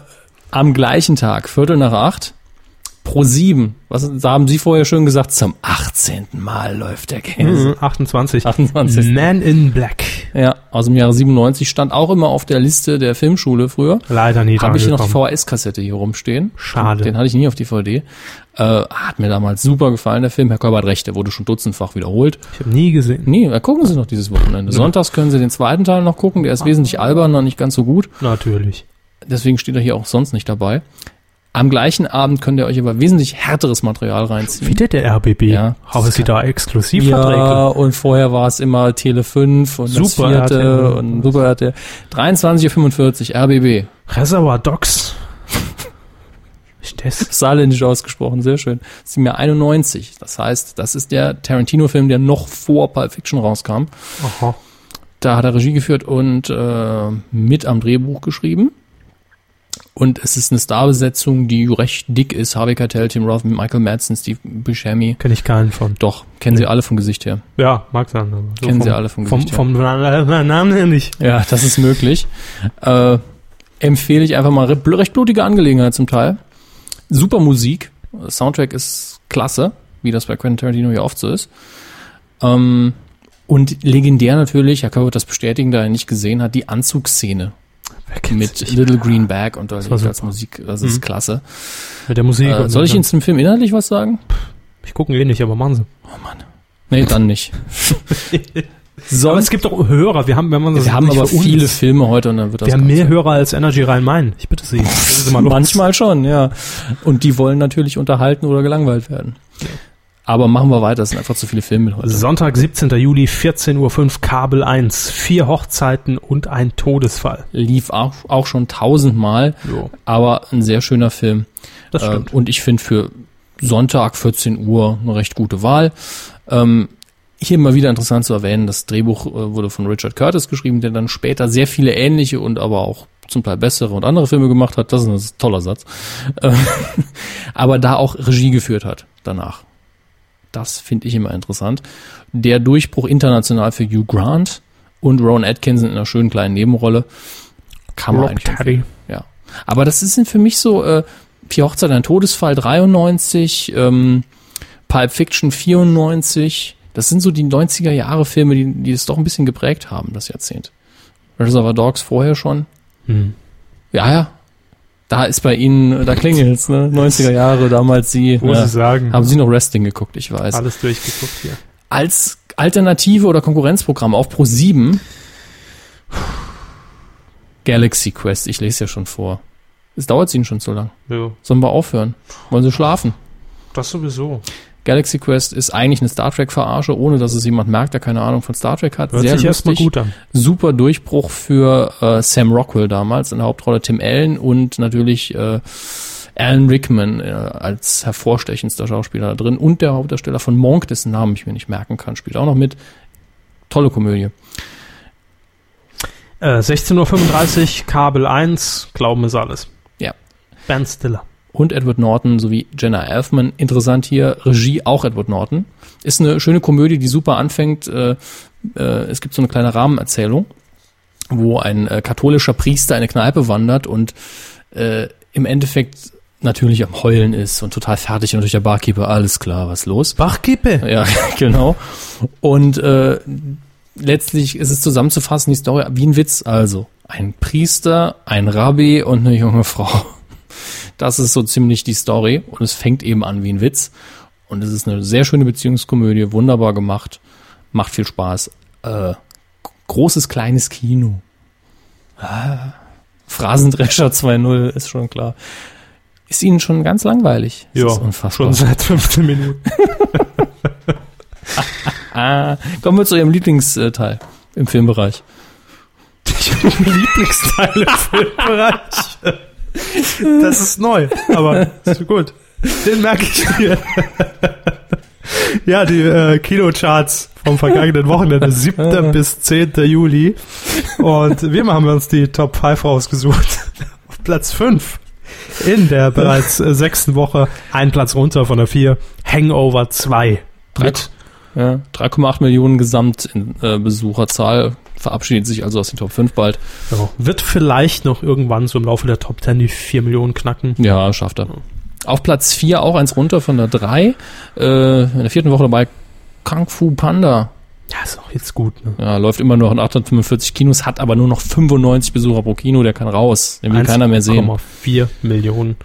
Speaker 1: am gleichen Tag, Viertel nach acht, pro sieben. Was, da haben Sie vorher schön gesagt, zum 18. Mal läuft der Käse.
Speaker 2: 28.
Speaker 1: 28.
Speaker 2: Man in Black.
Speaker 1: Ja, aus dem Jahre 97 stand auch immer auf der Liste der Filmschule früher.
Speaker 2: Leider nicht
Speaker 1: Habe ich hier noch die
Speaker 2: angekommen.
Speaker 1: VHS-Kassette hier rumstehen.
Speaker 2: Schade.
Speaker 1: Den hatte ich nie auf DVD. Äh, hat mir damals super gefallen, der Film. Herr Körber hat recht, der wurde schon dutzendfach wiederholt.
Speaker 2: Ich habe nie gesehen.
Speaker 1: Nee, da gucken Sie noch dieses Wochenende. Sonntags können Sie den zweiten Teil noch gucken. Der ist
Speaker 2: Ah.
Speaker 1: wesentlich alberner, nicht ganz so gut.
Speaker 2: Natürlich.
Speaker 1: Deswegen steht er hier auch sonst nicht dabei. Am gleichen Abend könnt ihr euch aber wesentlich härteres Material reinziehen.
Speaker 2: Wieder der RBB.
Speaker 1: Ja.
Speaker 2: Haben Sie da Exklusivverträge?
Speaker 1: Ja, und vorher war es immer Tele 5 und
Speaker 2: Super
Speaker 1: das vierte
Speaker 2: RTL.
Speaker 1: und Super RTL. 23.45 RBB.
Speaker 2: Reservoir Dogs. <laughs> Ich das?
Speaker 1: saarländisch ausgesprochen, sehr schön. Das ist im Jahr 91. Das heißt, das ist der Tarantino-Film, der noch vor Pulp Fiction rauskam.
Speaker 2: Aha.
Speaker 1: Da hat er Regie geführt und äh, mit am Drehbuch geschrieben. Und es ist eine Starbesetzung, die recht dick ist. Harvey Keitel, Tim Roth, Michael Madsen, Steve Buscemi.
Speaker 2: Kenne ich keinen von.
Speaker 1: Doch, kennen sie alle vom Gesicht her.
Speaker 2: Ja, mag sein. aber So
Speaker 1: Kennen Sie alle vom
Speaker 2: vom,
Speaker 1: Gesicht her.
Speaker 2: vom Na- Na- Namen her nicht.
Speaker 1: Ja, das ist möglich. Äh, empfehle ich einfach mal. Re- Recht blutige Angelegenheit zum Teil. Super Musik. Soundtrack ist klasse, wie das bei Quentin Tarantino ja oft so ist. Ähm, und legendär natürlich, Herr Körber wird das bestätigen, da er nicht gesehen hat, die Anzugsszene mit Little Green Bag und das
Speaker 2: war
Speaker 1: als
Speaker 2: super.
Speaker 1: Musik, das ist
Speaker 2: Mhm.
Speaker 1: klasse.
Speaker 2: Mit der Musik.
Speaker 1: Äh,
Speaker 2: und
Speaker 1: soll ich
Speaker 2: so.
Speaker 1: Ihnen zum Film inhaltlich was sagen?
Speaker 2: Ich gucken eh nicht, aber machen Sie.
Speaker 1: Nee, dann
Speaker 2: <laughs>
Speaker 1: nicht.
Speaker 2: Aber es gibt doch Hörer. Wir haben, wenn man das
Speaker 1: Wir haben
Speaker 2: nicht
Speaker 1: aber
Speaker 2: für uns-
Speaker 1: viele Filme heute und dann wird das
Speaker 2: Wir haben
Speaker 1: Ganze-
Speaker 2: mehr Hörer als Energy Rhein-Main. Ich bitte Sie. Lassen Sie mal los.
Speaker 1: Manchmal schon, ja. Und die wollen natürlich unterhalten oder gelangweilt werden. Aber machen wir weiter, es sind einfach zu viele Filme Also, mit heute.
Speaker 2: Sonntag, 17. Juli, 14.05 Uhr, Kabel 1. Vier Hochzeiten und ein Todesfall.
Speaker 1: Lief auch, auch schon tausendmal,
Speaker 2: Jo. Äh,
Speaker 1: aber ein sehr schöner Film.
Speaker 2: Das
Speaker 1: Ähm,
Speaker 2: stimmt.
Speaker 1: und ich finde für Sonntag 14 Uhr eine recht gute Wahl. Ähm, hier mal wieder interessant zu erwähnen, das Drehbuch äh, wurde von Richard Curtis geschrieben, der dann später sehr viele ähnliche und aber auch zum Teil bessere und andere Filme gemacht hat. Das ist ein toller Satz. Ähm, <laughs> aber da auch Regie geführt hat danach. Das finde ich immer interessant. Der Durchbruch international für Hugh Grant und Rowan Atkinson in einer schönen kleinen Nebenrolle. Kann man
Speaker 2: Rock
Speaker 1: eigentlich
Speaker 2: Teddy.
Speaker 1: ja. Aber das sind für mich so, äh, Vier Hochzeit, ein Todesfall 93, ähm, Pulp Fiction 94. Das sind so die 90er Jahre Filme, die, die es doch ein bisschen geprägt haben, das Jahrzehnt. Reservoir Dogs vorher schon.
Speaker 2: Hm.
Speaker 1: Ja, ja. Da ist bei Ihnen, äh, da klingelt's, ne? 90er Jahre, damals Sie.
Speaker 2: Muss
Speaker 1: Ja.
Speaker 2: ich sagen.
Speaker 1: Haben Sie noch Wrestling geguckt, ich weiß.
Speaker 2: Alles durchgeguckt hier.
Speaker 1: Als Alternative oder Konkurrenzprogramm auf Pro 7 Galaxy Quest, ich lese ja schon vor. Es dauert Ihnen schon zu lang.
Speaker 2: Ja,
Speaker 1: Sollen wir aufhören? Wollen sie schlafen?
Speaker 2: das sowieso.
Speaker 1: Galaxy Quest ist eigentlich eine Star Trek-Verarsche, ohne dass es jemand merkt, der keine Ahnung von Star Trek hat.
Speaker 2: Hört
Speaker 1: Sehr
Speaker 2: sich erstmal
Speaker 1: lustig.
Speaker 2: gut an.
Speaker 1: Super Durchbruch für äh, Sam Rockwell damals in der Hauptrolle Tim Allen und natürlich äh, Alan Rickman äh, als hervorstechendster Schauspieler da drin und der Hauptdarsteller von Monk, dessen Namen ich mir nicht merken kann, spielt auch noch mit. Tolle Komödie.
Speaker 2: Äh, 16.35 Uhr, Kabel 1, Glauben ist alles.
Speaker 1: Ja.
Speaker 2: Ben Stiller.
Speaker 1: und Edward Norton sowie Jenna Elfman. Interessant hier, Regie auch Edward Norton. Ist eine schöne Komödie, die super anfängt. Äh, äh, es gibt so eine kleine Rahmenerzählung, wo ein äh, katholischer Priester in eine Kneipe wandert und äh, im Endeffekt natürlich am Heulen ist und total fertig und durch der Barkeeper, alles klar, was los?
Speaker 2: Bachkippe.
Speaker 1: Ja, <laughs> genau. Und äh, letztlich ist es zusammenzufassen, die Story, wie ein Witz also. ein Priester, ein Rabbi und eine junge Frau. Das ist so ziemlich die Story und es fängt eben an wie ein Witz. Und es ist eine sehr schöne Beziehungskomödie, wunderbar gemacht, macht viel Spaß. Äh, großes, kleines Kino. Ah, Phrasendrescher 2.0 ist schon klar. Ist Ihnen schon ganz langweilig. Das
Speaker 2: Ja,
Speaker 1: ist unfassbar.
Speaker 2: schon seit 15 Minuten.
Speaker 1: Ah, kommen wir zu Ihrem Lieblingsteil im Filmbereich.
Speaker 2: Lieblingsteile im Filmbereich. Das ist neu, aber ist gut. Den merke ich mir. Ja, die äh, Kinocharts vom vergangenen Wochenende, 7. bis 10. Juli. Und wir haben uns die Top 5 rausgesucht. Auf Platz 5 in der bereits äh, sechsten Woche, ein Platz runter von der 4, Hangover 2.
Speaker 1: Mit ja, 3,8 Millionen Gesamtbesucherzahl verabschiedet sich also aus den Top 5 bald.
Speaker 2: Ja. Wird vielleicht noch irgendwann so im Laufe der Top 10 die 4 Millionen knacken.
Speaker 1: Ja, schafft er. Auf Platz 4 auch eins runter von der 3. Äh, in der vierten Woche dabei Kung Fu Panda.
Speaker 2: Ja, ist auch jetzt gut, ne?
Speaker 1: Ja, läuft immer noch in 845 Kinos, hat aber nur noch 95 Besucher pro Kino, der kann raus. Den will keiner mehr sehen.
Speaker 2: 1,4 Millionen.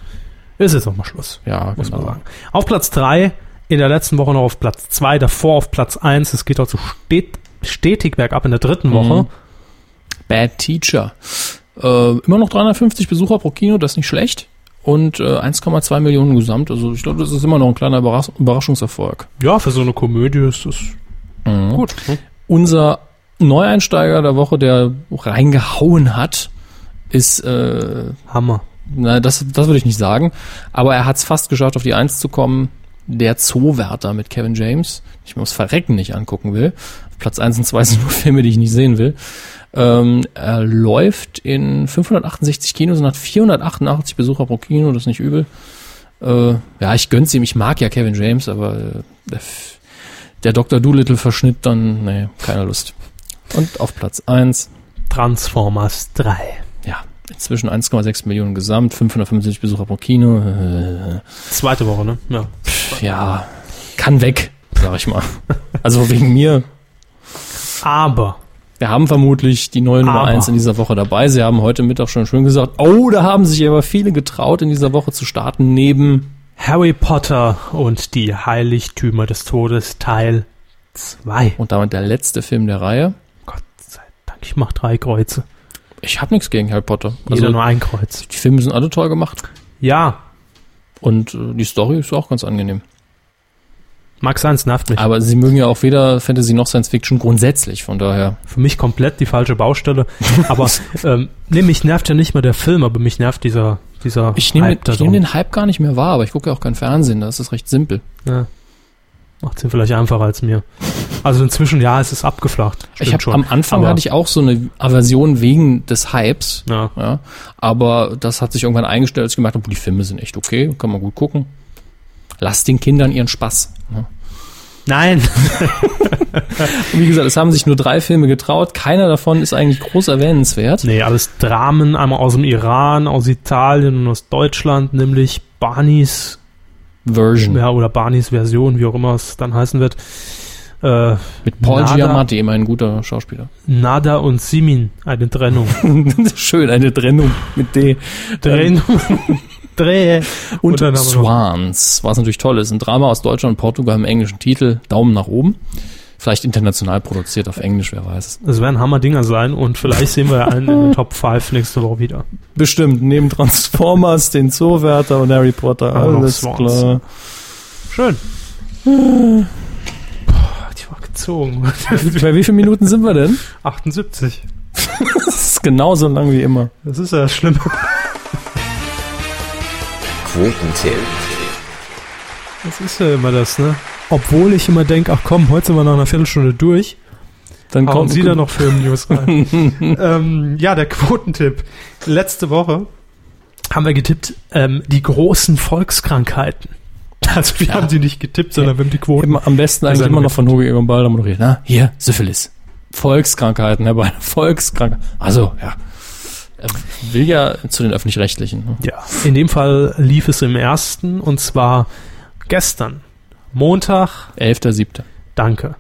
Speaker 2: Ist jetzt auch mal Schluss,
Speaker 1: Ja,
Speaker 2: muss man
Speaker 1: genau.
Speaker 2: sagen. Auf Platz 3, in der letzten Woche noch auf Platz 2, davor auf Platz 1. Es geht also stet stetig bergab in der dritten Woche.
Speaker 1: Mhm. Bad Teacher. Äh, immer noch 350 Besucher pro Kino, das ist nicht schlecht. Und äh, 1,2 Millionen gesamt. Also ich glaube, das ist immer noch ein kleiner Überras Überraschungserfolg. Mhm.
Speaker 2: Ja, für so eine Komödie ist das gut. ne?
Speaker 1: Unser Neueinsteiger der Woche, der reingehauen hat, ist, äh,
Speaker 2: Hammer.
Speaker 1: na, das, das würde ich nicht sagen, aber er hat es fast geschafft, auf die Eins zu kommen. Der Zoowärter mit Kevin James. Ich muss Verrecken nicht angucken will. Auf Platz eins und zwei <laughs> sind nur Filme, die ich nicht sehen will. Ähm, er läuft in 568 Kinos und hat 488 Besucher pro Kino, das ist nicht übel. Äh, ja, ich gönn's ihm. Ich mag ja Kevin James, aber äh, der F- der Dr. Doolittle-Verschnitt dann, nee, keine Lust. Und auf Platz eins
Speaker 2: Transformers 3.
Speaker 1: ja, inzwischen 1,6 Millionen gesamt, 575 Besucher pro Kino. Äh,
Speaker 2: Zweite Woche, ne? Ja.
Speaker 1: ja, kann weg, sag ich
Speaker 2: <laughs>
Speaker 1: mal. Also wegen mir.
Speaker 2: Aber
Speaker 1: Wir haben vermutlich die neue Nummer
Speaker 2: Aber.
Speaker 1: eins in dieser Woche dabei. Sie haben heute Mittag schon schön gesagt, oh, da haben sich aber viele getraut, in dieser Woche zu starten, neben
Speaker 2: Harry Potter und die Heiligtümer des Todes Teil 2.
Speaker 1: und damit der letzte Film der Reihe.
Speaker 2: Gott sei Dank, ich mach drei Kreuze.
Speaker 1: Ich habe nichts gegen Harry Potter.
Speaker 2: Jeder
Speaker 1: Also
Speaker 2: nur ein Kreuz.
Speaker 1: die Filme sind alle toll gemacht
Speaker 2: Ja,
Speaker 1: und äh, die Story ist auch ganz angenehm.
Speaker 2: mag sein, es nervt mich.
Speaker 1: Aber sie mögen ja auch weder Fantasy noch Science Fiction grundsätzlich, von daher.
Speaker 2: Für mich komplett die
Speaker 1: <laughs>
Speaker 2: falsche Baustelle. Aber ähm, nee, mich nervt ja nicht mal der Film, aber mich nervt dieser dieser
Speaker 1: Ich nehme
Speaker 2: Hype da
Speaker 1: nehm
Speaker 2: drum.
Speaker 1: den Hype gar nicht mehr wahr, aber ich gucke ja auch kein Fernsehen, das ist recht simpel.
Speaker 2: Ja. Macht's ihm vielleicht einfacher als mir. Also inzwischen, ja, es ist abgeflacht.
Speaker 1: ich hab, am Anfang hatte ich auch so eine Aversion wegen des Hypes,
Speaker 2: Ja.
Speaker 1: ja, aber das hat sich irgendwann eingestellt, als ich gemerkt habe, die Filme sind echt okay, kann man gut gucken. Lasst den Kindern ihren Spaß. ne?
Speaker 2: Nein. <laughs>
Speaker 1: Und wie gesagt, es haben sich nur drei Filme getraut, keiner davon ist eigentlich groß erwähnenswert.
Speaker 2: Nee, alles Dramen, einmal aus dem Iran, aus Italien und aus Deutschland, nämlich Barneys
Speaker 1: Version
Speaker 2: ja, oder Barneys Version, wie auch immer es dann heißen wird. Äh,
Speaker 1: mit Paul
Speaker 2: Nada.
Speaker 1: Giamatti, immerhin ein guter Schauspieler. <laughs>
Speaker 2: Nada und Simin, eine Trennung.
Speaker 1: Schön, eine Trennung mit D.
Speaker 2: Trennung.
Speaker 1: Ähm.
Speaker 2: <laughs> Drehe.
Speaker 1: Und
Speaker 2: dann haben wir noch-
Speaker 1: Swans, was natürlich toll ist. Ein Drama aus Deutschland und Portugal im englischen Titel. Daumen nach oben. Vielleicht international produziert auf Englisch, wer weiß.
Speaker 2: Es werden Hammer-Dinger sein und vielleicht sehen wir ja einen in <laughs> den Top 5 nächste Woche wieder.
Speaker 1: Bestimmt, neben Transformers, den Zoowärter und Harry Potter.
Speaker 2: Aber noch
Speaker 1: Alles
Speaker 2: Swans.
Speaker 1: klar.
Speaker 2: Schön. Boah, die war <laughs> gezogen.
Speaker 1: Bei wie vielen Minuten sind wir denn?
Speaker 2: 78.
Speaker 1: Das ist genauso lang wie immer.
Speaker 2: Das ist ja schlimm.
Speaker 5: Quotentipp.
Speaker 2: Das ist ja immer das, ne? Obwohl ich immer denke, ach komm, heute sind wir nach einer Viertelstunde durch.
Speaker 1: Dann
Speaker 2: Hauen
Speaker 1: kommt
Speaker 2: Sie da noch Film-News rein. <laughs> ähm, ja, der Quotentipp. Letzte Woche haben wir getippt, ähm, die großen Volkskrankheiten. Also wir haben sie nicht getippt, sondern wir haben die Quoten
Speaker 1: immer, am besten
Speaker 2: Das
Speaker 1: eigentlich
Speaker 2: ist
Speaker 1: immer
Speaker 2: ein-
Speaker 1: noch von Hobi Egon Balder moderiert. Na, hier, Syphilis. Volkskrankheiten, Herr Balder. Volkskrankheiten. Also, ja. Er will ja zu den Öffentlich-Rechtlichen. ne?
Speaker 2: Ja, in dem Fall lief es im ersten und zwar gestern, Montag,
Speaker 1: 11.7.
Speaker 2: danke.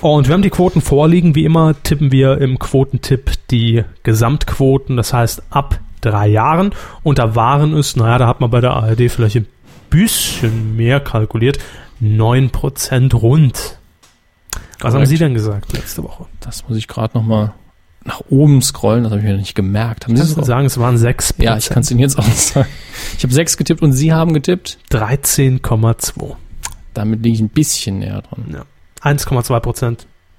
Speaker 2: Und wir haben die Quoten vorliegen, wie immer tippen wir im quotentipp.de die Gesamtquoten, das heißt ab drei Jahren. Und da waren es, naja, da hat man bei der ARD vielleicht ein bisschen mehr kalkuliert, 9% rund. Was haben
Speaker 1: Korrekt.
Speaker 2: Sie denn gesagt letzte Woche?
Speaker 1: Das muss ich gerade nochmal nach oben scrollen, das habe ich mir nicht gemerkt. Haben Sie
Speaker 2: Kannst
Speaker 1: das
Speaker 2: du
Speaker 1: auch?
Speaker 2: sagen, es waren 6%.
Speaker 1: Ja, ich kann es Ihnen jetzt auch sagen. Ich habe sechs getippt und Sie haben getippt.
Speaker 2: 13,2.
Speaker 1: Damit liege ich ein bisschen näher dran.
Speaker 2: 1,2%,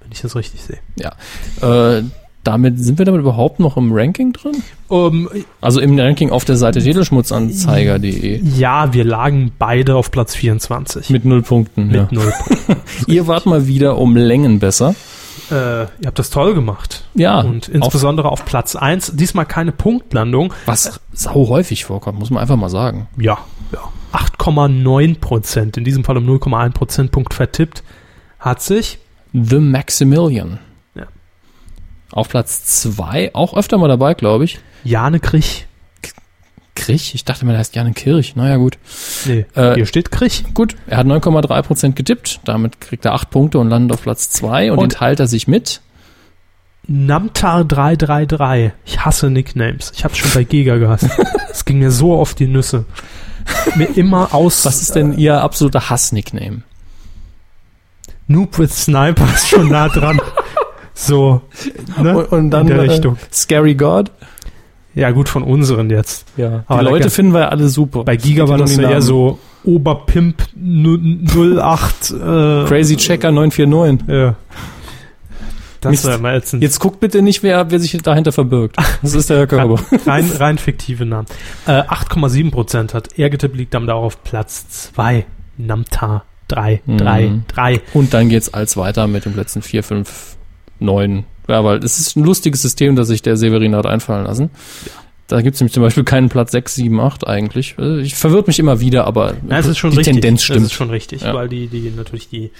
Speaker 2: wenn ich das richtig sehe.
Speaker 1: Äh, damit sind wir damit überhaupt noch im Ranking drin?
Speaker 2: Ähm,
Speaker 1: Also im Ranking auf der Seite Teleschmutzanzeiger.de
Speaker 2: ja, wir lagen beide auf Platz 24.
Speaker 1: mit null Punkten.
Speaker 2: Mit
Speaker 1: Ja.
Speaker 2: null.
Speaker 1: Ihr wart mal wieder um Längen besser.
Speaker 2: äh, ihr habt das toll gemacht.
Speaker 1: Ja,
Speaker 2: Und
Speaker 1: Ah, auf,
Speaker 2: insbesondere auf Platz 1. Diesmal keine Punktlandung.
Speaker 1: was sau häufig vorkommt, muss man einfach mal sagen.
Speaker 2: Ja, ja. 8,9 Prozent, in diesem Fall um 0,1 Prozentpunkt vertippt, hat sich.
Speaker 1: The Maximilian.
Speaker 2: Ja.
Speaker 1: Auf Platz zwei auch öfter mal dabei, glaube ich.
Speaker 2: Jane Krich.
Speaker 1: Krich? Ich dachte mir, der heißt Jan Kirch. Naja, gut.
Speaker 2: Nee,
Speaker 1: Äh,
Speaker 2: hier steht Krich.
Speaker 1: Gut, er hat 9,3% getippt. Damit kriegt er acht Punkte und landet auf Platz zwei und,
Speaker 2: Und-
Speaker 1: den teilt er sich mit.
Speaker 2: Namtar 333. Ich hasse Nicknames. Ich hab's schon bei
Speaker 1: <laughs>
Speaker 2: Giga gehasst. Es ging mir so auf die Nüsse. Mir immer aus.
Speaker 1: Was ist denn Ihr absoluter Hass-Nickname?
Speaker 2: Noob with Sniper ist schon nah dran. So. Ne?
Speaker 1: Und, und dann
Speaker 2: in der
Speaker 1: äh,
Speaker 2: Richtung.
Speaker 1: Scary God.
Speaker 2: Ja, gut, von unseren jetzt.
Speaker 1: Ja, die
Speaker 2: aber
Speaker 1: Leute
Speaker 2: lecker.
Speaker 1: finden wir ja alle super.
Speaker 2: Bei Giga
Speaker 1: Geht
Speaker 2: war
Speaker 1: nur
Speaker 2: das
Speaker 1: um
Speaker 2: ja
Speaker 1: den
Speaker 2: eher
Speaker 1: Namen.
Speaker 2: so Oberpimp 08. Äh,
Speaker 1: Crazy Checker 949.
Speaker 2: Ja.
Speaker 1: Mist.
Speaker 2: Das war mal jetzt ein
Speaker 1: Jetzt guckt bitte nicht, wer, wer sich dahinter
Speaker 2: <laughs>
Speaker 1: verbirgt. Das ist der Herr Körber.
Speaker 2: rein, rein fiktive Namen. Äh, 8,7% hat Ergetip liegt dann da auf Platz 2. Namta 3, 3,
Speaker 1: Mhm.
Speaker 2: 3.
Speaker 1: Und dann geht's als weiter mit dem letzten 4, 5, 9. Ja, weil es ist ein lustiges System, das sich der Severin hat einfallen lassen. Da gibt's nämlich zum Beispiel keinen Platz 6, 7, 8 eigentlich. Äh, Ich verwirrt mich immer wieder, aber
Speaker 2: Ja, es ist schon
Speaker 1: die
Speaker 2: richtig.
Speaker 1: Tendenz
Speaker 2: Es
Speaker 1: stimmt.
Speaker 2: ist schon richtig,
Speaker 1: Ja.
Speaker 2: weil die, die natürlich die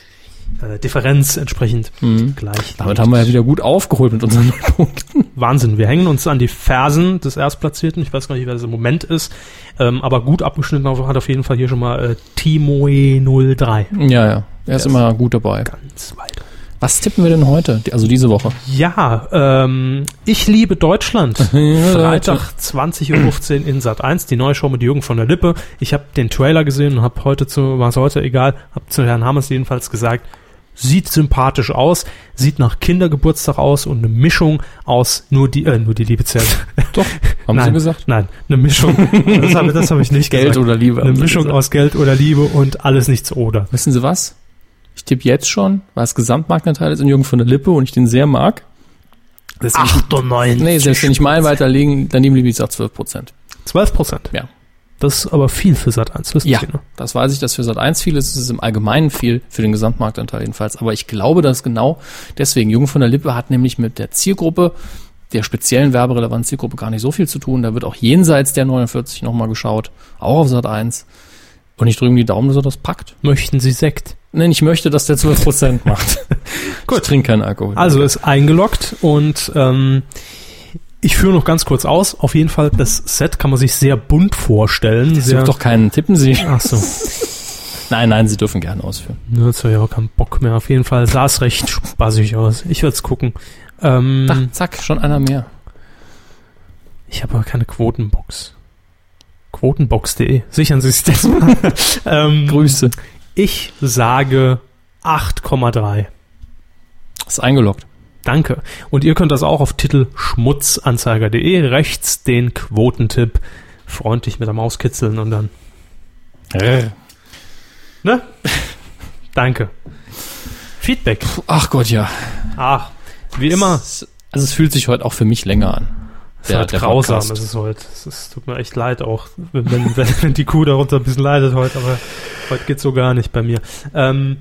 Speaker 2: äh, Differenz entsprechend
Speaker 1: Mhm.
Speaker 2: gleich.
Speaker 1: Damit
Speaker 2: liegt.
Speaker 1: haben wir ja wieder gut aufgeholt mit unseren Punkten.
Speaker 2: Wahnsinn. Wir hängen uns an die Fersen des Erstplatzierten. Ich weiß gar nicht, wer das im Moment ist. Ähm, aber gut abgeschnitten auf- hat auf jeden Fall hier schon mal äh, Timoe03.
Speaker 1: <laughs> Ja, ja. Er ist
Speaker 2: Ja.
Speaker 1: immer gut dabei.
Speaker 2: Ganz weit.
Speaker 1: Was tippen wir denn heute? Die- Also diese <laughs> Woche.
Speaker 2: Ja, ähm, ich liebe Deutschland. Freitag 20.15 Uhr in Sat 1, die neue Show mit Jürgen von der Lippe. Ich habe den Trailer gesehen und habe heute zu, war es heute egal, habe zu Herrn Hammers jedenfalls gesagt, sieht sympathisch aus, sieht nach Kindergeburtstag aus und eine Mischung aus nur die, äh, nur die Liebe zählt.
Speaker 1: Doch, haben
Speaker 2: Nein.
Speaker 1: Sie gesagt?
Speaker 2: Nein,
Speaker 1: <laughs>
Speaker 2: eine Mischung. Das habe das hab ich nicht
Speaker 1: Geld
Speaker 2: gesagt.
Speaker 1: oder Liebe.
Speaker 2: Eine
Speaker 1: haben Sie
Speaker 2: Mischung
Speaker 1: gesagt.
Speaker 2: aus Geld oder Liebe und alles nichts oder.
Speaker 1: Wissen Sie was? Ich tippe jetzt schon, weil das Gesamtmarktanteil ist in Jürgen von der Lippe und ich den sehr mag. Selbst wenn ich-
Speaker 2: 98.
Speaker 1: Nee, selbst wenn ich meinen weiter liegen, daneben liege ich sag 12 Prozent.
Speaker 2: 12 Prozent.
Speaker 1: Ja.
Speaker 2: Das ist aber viel für Sat 1, wissen
Speaker 1: Ja.
Speaker 2: Sie, ne?
Speaker 1: Das weiß ich, dass für Sat 1 viel ist, es ist im Allgemeinen viel, für den Gesamtmarktanteil jedenfalls. Aber ich glaube, dass genau deswegen Jürgen von der Lippe hat nämlich mit der Zielgruppe, der speziellen werberelevanten Zielgruppe gar nicht so viel zu tun. Da wird auch jenseits der 49 nochmal geschaut, auch auf Sat 1. Und ich drücke die Daumen, dass er das packt.
Speaker 2: Möchten Sie Sekt?
Speaker 1: Nein, ich möchte, dass der 12
Speaker 2: <laughs>
Speaker 1: Prozent macht.
Speaker 2: Gut.
Speaker 1: Ich trinke keinen Alkohol.
Speaker 2: Also ist eingeloggt und ähm, ich führe noch ganz kurz aus. Auf jeden Fall, das Set kann man sich sehr bunt vorstellen.
Speaker 1: Sie
Speaker 2: Sehr,
Speaker 1: dürfen doch keinen, tippen
Speaker 2: <laughs>
Speaker 1: Sie.
Speaker 2: ach so,
Speaker 1: Nein, nein, Sie dürfen gerne ausführen.
Speaker 2: nur jetzt habe ich auch keinen Bock mehr. Auf jeden Fall sah es recht spaßig aus. Ich werde es gucken.
Speaker 1: Da,
Speaker 2: Ähm,
Speaker 1: zack, schon einer mehr.
Speaker 2: ich habe aber keine Quotenbox. Quotenbox.de. Sichern Sie sich das mal. ähm,
Speaker 1: Grüße.
Speaker 2: ich sage 8,3.
Speaker 1: Ist eingeloggt.
Speaker 2: Danke. Und ihr könnt das auch auf titelschmutzanzeiger.de rechts den Quotentipp freundlich mit der Maus kitzeln und dann Danke. Feedback.
Speaker 1: Ach Gott, ja.
Speaker 2: Ach, wie immer.
Speaker 1: Es, also es fühlt sich heute auch für mich länger an.
Speaker 2: Es ist halt grausam, es ist heute. Es ist, tut mir echt leid auch, wenn, wenn, <laughs> wenn, wenn die Kuh darunter ein bisschen leidet heute, aber heute geht's so gar nicht bei mir. Ähm,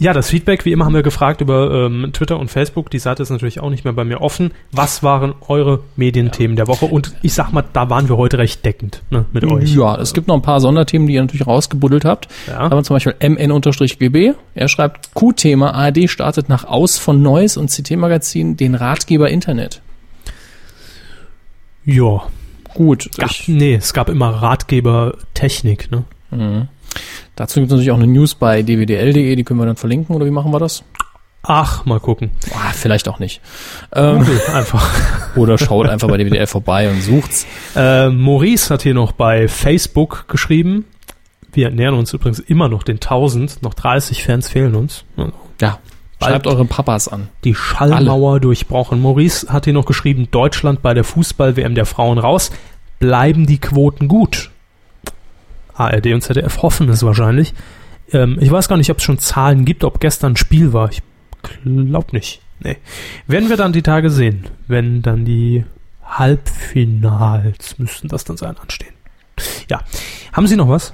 Speaker 2: ja, das Feedback, wie immer, haben wir gefragt über ähm, Twitter und Facebook. Die Seite ist natürlich auch nicht mehr bei mir offen. Was waren eure Medienthemen der Woche? Und ich sag mal, da waren wir heute recht deckend ne, mit euch.
Speaker 1: Ja, es gibt noch ein paar Sonderthemen, die ihr natürlich rausgebuddelt habt.
Speaker 2: Ja.
Speaker 1: Da haben wir zum Beispiel MN-GB. Er schreibt, Q-Thema ARD startet nach Aus von Neues und CT-Magazin den Ratgeber Internet.
Speaker 2: ja.
Speaker 1: Gut.
Speaker 2: Gab,
Speaker 1: Ich,
Speaker 2: nee, es gab immer Ratgeber Technik. Ne?
Speaker 1: mhm. E, dazu gibt es natürlich auch eine News bei dwdl.de, die können wir dann verlinken, oder wie machen wir das?
Speaker 2: Ach, mal gucken.
Speaker 1: Boah, vielleicht auch nicht.
Speaker 2: <laughs>
Speaker 1: Ähm,
Speaker 2: Google einfach.
Speaker 1: oder schaut einfach bei der WDR vorbei und sucht's.
Speaker 2: Äh, Maurice hat hier noch bei Facebook geschrieben. Wir nähern uns übrigens immer noch den 1000. Noch 30 Fans fehlen uns.
Speaker 1: Ja. Schreibt eure Papas an.
Speaker 2: Die Schallmauer durchbrochen. Maurice hat hier noch geschrieben, Deutschland bei der Fußball-WM der Frauen raus. Bleiben die Quoten gut? ARD und ZDF hoffen es wahrscheinlich. Ähm, ich weiß gar nicht, ob es schon Zahlen gibt, ob gestern ein Spiel war. Ich glaub nicht. Nee. Werden wir dann die Tage sehen, wenn dann die Halbfinals müssten das dann sein anstehen. Ja. Haben Sie noch was?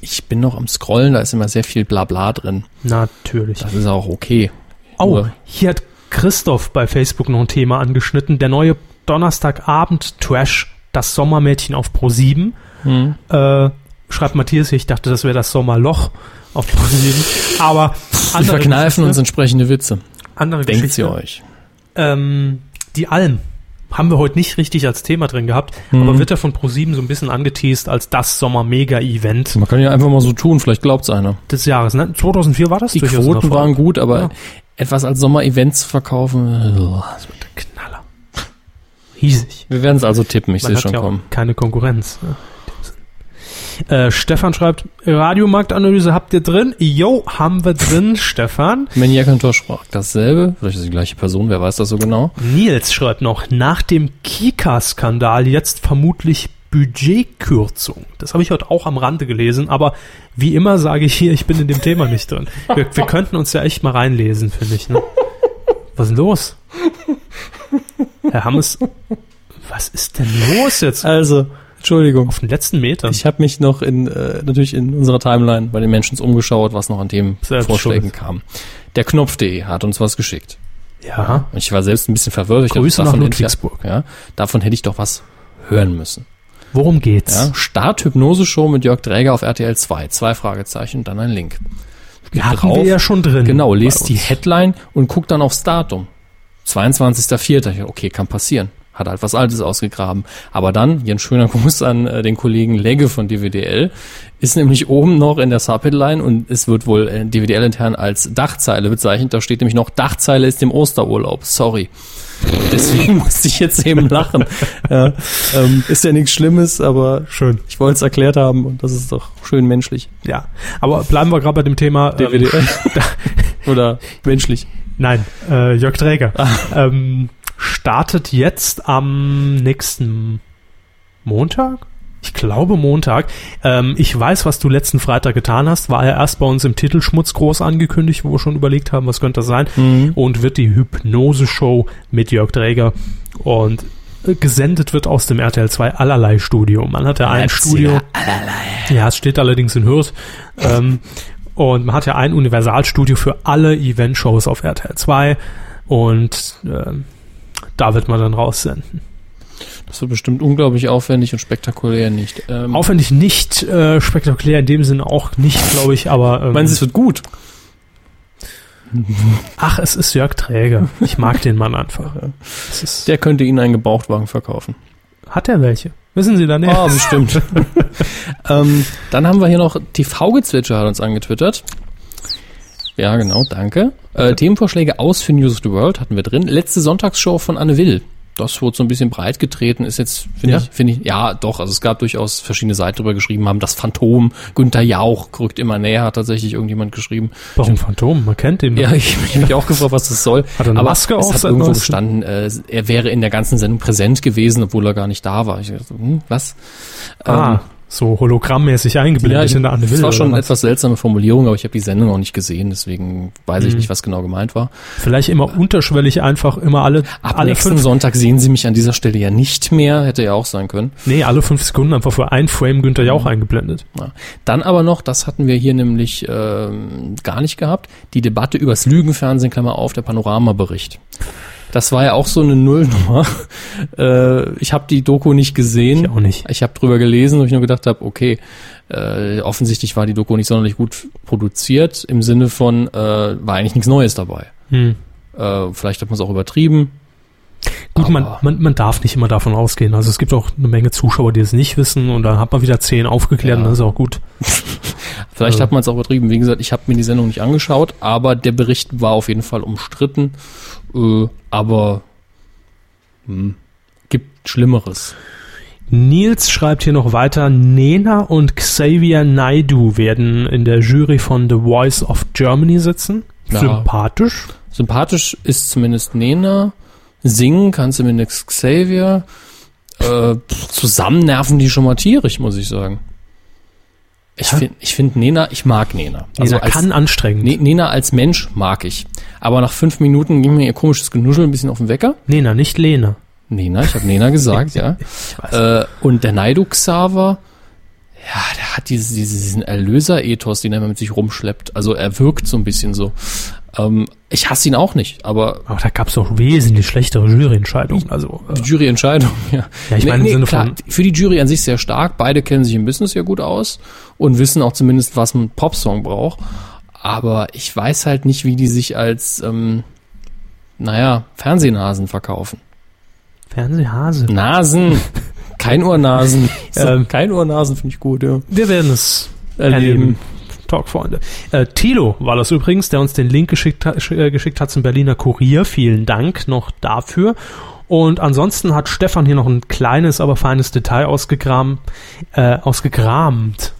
Speaker 1: Ich bin noch am Scrollen, da ist immer sehr viel Blabla drin.
Speaker 2: Natürlich.
Speaker 1: Das ist auch okay.
Speaker 2: Oh,
Speaker 1: Nur-
Speaker 2: hier hat Christoph bei Facebook noch ein Thema angeschnitten. Der neue Donnerstagabend-Trash, das Sommermädchen auf Pro7.
Speaker 1: Hm.
Speaker 2: Äh, schreibt Matthias, hier, ich dachte, das wäre das Sommerloch auf Pro7. Aber
Speaker 1: Wir
Speaker 2: andere
Speaker 1: verkneifen uns
Speaker 2: Geschichte,
Speaker 1: entsprechende Witze.
Speaker 2: andere
Speaker 1: Denkt
Speaker 2: Geschichte.
Speaker 1: sie euch.
Speaker 2: Ähm, die Alm haben wir heute nicht richtig als Thema drin gehabt,
Speaker 1: Mhm.
Speaker 2: aber wird ja von Pro7 so ein bisschen angeteased als das Sommer-Mega-Event
Speaker 1: Also Man kann ja einfach mal so tun, vielleicht glaubt's einer.
Speaker 2: des Jahres. Ne? 2004 war das
Speaker 1: Die
Speaker 2: durchaus ein
Speaker 1: Quoten
Speaker 2: Erfolg.
Speaker 1: waren gut, aber
Speaker 2: Ja.
Speaker 1: etwas als Sommer-Event zu verkaufen. äh,
Speaker 2: Das wird der Knaller. Riesig.
Speaker 1: Wir werden's also tippen, ich sehe schon
Speaker 2: ja auch
Speaker 1: kommen.
Speaker 2: keine Konkurrenz. ne? Äh, Stefan schreibt, Radiomarktanalyse habt ihr drin? Jo, haben
Speaker 1: <laughs>
Speaker 2: wir drin, Stefan.
Speaker 1: Maniacintosh fragt dasselbe. Vielleicht ist es die gleiche Person, wer weiß das so genau.
Speaker 2: Nils schreibt noch, nach dem Kika-Skandal jetzt vermutlich Budgetkürzung. Das habe ich heute auch am Rande gelesen, aber wie immer sage ich hier, ich bin in dem Thema nicht drin. Wir,
Speaker 1: <laughs>
Speaker 2: wir könnten uns ja echt mal reinlesen, finde ich. Ne? Was ist denn los? Herr Hammes, was ist denn los jetzt?
Speaker 1: Also, Entschuldigung.
Speaker 2: Auf den letzten Metern.
Speaker 1: Ich habe mich noch in äh, natürlich in unserer Timeline bei den Menschen umgeschaut, was noch an dem
Speaker 2: Selbst
Speaker 1: Vorschlägen
Speaker 2: schuld.
Speaker 1: kam. Der Knopf.de hat uns was geschickt.
Speaker 2: ja.
Speaker 1: Und ich war selbst ein bisschen verwirrt. Ich
Speaker 2: Grüße nach
Speaker 1: davon hätte ich-
Speaker 2: Ludwigsburg.
Speaker 1: Ja, davon hätte ich doch was hören müssen.
Speaker 2: Worum geht's?
Speaker 1: Ja, Start-Hypnose-Show mit Jörg Dräger auf RTL 2. Zwei Fragezeichen, dann ein Link.
Speaker 2: Die hatten
Speaker 1: drauf.
Speaker 2: wir ja schon drin.
Speaker 1: Genau,
Speaker 2: Bei
Speaker 1: lest die
Speaker 2: uns.
Speaker 1: Headline und guckt dann aufs Datum. 22.04. Ich dachte, Okay, kann passieren. Hat halt was Altes ausgegraben. Aber dann, Jens Schöner <laughs> Gruß an äh, den Kollegen Legge von DWDL, ist nämlich oben noch in der Subheadline und es wird wohl äh, DWDL intern als Dachzeile bezeichnet. Da steht nämlich noch, Dachzeile ist im Osterurlaub. Sorry. <laughs> Deswegen musste ich jetzt eben
Speaker 2: <laughs>
Speaker 1: lachen. Ja, ähm, ist ja nichts Schlimmes, aber
Speaker 2: Schön.
Speaker 1: ich wollte es erklärt haben und das ist doch schön menschlich.
Speaker 2: Ja. Aber bleiben wir gerade bei dem Thema. ähm,
Speaker 1: DWDL. Oder menschlich.
Speaker 2: <laughs> nein, äh, Jörg Träger.
Speaker 1: Ah.
Speaker 2: ähm, startet jetzt am nächsten Montag? Ich glaube Montag. Ähm, ich weiß, was du letzten Freitag getan hast. War ja erst bei uns im Titelschmutz groß angekündigt, wo wir schon überlegt haben, was könnte das sein. Und wird die Hypnose-Show mit Jörg Träger und äh, gesendet wird aus dem RTL 2 allerlei Studio. Man hat ja ein Studio. Ja, es steht allerdings in Hürth. Ähm, und man hat ja ein Universalstudio für alle Event-Shows auf RTL 2 und ähm, da wird man dann raussenden.
Speaker 1: Das wird bestimmt unglaublich aufwendig und spektakulär nicht. Ähm,
Speaker 2: Aufwendig nicht äh, spektakulär, in dem Sinne auch nicht, glaube ich, aber ähm,
Speaker 1: Meinen Sie, es wird gut?
Speaker 2: ach, es ist Jörg Träger. Ich mag den Mann einfach. Es ist,
Speaker 1: Der könnte Ihnen einen Gebrauchtwagen verkaufen.
Speaker 2: hat er welche? Wissen Sie da nicht?
Speaker 1: Ah, bestimmt. <laughs> ähm, dann haben wir hier noch TV-Gezwitscher hat uns angetwittert. Ja, genau, danke. Äh, Themenvorschläge aus für News of the World hatten wir drin. Letzte Sonntagsshow von Anne Will. Das wurde so ein bisschen breit getreten, ist jetzt, finde
Speaker 2: Ja?
Speaker 1: ich, finde ich, ja, doch, also es gab durchaus verschiedene Seiten drüber geschrieben haben. Das Phantom, Günther Jauch rückt immer näher, hat tatsächlich irgendjemand geschrieben.
Speaker 2: Warum Phantom? Man kennt den.
Speaker 1: Ja,
Speaker 2: doch.
Speaker 1: ich ich hab mich auch gefragt, was das soll.
Speaker 2: Hat er eine Maske
Speaker 1: es
Speaker 2: auf
Speaker 1: hat
Speaker 2: seit
Speaker 1: irgendwo
Speaker 2: neuestem?
Speaker 1: gestanden, äh, er wäre in der ganzen Sendung präsent gewesen, obwohl er gar nicht da war. Ich dachte, hm, was?
Speaker 2: ah, so hologrammmäßig eingeblendet in der Anne
Speaker 1: Ähm, das
Speaker 2: Will
Speaker 1: war schon
Speaker 2: oder
Speaker 1: eine
Speaker 2: was?
Speaker 1: etwas seltsame Formulierung, aber ich habe die Sendung auch nicht gesehen, deswegen weiß
Speaker 2: Mhm.
Speaker 1: ich nicht, was genau gemeint war.
Speaker 2: Vielleicht immer unterschwellig einfach immer alle,
Speaker 1: Ab
Speaker 2: alle
Speaker 1: nächsten
Speaker 2: fünf
Speaker 1: Sonntag sehen Sie mich an dieser Stelle ja nicht mehr, hätte ja auch sein können.
Speaker 2: Nee, alle fünf Sekunden einfach für ein Frame Günther Jauch
Speaker 1: Mhm.
Speaker 2: eingeblendet.
Speaker 1: Ja. Dann aber noch, das hatten wir hier nämlich ähm, gar nicht gehabt, die Debatte übers Lügenfernsehen, Klammer auf, der Panoramabericht. Das war ja auch so eine Nullnummer. <laughs> Äh, ich habe die Doku nicht gesehen.
Speaker 2: Ich auch nicht.
Speaker 1: Ich habe drüber gelesen, wo ich nur gedacht habe, okay, äh, offensichtlich war die Doku nicht sonderlich gut produziert, im Sinne von, äh, war eigentlich nichts Neues dabei.
Speaker 2: Hm.
Speaker 1: Äh, vielleicht hat man es auch übertrieben.
Speaker 2: Gut, man,
Speaker 1: Aber-
Speaker 2: man, man darf nicht immer davon ausgehen. Also es gibt auch eine Menge Zuschauer, die es nicht wissen und dann hat man wieder zehn aufgeklärt
Speaker 1: Ja.
Speaker 2: und dann ist auch gut.
Speaker 1: Vielleicht hat man es auch übertrieben. Wie gesagt, ich habe mir die Sendung nicht angeschaut, aber der Bericht war auf jeden Fall umstritten. Äh, aber hm, gibt Schlimmeres.
Speaker 2: Nils schreibt hier noch weiter, Nena und Xavier Naidu werden in der Jury von The Voice of Germany sitzen.
Speaker 1: Ja.
Speaker 2: Sympathisch.
Speaker 1: Sympathisch ist zumindest Nena. Singen kann zumindest Xavier. Äh, zusammen nerven die schon mal tierisch, muss ich sagen. Ich finde ich find Nena, ich mag Nena.
Speaker 2: Also
Speaker 1: als,
Speaker 2: kann anstrengend.
Speaker 1: Ne- Nena als Mensch mag ich. Aber nach fünf Minuten ging mir ihr komisches Genuschel ein bisschen auf den Wecker.
Speaker 2: Nena, nicht Lena.
Speaker 1: Nena, ich habe Nena gesagt, ja. Äh, und der Naidu Xaver, ja, der hat diese, diese, diesen Erlöser-Ethos, den er immer mit sich rumschleppt. Also er wirkt so ein bisschen so. Ähm, ich hasse ihn auch nicht, aber
Speaker 2: Aber da gab es auch wesentlich schlechtere
Speaker 1: Hm.
Speaker 2: Juryentscheidungen. Also äh,
Speaker 1: die Juryentscheidung, <laughs> ja.
Speaker 2: Ja, ich meine im Sinne von-
Speaker 1: Für die Jury an sich sehr stark. Beide kennen sich im Business ja gut aus und wissen auch zumindest, was ein Popsong braucht. Aber ich weiß halt nicht, wie die sich als, ähm, naja, Fernsehnasen verkaufen.
Speaker 2: äh,
Speaker 1: Hm.
Speaker 2: Fernsehhase. <laughs>
Speaker 1: Nasen! Kein Ohrnasen. So,
Speaker 2: Ähm.
Speaker 1: kein Ohrnasen finde ich gut, ja.
Speaker 2: Wir werden es
Speaker 1: Erleben.
Speaker 2: erleben. Talkfreunde. Äh, Thilo war das übrigens, der uns den Link geschickt, ha sch- äh, geschickt hat zum Berliner Kurier. Vielen Dank noch dafür. Und ansonsten hat Stefan hier noch ein kleines, aber feines Detail ausgegraben, äh, ausgegramt.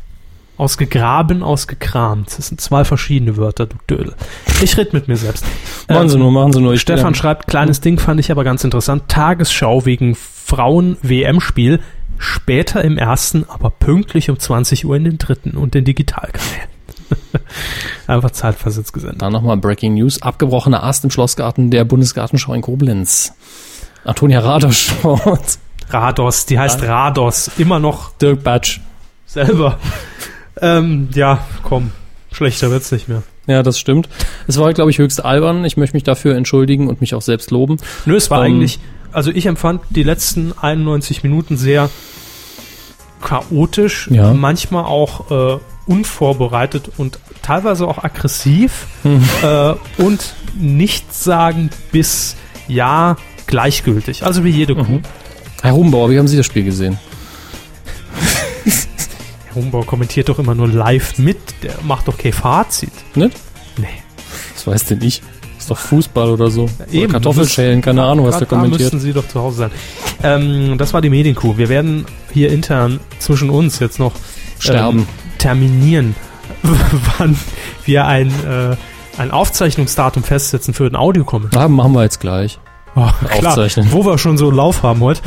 Speaker 2: Ausgegraben, ausgekramt. Das sind zwei verschiedene Wörter, du Dödel. Ich rede mit mir selbst.
Speaker 1: Machen Sie nur, machen Sie nur. Ich
Speaker 2: ähm, Stefan
Speaker 1: stehe
Speaker 2: schreibt, kleines Ding fand ich aber ganz interessant. Tagesschau wegen Frauen-WM-Spiel. Später im ersten, aber pünktlich um 20 Uhr in den dritten und den Digitalkanälen. <laughs> Einfach zeitversetzt gesendet.
Speaker 1: dann nochmal Breaking News. Abgebrochener Ast im Schlossgarten der Bundesgartenschau in Koblenz. Antonia Radosch und
Speaker 2: Rados, die heißt Rados. Immer noch
Speaker 1: <laughs> Dirk Batsch.
Speaker 2: selber. ähm, ja, komm. Schlechter wird's nicht mehr.
Speaker 1: Ja, das stimmt. Es war, glaube ich, höchst albern. Ich möchte mich dafür entschuldigen und mich auch selbst loben.
Speaker 2: Nö, es war
Speaker 1: Ähm,
Speaker 2: eigentlich, also ich empfand die letzten 91 Minuten sehr chaotisch,
Speaker 1: Ja.
Speaker 2: manchmal auch äh, unvorbereitet und teilweise auch aggressiv
Speaker 1: Hm.
Speaker 2: äh, und nichtssagend bis ja gleichgültig. Also wie jede
Speaker 1: Mhm.
Speaker 2: Kuh.
Speaker 1: Herr Rubenbauer, wie haben Sie das Spiel gesehen?
Speaker 2: Herr Humbau kommentiert doch immer nur live mit, der macht doch kein Fazit.
Speaker 1: Nicht?
Speaker 2: Nee.
Speaker 1: Was weiß denn ich? Ist doch Fußball oder so.
Speaker 2: eben.
Speaker 1: oder Kartoffelschälen, keine Ahnung, was
Speaker 2: Grad
Speaker 1: da
Speaker 2: da
Speaker 1: kommentiert.
Speaker 2: müssten Sie doch zu Hause sein. Ähm, das war die Medienkuh. Wir werden hier intern zwischen uns jetzt noch
Speaker 1: Sterben.
Speaker 2: ähm, terminieren, <laughs> wann wir ein, äh, ein Aufzeichnungsdatum festsetzen für den Audiokommentar.
Speaker 1: Ah, machen wir jetzt gleich.
Speaker 2: Oh,
Speaker 1: Aufzeichnen.
Speaker 2: wo wir schon so einen Lauf haben heute.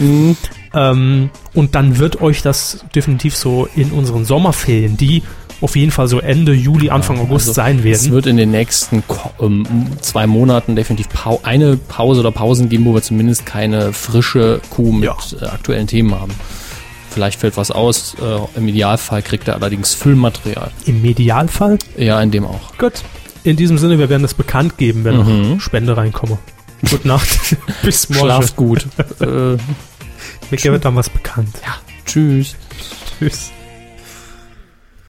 Speaker 2: Ähm, und dann wird euch das definitiv so in unseren Sommerferien, die auf jeden Fall so Ende Juli, Anfang August
Speaker 1: Also,
Speaker 2: sein
Speaker 1: Es
Speaker 2: werden.
Speaker 1: wird in den nächsten Ko- ähm, zwei Monaten definitiv Pau eine Pause oder Pausen geben, wo wir zumindest keine frische Kuh mit
Speaker 2: Ja.
Speaker 1: äh, aktuellen Themen haben. Vielleicht fällt was aus. Äh, Im Idealfall kriegt er allerdings Füllmaterial.
Speaker 2: Im Medialfall
Speaker 1: Ja, in dem auch.
Speaker 2: Gut. In diesem Sinne, wir werden das bekannt geben, wenn
Speaker 1: Mhm.
Speaker 2: noch Spende reinkomme. Gute Nacht. <laughs> Bis morgen. <laughs>
Speaker 1: Schlaft gut. äh,
Speaker 2: Mir wird dann was bekannt.
Speaker 1: tschüss.
Speaker 2: Tschüss.